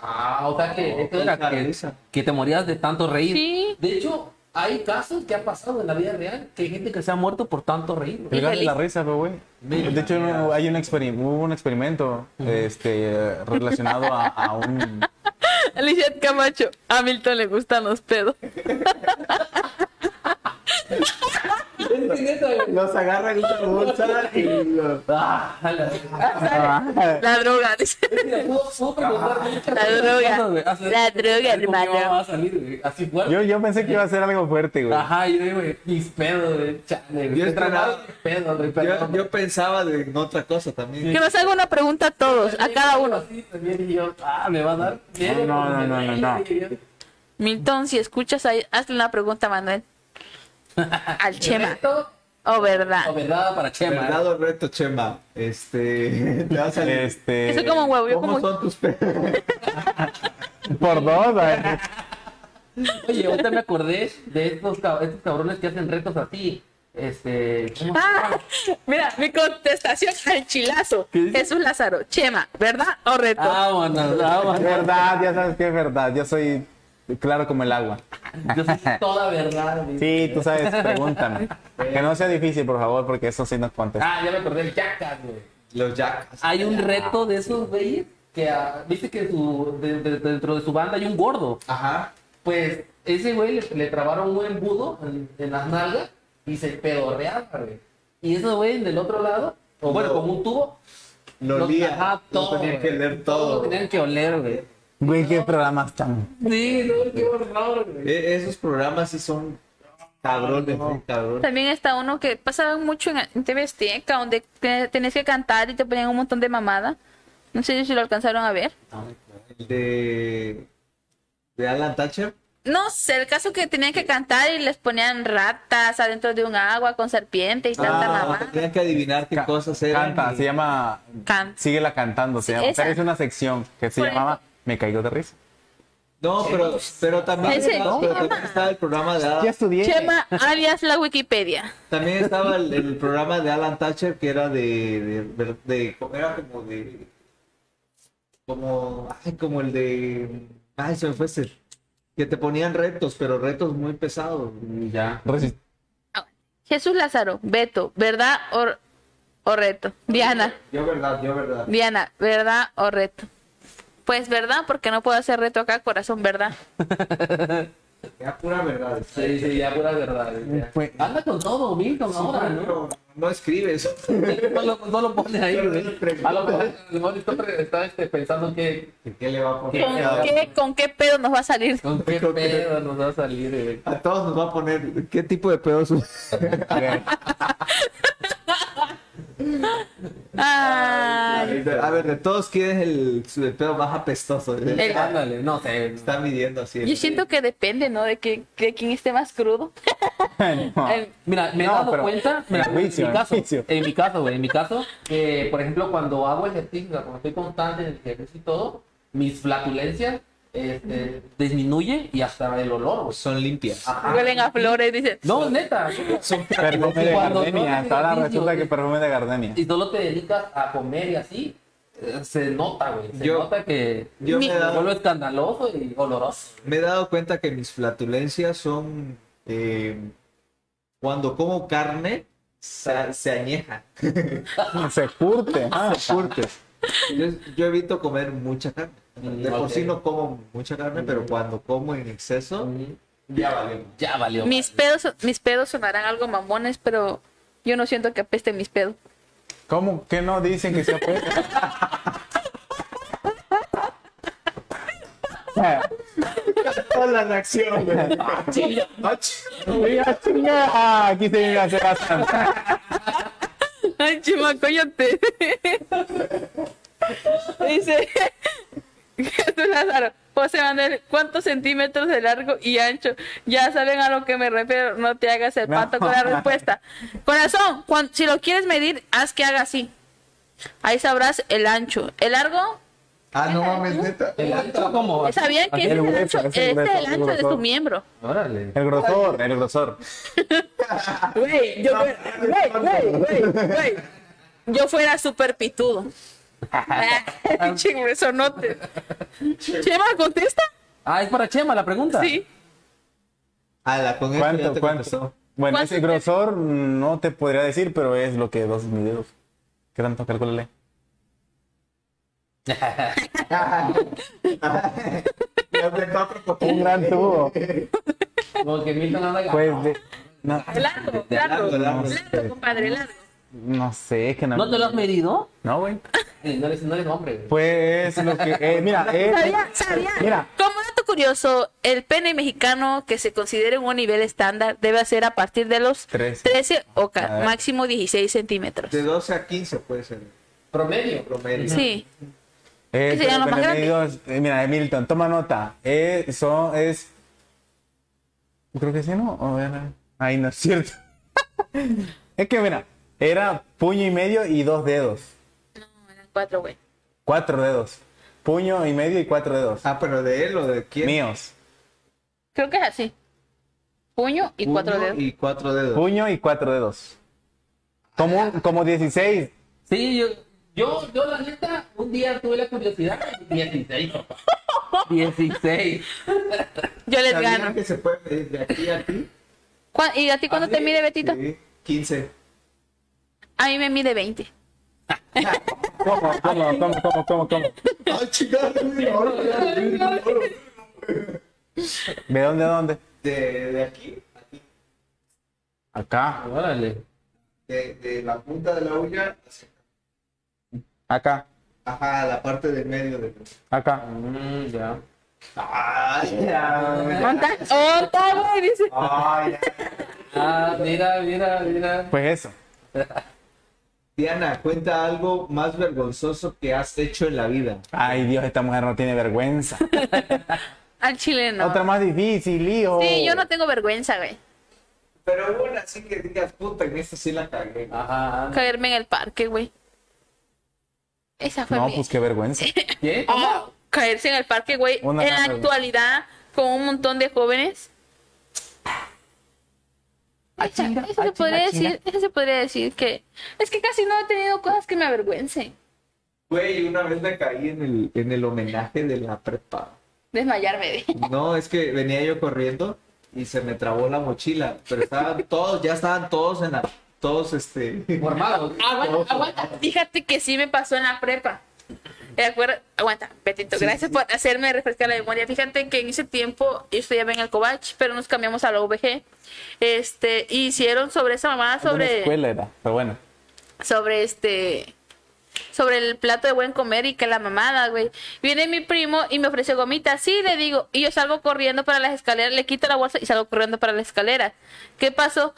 Speaker 1: Ah, o sea que, esto era
Speaker 2: Esa,
Speaker 1: que,
Speaker 2: esa.
Speaker 1: que te morías de tanto reír.
Speaker 3: Sí.
Speaker 1: De hecho, hay casos que ha pasado en la vida real que hay gente que se ha muerto por tanto reír. güey.
Speaker 4: El gas de la risa, pues, güey. De hecho, no, hay un experim- hubo un experimento este, eh, relacionado a, a un...
Speaker 3: Lizeth Camacho, a Milton le gustan los pedos.
Speaker 1: Es que neta, güey.
Speaker 2: Los agarran en una bolsa y los...
Speaker 1: Ah, a la-
Speaker 4: Ah.
Speaker 3: La droga, dice.
Speaker 1: Mira, puedo- puedo preguntar muchas
Speaker 3: La
Speaker 1: cosas,
Speaker 3: droga.
Speaker 1: Ah, güey. Hasta-
Speaker 3: La droga,
Speaker 1: ¿Cómo que
Speaker 3: hermano.
Speaker 1: va a salir, güey? Así fuerte.
Speaker 4: Yo, yo pensé que iba a ser algo fuerte, güey.
Speaker 1: Ajá, yo digo, güey, mis pedos, güey. Chale, güey.
Speaker 2: Yo
Speaker 1: Te
Speaker 2: esperaba-
Speaker 1: trataron de pedo, güey,
Speaker 2: Yo,
Speaker 1: perdón.
Speaker 2: yo pensaba de, en otra cosa también.
Speaker 3: Que nos haga una pregunta a todos, a cada uno.
Speaker 1: Sí, también, y yo, ah, me va a dar. miedo,
Speaker 4: no, no,
Speaker 1: güey.
Speaker 4: no, no, no.
Speaker 3: Milton, si escuchas, ahí, hazle una pregunta, Manuel. Al Chema.
Speaker 1: Reto
Speaker 3: O
Speaker 1: o
Speaker 3: verdad.
Speaker 1: verdad para Chema.
Speaker 2: Verdad o reto, Chema. Este... Te va a salir...
Speaker 4: Este.
Speaker 3: Yo soy como un huevo, yo
Speaker 2: Eh, ¿Cómo
Speaker 3: como...
Speaker 2: son tus pedos?
Speaker 4: Por dos, ay.
Speaker 1: Oye, ahorita me acordé de estos, cab- estos cabrones que hacen retos así. Este. ¿cómo se
Speaker 3: Ah,
Speaker 1: llama?
Speaker 3: mira, mi contestación al chilazo. Jesús Lázaro. Chema, ¿verdad o reto?
Speaker 2: Ah.
Speaker 1: Vámonos,
Speaker 4: Es
Speaker 1: vámonos.
Speaker 4: verdad, ya sabes que es verdad. Yo soy claro como el agua.
Speaker 1: Yo soy toda verdad. güey.
Speaker 4: Sí, tú sabes, pregúntame. Que no sea difícil, por favor, porque eso sí nos contesta.
Speaker 1: Ah, ya me acordé el Jackass, güey.
Speaker 2: Los jackas.
Speaker 1: Hay un reto de esos, güey, que ah, viste que su- de- de- dentro de su banda hay un gordo.
Speaker 2: Ajá.
Speaker 1: Pues ese güey le, le trabaron un embudo en, en las nalgas y se pedorreaba, güey. Y ese güey del otro lado, o bueno, como un tubo,
Speaker 2: Lo
Speaker 1: los-
Speaker 2: lía.
Speaker 1: ajá, todo,
Speaker 2: Lo tenían que
Speaker 1: güey.
Speaker 2: leer
Speaker 1: Lo
Speaker 2: todo.
Speaker 1: tenían que oler, güey.
Speaker 4: Güey, qué programas tan.
Speaker 1: Sí, no, qué horror,
Speaker 4: Eh.
Speaker 1: güey.
Speaker 2: E- esos programas sí son cabrones, sí, cabrones.
Speaker 3: También está uno que pasaba mucho en, en TV Azteca, donde te- tenías que cantar y te ponían un montón de mamada. No sé si lo alcanzaron a ver.
Speaker 2: El de, de Alan Thatcher.
Speaker 3: No sé, el caso que tenían que cantar y les ponían ratas adentro de un agua con serpiente y tanta
Speaker 2: Ah,
Speaker 3: mamada.
Speaker 2: tenían que adivinar qué
Speaker 4: Ca-
Speaker 2: cosas eran.
Speaker 4: Canta,
Speaker 2: y-
Speaker 4: se llama.
Speaker 3: Can-
Speaker 4: Síguela cantando, se
Speaker 3: Sí,
Speaker 4: llama.
Speaker 3: esa.
Speaker 4: Pero es una sección que se
Speaker 3: Por
Speaker 4: llamaba
Speaker 3: eso.
Speaker 4: Me caigo de risa.
Speaker 2: No, pero, pero también,
Speaker 3: Ese
Speaker 2: estaba, pero
Speaker 3: Chema.
Speaker 2: también estaba el programa de
Speaker 4: Ya
Speaker 2: Alan,
Speaker 4: estudié.
Speaker 3: Chema, alias la Wikipedia.
Speaker 2: también estaba el, el programa de Alan Thatcher que era de, de, de- de- era como de como ay, como el de ay se me fue ese, que te ponían retos, pero retos muy pesados.
Speaker 1: Ya.
Speaker 4: Resi-
Speaker 3: Jesús Lázaro, Beto, ¿verdad o, o reto? Diana,
Speaker 2: Yo verdad, yo verdad.
Speaker 3: Diana, ¿verdad o reto? Pues verdad, porque no puedo hacer reto acá, corazón, ¿verdad?
Speaker 2: Ya pura verdad.
Speaker 1: Sí, sí, ya pura verdad. güey, ya.
Speaker 4: Fue-
Speaker 1: Anda con todo, Milton, ahora, ¿no?
Speaker 2: No, no escribes.
Speaker 1: No lo, no lo pones ahí, güey. A lo mejor, a lo mejor está pre- está este, pensando que
Speaker 2: ¿Qué le va a poner?
Speaker 3: ¿Con qué, ¿Con qué pedo nos va a salir?
Speaker 1: con qué
Speaker 2: Creo que-
Speaker 1: pedo nos va a salir, eh. güey.
Speaker 2: A todos nos va a poner qué tipo de pedos.
Speaker 4: A ver,
Speaker 3: Ay,
Speaker 2: A ver, de todos, ¿quién es el, su- el pedo más apestoso?
Speaker 1: Eh,
Speaker 3: El-
Speaker 1: Ándale, no sé.
Speaker 2: Está midiendo así.
Speaker 3: yo siento que depende, ¿no? De, que, de quién esté más crudo.
Speaker 4: no.
Speaker 1: Ah.
Speaker 3: El-
Speaker 1: Mira, me he
Speaker 4: No,
Speaker 1: dado
Speaker 4: pero-
Speaker 1: cuenta, mira,
Speaker 4: en juicio,
Speaker 1: en
Speaker 4: en
Speaker 1: mi caso,
Speaker 4: juicio.
Speaker 1: en mi caso, güey, en mi caso, que por ejemplo cuando hago ejercicio, o sea, cuando estoy constante en el ejercicio y todo, mis flatulencias este, disminuye y hasta el olor, güey.
Speaker 2: Son limpias.
Speaker 1: Ajá.
Speaker 3: Huelen a flores, dice.
Speaker 1: No, neta.
Speaker 2: Son
Speaker 4: perfume de
Speaker 1: Cuando no
Speaker 4: gardenia.
Speaker 1: haces
Speaker 4: Hasta ahora
Speaker 1: ejercicio,
Speaker 4: resulta que
Speaker 1: eh.
Speaker 4: perfume de gardenia.
Speaker 1: Y solo te dedicas a comer y así, eh, se nota, güey. Se
Speaker 2: Yo-
Speaker 1: nota que
Speaker 2: Yo me he,
Speaker 1: me vuelvo
Speaker 2: dado,
Speaker 1: escandaloso y oloroso.
Speaker 2: me he dado cuenta que mis flatulencias son eh, cuando como carne sa- se añeja.
Speaker 4: Se curte. ah.
Speaker 2: Curte. Yo, yo evito comer mucha carne.
Speaker 1: Mm,
Speaker 2: De por
Speaker 1: ok.
Speaker 2: sí no como mucha carne, pero cuando como en exceso, ya vale.
Speaker 1: Ya valió.
Speaker 3: Mis pedos, mis pedos sonarán algo mamones, pero yo no siento que apeste mis pedos.
Speaker 4: ¿Cómo que no dicen que se apesta?
Speaker 2: Todas las acciones.
Speaker 4: Diga, chinga, Aquí se viene a hacer bastante.
Speaker 3: Ay, Chema, cállate. Dice Jesús Lázaro, José Manuel, ¿cuántos centímetros de largo y ancho? Ya saben a lo que me refiero, no te hagas el
Speaker 4: No.
Speaker 3: pato con la respuesta. Corazón, cuan- si lo quieres medir, haz que haga así. Ahí sabrás el ancho. El largo,
Speaker 2: Ah, no mames, neta.
Speaker 1: El ancho como...
Speaker 3: ¿sabían
Speaker 4: El
Speaker 3: que ese es el
Speaker 4: grueso,
Speaker 3: ancho,
Speaker 4: ese
Speaker 3: este es el
Speaker 4: grueso,
Speaker 3: ancho de
Speaker 4: grueso.
Speaker 3: su miembro?
Speaker 1: Órale.
Speaker 4: El grosor, el grosor.
Speaker 3: Güey, yo fuera, güey, güey, güey, güey. Yo fuera súper pitudo. Chingue, sonote. Chema, contesta.
Speaker 1: Ah, es para Chema la pregunta.
Speaker 3: Sí.
Speaker 2: Ala, Ah, con eso ya
Speaker 4: ¿Cuánto,
Speaker 2: te
Speaker 4: cuánto?
Speaker 2: contestó.
Speaker 4: Bueno, ese
Speaker 3: ¿Cuánto te-
Speaker 4: grosor no te podría decir, pero es lo que dos mis dedos. ¿Qué tanto? Calculale.
Speaker 2: Ya me toca porque-
Speaker 4: Un gran tubo.
Speaker 1: Como que Milton anda
Speaker 4: Pues de, No,
Speaker 3: Largo,
Speaker 2: De
Speaker 3: largo,
Speaker 2: largo,
Speaker 3: largo,
Speaker 2: largo.
Speaker 3: compadre, largo.
Speaker 4: no sé, es que no.
Speaker 1: ¿No te lo has medido?
Speaker 4: No, güey.
Speaker 1: Eh, No eres, no eres hombre, güey.
Speaker 4: Pues lo que. eh, mira, eh,
Speaker 3: Sabía, sabía.
Speaker 4: Mira,
Speaker 3: Como dato curioso, el pene mexicano que se considere un nivel estándar debe ser a partir de los
Speaker 4: Trece.
Speaker 3: 13 o
Speaker 4: A
Speaker 3: ca-
Speaker 4: ver.
Speaker 3: máximo 16 centímetros.
Speaker 2: De 12 a 15 puede ser
Speaker 1: Promedio.
Speaker 2: promedio.
Speaker 3: Sí.
Speaker 4: Eh,
Speaker 3: Ese ya
Speaker 4: pero
Speaker 3: lo más
Speaker 4: con
Speaker 3: grande.
Speaker 4: amigos, eh, mira, Milton, toma nota. Eh, son, es. Creo que sí, ¿no? O era- Ay, no es cierto. es que, mira, era puño y medio y dos dedos.
Speaker 3: Eran Cuatro, güey.
Speaker 4: Cuatro dedos. Puño y medio y cuatro dedos.
Speaker 2: Ah, pero de él o de quién?
Speaker 4: Míos.
Speaker 3: Creo que es así. Puño y
Speaker 2: Uno
Speaker 3: cuatro dedos.
Speaker 2: Y cuatro dedos.
Speaker 4: Puño y cuatro dedos. Como, un- como 16.
Speaker 1: Sí, yo, yo, yo la neta, un día tuve la curiosidad. 16, papá. 16.
Speaker 3: Yo les
Speaker 2: ¿Sabían
Speaker 3: gano.
Speaker 2: que se puede medir de aquí a aquí?
Speaker 3: ¿Cuá- ¿Y a ti cuándo te
Speaker 2: Así,
Speaker 3: mide, Betito?
Speaker 2: sí, 15.
Speaker 3: A mí me mide 20.
Speaker 4: ¿Cómo, cómo, cómo, cómo, cómo, cómo?
Speaker 2: ¡Ay, chingada!
Speaker 4: ¿De dónde, dónde?
Speaker 2: De, de aquí, aquí,
Speaker 4: Acá,
Speaker 1: Órale.
Speaker 2: de, de la punta de la uña, hacia-
Speaker 4: acá,
Speaker 2: ajá, la parte del medio de...
Speaker 4: acá.
Speaker 1: Mm, ya.
Speaker 2: ¡Ay, ya!
Speaker 3: ¿Cuánta? ¡Ota, güey! Dice.
Speaker 2: ¡Ay, ya!
Speaker 1: Ah, mira, mira, mira.
Speaker 4: Pues eso.
Speaker 2: Diana, cuenta algo más vergonzoso que has hecho en la vida.
Speaker 4: Ay, Dios, esta mujer no tiene vergüenza.
Speaker 3: Al chileno.
Speaker 4: Otra más difícil, hijo.
Speaker 3: Sí, yo no tengo vergüenza, güey.
Speaker 2: Pero una así que digas, puta, en esta sí la cagué.
Speaker 1: Ajá. ajá.
Speaker 3: Caerme en el parque, güey. Esa fue
Speaker 4: No,
Speaker 3: mi-
Speaker 4: pues qué vergüenza.
Speaker 1: ¿Qué?
Speaker 2: Ah,
Speaker 3: Oh, caerse en el parque, güey. En
Speaker 4: Una
Speaker 3: la
Speaker 4: gana, güey.
Speaker 3: actualidad, con un montón de jóvenes.
Speaker 4: Ah,
Speaker 3: Esa-
Speaker 4: chinga,
Speaker 3: Eso
Speaker 4: ah,
Speaker 3: se
Speaker 4: chinga,
Speaker 3: podría
Speaker 4: chinga.
Speaker 3: decir, eso se podría decir que es que casi no he tenido cosas que me avergüencen.
Speaker 2: Güey, una vez me caí en el, en el homenaje de la prepa.
Speaker 3: Desmayarme. de-
Speaker 2: No, es que venía yo corriendo y se me trabó la mochila, pero estaban todos, ya estaban todos en la, todos este,
Speaker 1: Formado.
Speaker 3: Aguanta, aguanta. Fíjate que sí me pasó en la prepa. ¿Te acuerdas? Aguanta, Betito, gracias por hacerme refrescar la memoria. Fíjate que en ese tiempo yo estudiaba en el Covach, pero nos cambiamos a la UVG. Este, y hicieron sobre esa mamada,
Speaker 4: Alguna
Speaker 3: sobre.
Speaker 4: escuela era, pero bueno.
Speaker 3: sobre este sobre el plato de buen comer y que la mamada, güey. Viene mi primo y me ofrece gomitas. Sí, le digo. Y yo salgo corriendo para las escaleras, le quito la bolsa y salgo corriendo para las escaleras. ¿Qué pasó?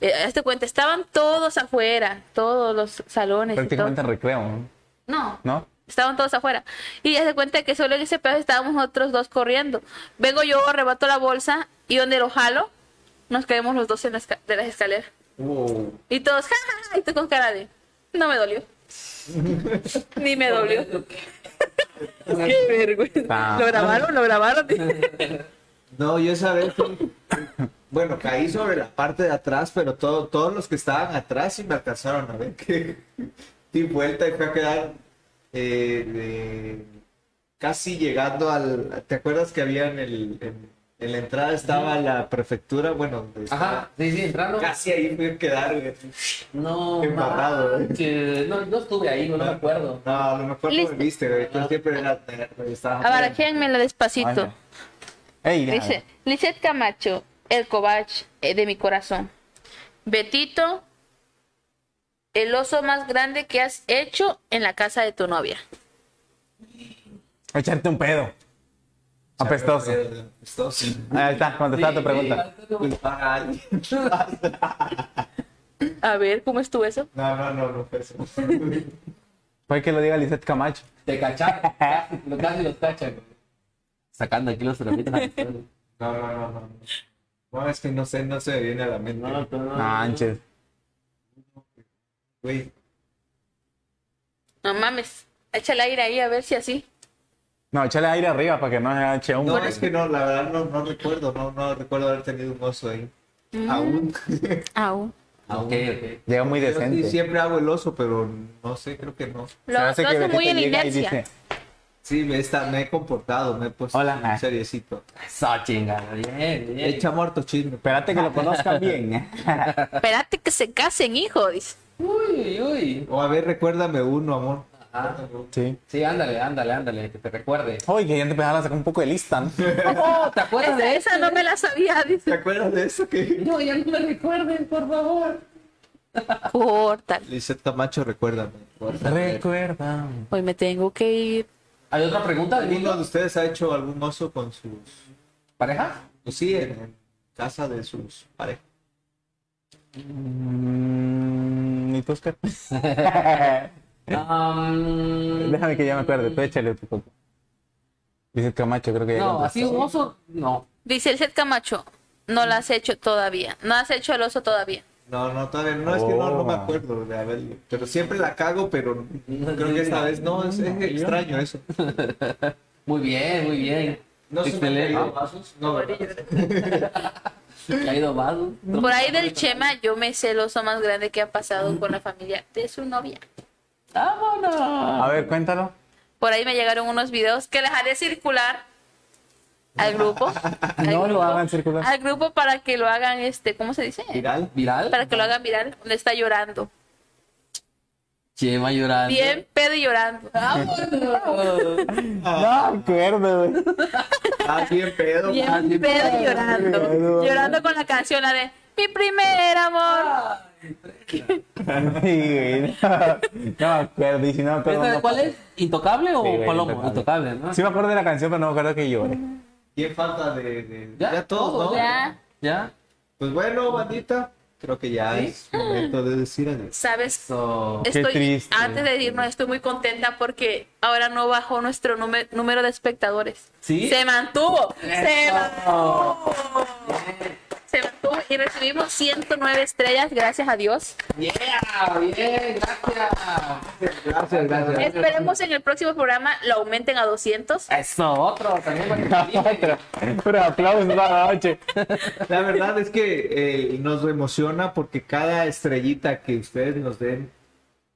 Speaker 3: Eh, hazte cuenta, estaban todos afuera, todos los salones. y
Speaker 4: Prácticamente en
Speaker 3: todo.
Speaker 4: recreo, ¿no?
Speaker 3: No,
Speaker 4: ¿no?
Speaker 3: Estaban todos afuera. Y ya se cuenta que solo en ese pedazo estábamos nosotros dos corriendo. Vengo yo, arrebato la bolsa y donde lo jalo, nos caemos los dos en las esca- de las escaleras.
Speaker 2: wow,
Speaker 3: Y todos, ja, ja, ja, y tú con cara de, no me dolió. Ni me dolió. Qué vergüenza.
Speaker 4: Ah.
Speaker 3: Lo grabaron, lo grabaron.
Speaker 2: No, yo esa vez, fui- bueno, caí sobre la parte de atrás, pero todo, todos los que estaban atrás sí me alcanzaron a ver que di vuelta y fue a quedar eh, de- casi llegando al, ¿te acuerdas que había en, el, en, en la entrada estaba la prefectura? Bueno, donde
Speaker 1: Ajá. Sí, sí, entrando.
Speaker 2: estaba- casi ahí fui a quedar. güey.
Speaker 1: No,
Speaker 2: Embarrado, eh.
Speaker 1: manches. No, no estuve ahí, no, me acuerdo.
Speaker 2: No, a lo mejor no me
Speaker 3: Listo.
Speaker 2: viste, güey. Yo siempre era nerd, estaba-
Speaker 3: Abarajéanmela
Speaker 4: Ay,
Speaker 3: despacito.
Speaker 4: no. Ey, ya.
Speaker 3: Dice, Lisette Camacho, el cobach eh, de mi corazón. Betito, el oso más grande que has hecho en la casa de tu novia.
Speaker 4: Echarte un pedo. Apestoso.
Speaker 2: Apestoso.
Speaker 4: Ahí está, contestada
Speaker 1: Sí,
Speaker 4: tu pregunta.
Speaker 1: sí, sí.
Speaker 2: Ay.
Speaker 3: A ver, ¿cómo estuvo eso?
Speaker 2: No, no, no, no fue eso.
Speaker 4: Fue Pues que lo diga Lisette Camacho.
Speaker 1: Te cacharon. Casi, casi los cachan. Sacando aquí los trapitos.
Speaker 2: No, no, no, no. No, es que no sé, no se me viene a la mente.
Speaker 1: No, no, no.
Speaker 4: Manches.
Speaker 2: Güey,
Speaker 3: No mames, échale aire ahí a ver si así.
Speaker 4: No, échale aire arriba para que no se eche un.
Speaker 2: no, es que no, la verdad no, no recuerdo, no, no recuerdo haber tenido un oso ahí.
Speaker 3: Mm.
Speaker 2: Aún.
Speaker 3: Aún.
Speaker 1: Ah, Ok, ok.
Speaker 4: Llega muy
Speaker 2: Yo sí,
Speaker 4: decente.
Speaker 2: siempre hago el oso, pero no sé, creo que no.
Speaker 3: Lo, lo
Speaker 4: hace que
Speaker 3: hace
Speaker 4: Betito
Speaker 3: muy en la
Speaker 4: llega y
Speaker 3: inercia.
Speaker 4: dice,
Speaker 2: Sí, me, está, me he comportado, me he puesto
Speaker 4: Hola.
Speaker 2: un seriecito.
Speaker 1: Eso, chingada. Bien, bien.
Speaker 2: Echa muerto chisme.
Speaker 4: Espérate que lo conozcan bien.
Speaker 3: Espérate que se casen, hijo, dice.
Speaker 1: Uy, uy.
Speaker 2: O a ver, recuérdame uno, amor.
Speaker 1: Ah,
Speaker 4: Sí.
Speaker 1: sí, ándale, ándale, ándale, que te recuerde.
Speaker 4: Oye, que ya te empezaron a sacar un poco de lista, ¿no?
Speaker 1: Oh, ¿Te acuerdas
Speaker 3: Esa,
Speaker 1: de
Speaker 3: esa no me la sabía,
Speaker 2: ¿Te
Speaker 3: dice.
Speaker 2: acuerdas de eso que
Speaker 1: No, ya no me recuerden, por favor.
Speaker 3: Córtale.
Speaker 2: Lizeth Camacho recuerda?
Speaker 4: Recuerda.
Speaker 3: Hoy me tengo que ir.
Speaker 1: ¿Hay otra pregunta de
Speaker 2: ¿Alguno de
Speaker 1: mundo?
Speaker 2: ustedes ha hecho algún oso con sus...
Speaker 1: ¿Pareja?
Speaker 2: Pues sí, en, en casa de sus parejas?
Speaker 4: Mm, ¿Y tú, Oscar?
Speaker 1: Am,
Speaker 4: ¿Eh? Déjame que ya me acuerde. Tú échale tu poco. Dice Camacho, creo que ya
Speaker 1: No,
Speaker 4: contestó.
Speaker 1: así un oso, no.
Speaker 3: Dice el Set Camacho, no la has hecho todavía. No has hecho el oso todavía.
Speaker 2: No, no, todavía no, es que no, no me
Speaker 4: Oh.
Speaker 2: acuerdo de haberlo. Pero siempre la cago, pero creo que esta vez no, es, es extraño eso.
Speaker 1: Muy bien, muy bien.
Speaker 2: No se me han
Speaker 1: Excelente. Ah,
Speaker 2: caído vasos, no, ¿verdad?
Speaker 1: Caído vaso.
Speaker 3: Por ahí del Chema, yo me sé el oso más grande que ha pasado con la familia de su novia.
Speaker 1: ¡Vámonos!
Speaker 4: A ver, cuéntalo.
Speaker 3: Por ahí me llegaron unos videos que les haré circular al grupo. al
Speaker 4: No lo
Speaker 3: grupo-
Speaker 4: hagan circular.
Speaker 3: Al grupo para que lo hagan, este, ¿cómo se dice?
Speaker 2: Viral.
Speaker 1: ¿Viral?
Speaker 3: Para que lo hagan viral, donde está llorando.
Speaker 1: Chema llorando.
Speaker 3: Bien pedo y llorando.
Speaker 1: ¡Vámonos!
Speaker 4: No, me acuerdo, güey.
Speaker 2: Ah, bien pedo.
Speaker 1: Ah, sí.
Speaker 3: Bien pedo y llorando. Llorando con la canción, la de Mi primer amor.
Speaker 4: Sí, güey. No, no me acuerdo. Y si no me acuerdo.
Speaker 1: ¿Esta de
Speaker 4: no
Speaker 1: cuál
Speaker 4: pasa.
Speaker 1: es? ¿Intocable o
Speaker 4: Sí, güey,
Speaker 1: Palomo?
Speaker 4: intocable.
Speaker 1: Intocable, ¿no?
Speaker 4: Sí me acuerdo de la canción, pero no me acuerdo que lloré.
Speaker 2: Bien falta de... de- Ya, todos, ¿no?
Speaker 3: Ya.
Speaker 1: ¿Ya?
Speaker 2: Pues bueno, bandita, creo que ya
Speaker 1: ¿Sí?
Speaker 2: es momento de decir adiós.
Speaker 3: ¿Sabes?
Speaker 1: So...
Speaker 4: Qué
Speaker 3: Estoy,
Speaker 4: triste.
Speaker 3: antes de irnos, estoy muy contenta porque ahora no bajó nuestro número, número de espectadores.
Speaker 1: ¿Sí?
Speaker 3: Se mantuvo. Se
Speaker 1: Eso.
Speaker 3: mantuvo. Se mantuvo y recibimos 109 estrellas, gracias a Dios.
Speaker 1: ¡Yeah! ¡Bien! ¡Gracias!
Speaker 2: Gracias, gracias.
Speaker 3: Esperemos en el próximo programa lo aumenten a 200.
Speaker 1: Eso, otro también para que
Speaker 4: Pero, pero aplausos a la noche.
Speaker 2: La verdad es que eh, nos emociona porque cada estrellita que ustedes nos den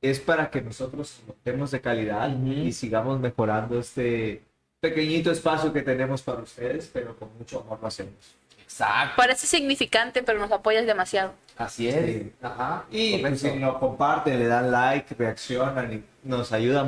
Speaker 2: es para que nosotros notemos de calidad
Speaker 1: Ujú.
Speaker 2: y sigamos mejorando este pequeñito espacio que tenemos para ustedes, pero con mucho amor lo hacemos.
Speaker 1: Exacto.
Speaker 3: Parece significante, pero nos apoyas demasiado.
Speaker 1: Así es.
Speaker 2: Sí.
Speaker 1: Ajá.
Speaker 2: Y pues,
Speaker 1: Correcto.
Speaker 2: si lo comparten, le dan like, reaccionan y nos ayuda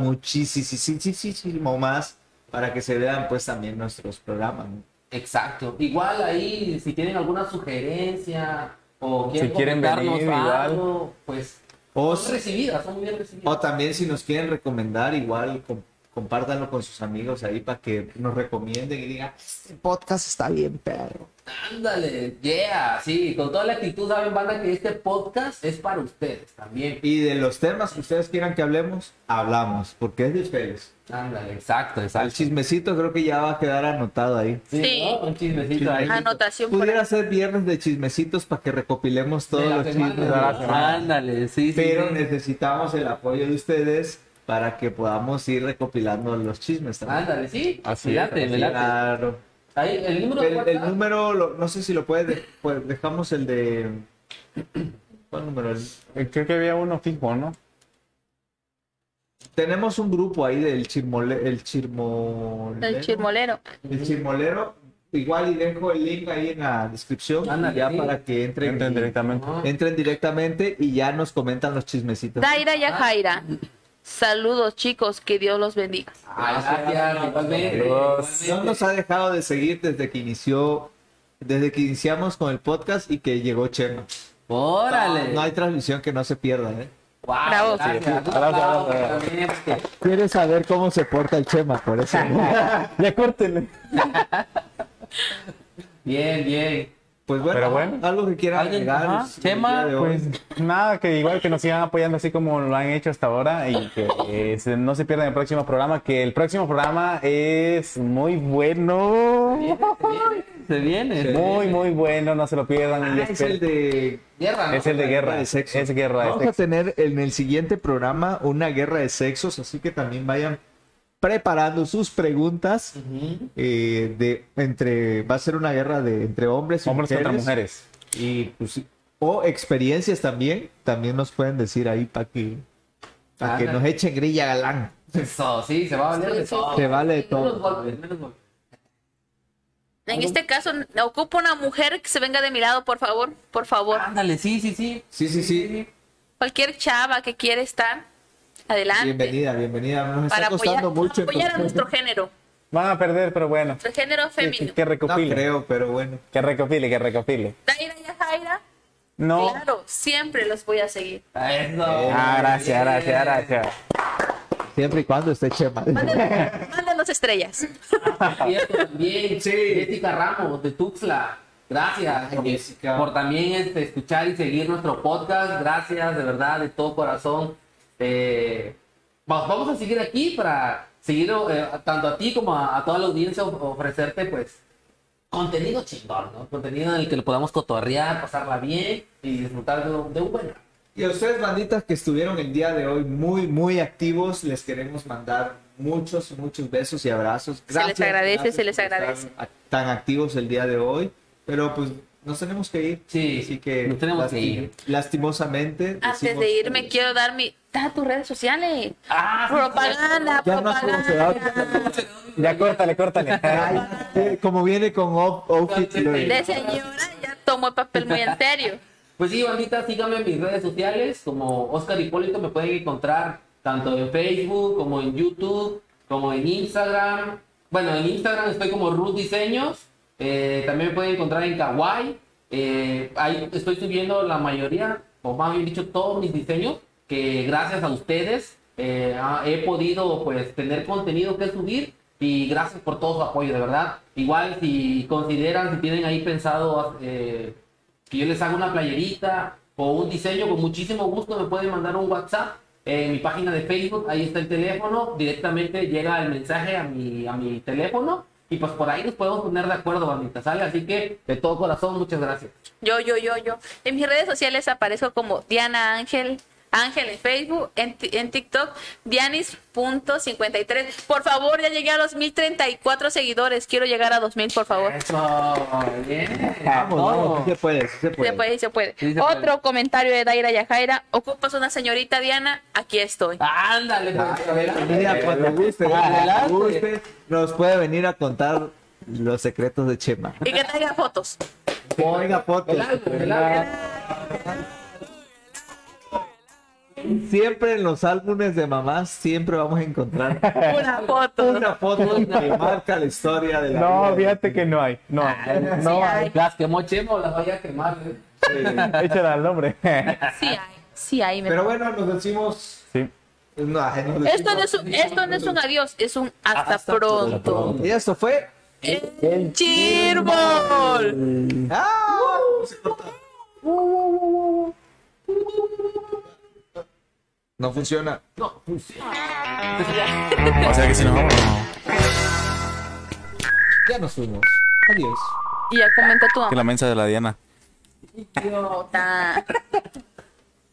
Speaker 2: muchísimo más para que se vean pues también nuestros programas. ¿no?
Speaker 1: Exacto. Igual ahí, si tienen alguna sugerencia o quieren,
Speaker 4: Si quieren
Speaker 1: comentarnos
Speaker 4: venir,
Speaker 1: algo, pues
Speaker 2: O
Speaker 1: son
Speaker 2: si-
Speaker 1: recibidas, son muy bien recibidas.
Speaker 2: O también si nos quieren recomendar, igual com- compártanlo con sus amigos ahí para que nos recomienden y digan, este podcast está bien, perro.
Speaker 1: Ándale, yeah, sí, con toda la actitud saben, banda, que este podcast es para ustedes también.
Speaker 2: Y de los temas que ustedes quieran que hablemos, hablamos, porque es de ustedes.
Speaker 1: Ándale, exacto,
Speaker 2: El
Speaker 1: exacto.
Speaker 2: chismecito creo que ya va a quedar anotado ahí.
Speaker 3: Sí.
Speaker 1: ¿no? Un chismecito ahí.
Speaker 3: Chismecito. Anotación por
Speaker 2: Pudiera ser viernes de chismecitos para que recopilemos
Speaker 1: De
Speaker 2: todos
Speaker 1: la
Speaker 2: los
Speaker 1: semana,
Speaker 2: chismes de
Speaker 1: ¿no?
Speaker 2: la semana.
Speaker 1: Ándale, sí, sí,
Speaker 2: Pero
Speaker 1: sí.
Speaker 2: necesitamos el apoyo de ustedes para que podamos ir recopilando los chismes también.
Speaker 1: Ándale, sí.
Speaker 4: Así
Speaker 1: me
Speaker 4: es,
Speaker 1: late,
Speaker 4: así
Speaker 1: me late.
Speaker 2: Claro.
Speaker 1: Ahí, el número de
Speaker 2: El, el
Speaker 1: WhatsApp.
Speaker 2: número, lo- no sé si lo puedes, de- pues, dejamos el de... ¿Cuál número? El-
Speaker 4: Creo que había uno fijo, ¿no?
Speaker 2: tenemos un grupo ahí del chismole, el chismolero.
Speaker 3: El chirmolero.
Speaker 2: El chismolero. Igual y dejo el link ahí en la descripción
Speaker 1: Ándale,
Speaker 2: y ya
Speaker 1: sí.
Speaker 2: para que entren,
Speaker 4: Entren
Speaker 2: y-
Speaker 4: directamente.
Speaker 1: Ajá.
Speaker 2: entren directamente y ya nos comentan los chismecitos.
Speaker 3: Daira Yajaira. Saludos, chicos. Que Dios los bendiga.
Speaker 1: Ah, Gracias, igualmente.
Speaker 4: Adiós.
Speaker 2: No nos ha dejado de seguir desde que inició, desde que iniciamos con el podcast y que llegó Chema.
Speaker 1: Órale.
Speaker 2: No hay transmisión que no se pierda, ¿eh?
Speaker 1: Wow,
Speaker 3: Bravo.
Speaker 1: gracias.
Speaker 4: Sí.
Speaker 1: Un aplauso
Speaker 4: Abrazo, abrazo.
Speaker 1: también, porque-
Speaker 2: ¿Quieres saber cómo se porta el Chema? Por eso.
Speaker 4: Ya córtenle.
Speaker 1: Bien, bien.
Speaker 2: Pues bueno,
Speaker 4: Pero bueno.
Speaker 2: algo que quieran
Speaker 1: ¿Alguien?
Speaker 2: agregar.
Speaker 1: Ajá.
Speaker 2: el
Speaker 1: Chema,
Speaker 2: día de hoy.
Speaker 4: Pues nada, que igual que nos sigan apoyando así como lo han hecho hasta ahora y que eh, se- no se pierdan el próximo programa, que el próximo programa es muy bueno.
Speaker 1: Se viene. se
Speaker 4: Muy,
Speaker 1: viene.
Speaker 4: muy bueno, no se lo pierdan.
Speaker 2: Ah,
Speaker 4: y
Speaker 2: es
Speaker 4: espero-
Speaker 2: el de,
Speaker 1: Guerra, ¿no?
Speaker 4: es el de guerra,
Speaker 2: de sexo. pues,
Speaker 4: es guerra de
Speaker 2: Vamos a
Speaker 4: sexo.
Speaker 2: tener en el siguiente programa una guerra de sexos, así que también vayan preparando sus preguntas.
Speaker 1: Ujú.
Speaker 2: eh, de entre va a ser una guerra de entre hombres y
Speaker 4: Hombres
Speaker 2: mujeres,
Speaker 4: contra mujeres.
Speaker 2: y pues, sí, o experiencias también también nos pueden decir ahí para que para que
Speaker 1: Ándale.
Speaker 2: nos echen grilla galán
Speaker 1: Eso, sí, se va a valer de todo.
Speaker 2: se vale de
Speaker 1: Menos
Speaker 2: todo
Speaker 1: golpes, menos golpes.
Speaker 3: En este caso, ocupo una mujer que se venga de mi lado, por favor.
Speaker 2: Ah.
Speaker 3: Por favor.
Speaker 1: Ándale, sí, sí, sí.
Speaker 2: sí sí sí
Speaker 3: Cualquier chava que quiere estar, Adelante.
Speaker 2: Bienvenida, bienvenida. Nos
Speaker 3: para
Speaker 2: está
Speaker 3: apoyar,
Speaker 2: costando mucho.
Speaker 3: apoyar a nuestro género,
Speaker 4: Van a perder, pero bueno.
Speaker 3: nuestro género
Speaker 4: Que,
Speaker 3: femenino.
Speaker 4: que
Speaker 2: No
Speaker 4: recopile.
Speaker 2: creo, pero bueno.
Speaker 4: que recopile, que recopile.
Speaker 3: Daira y Jaira,
Speaker 4: No.
Speaker 3: claro, siempre los voy a seguir.
Speaker 1: Eso.
Speaker 4: Ah, gracias, gracias, gracias.
Speaker 2: Siempre y cuando esté Chema.
Speaker 3: Mándanos estrellas.
Speaker 1: Cierto, también.
Speaker 2: Sí.
Speaker 1: Jessica Ramos de Tuxla. Gracias
Speaker 2: Ay,
Speaker 1: por-
Speaker 2: Jessica.
Speaker 1: por también este, escuchar y seguir nuestro podcast. Gracias de verdad, de todo corazón. Eh, va- vamos a seguir aquí para seguir eh, tanto a ti como a, a toda la audiencia of- ofrecerte pues contenido chingón, ¿no? Contenido en el que lo podamos cotorrear, pasarla bien y disfrutar de, un- de un buen.
Speaker 2: Y a ustedes, banditas, que estuvieron el día de hoy muy, muy activos, les queremos mandar muchos, muchos besos y abrazos.
Speaker 3: Se les agradece, se les
Speaker 2: por estar
Speaker 3: agradece.
Speaker 2: a- tan activos el día de hoy, pero pues nos tenemos que ir.
Speaker 1: Sí,
Speaker 2: así que
Speaker 1: nos tenemos que ir.
Speaker 2: Lastimosamente.
Speaker 3: Antes
Speaker 2: decimos,
Speaker 3: de irme,
Speaker 2: eh,
Speaker 3: quiero dar mi. Da tus redes sociales.
Speaker 1: Ah, sí,
Speaker 3: Propaganda,
Speaker 2: ya no has
Speaker 3: propaganda.
Speaker 4: Ya córtale, córtale.
Speaker 2: ay, eh, como viene con O- Outfit Lloyd.
Speaker 3: De señora ya tomó el papel muy en serio.
Speaker 1: Pues sí, bandita, síganme en mis redes sociales como Oscar Hipólito, me pueden encontrar tanto en Facebook como en YouTube, como en Instagram. Bueno, en Instagram estoy como Ruth Diseños, eh, también me pueden encontrar en Kawaii, eh, ahí estoy subiendo la mayoría, o más bien dicho, todos mis diseños, que gracias a ustedes eh, ah, he podido pues tener contenido que subir y gracias por todo su apoyo, de verdad. Igual si consideran, si tienen ahí pensado... eh, que yo les haga una playerita o un diseño, con muchísimo gusto me pueden mandar un WhatsApp en mi página de Facebook, ahí está el teléfono, directamente llega el mensaje a mi, a mi teléfono y pues por ahí nos podemos poner de acuerdo, bandita, ¿sale? Así que de todo corazón, muchas gracias.
Speaker 3: Yo, yo, yo, yo. En mis redes sociales aparezco como Diana Ángel. Ángel en Facebook, en, ti- en TikTok, Dianis.53. Por favor, ya llegué a los 1034 seguidores. Quiero llegar a 2000, por favor.
Speaker 1: Eso, bien.
Speaker 2: Vamos, vamos,
Speaker 1: Todo.
Speaker 2: sí se puede, sí se puede.
Speaker 3: Se puede, se puede.
Speaker 1: Sí, se puede.
Speaker 3: Otro comentario de Daira Yajaira. Ocupas una señorita Diana, aquí estoy.
Speaker 1: Ándale,
Speaker 2: Ah,
Speaker 1: pues, adelante.
Speaker 2: Mira, cuando guste,
Speaker 1: Adelante.
Speaker 2: cuando guste, nos puede venir a contar los secretos de Chema.
Speaker 3: Y que traiga fotos.
Speaker 2: Oiga, fotos.
Speaker 1: El álbum, el álbum.
Speaker 2: Siempre en los álbumes de mamás siempre vamos a encontrar
Speaker 3: Una foto.
Speaker 2: una foto que marca la historia de la
Speaker 4: No,
Speaker 2: vida.
Speaker 4: fíjate que no hay. No, no hay.
Speaker 3: hay.
Speaker 1: Las quemó Chemo, las voy a quemar. ¿eh?
Speaker 2: Sí.
Speaker 4: Échala al nombre.
Speaker 3: Sí hay, sí hay. me-
Speaker 2: Pero bueno, nos decimos...
Speaker 4: Sí.
Speaker 2: No, nos decimos-
Speaker 3: esto, no es un, esto no es un adiós, es un hasta,
Speaker 1: Hasta
Speaker 3: pronto.
Speaker 1: pronto.
Speaker 2: Y esto fue...
Speaker 3: El Cheerball.
Speaker 2: ¡Ah! Se corta. No funciona.
Speaker 1: No, pues,
Speaker 4: O sea que si nos vamos.
Speaker 2: Ya nos fuimos. Adiós.
Speaker 3: Y ya comentó tu
Speaker 4: Que
Speaker 3: mamá.
Speaker 4: la mensa de la Diana.
Speaker 3: Idiota.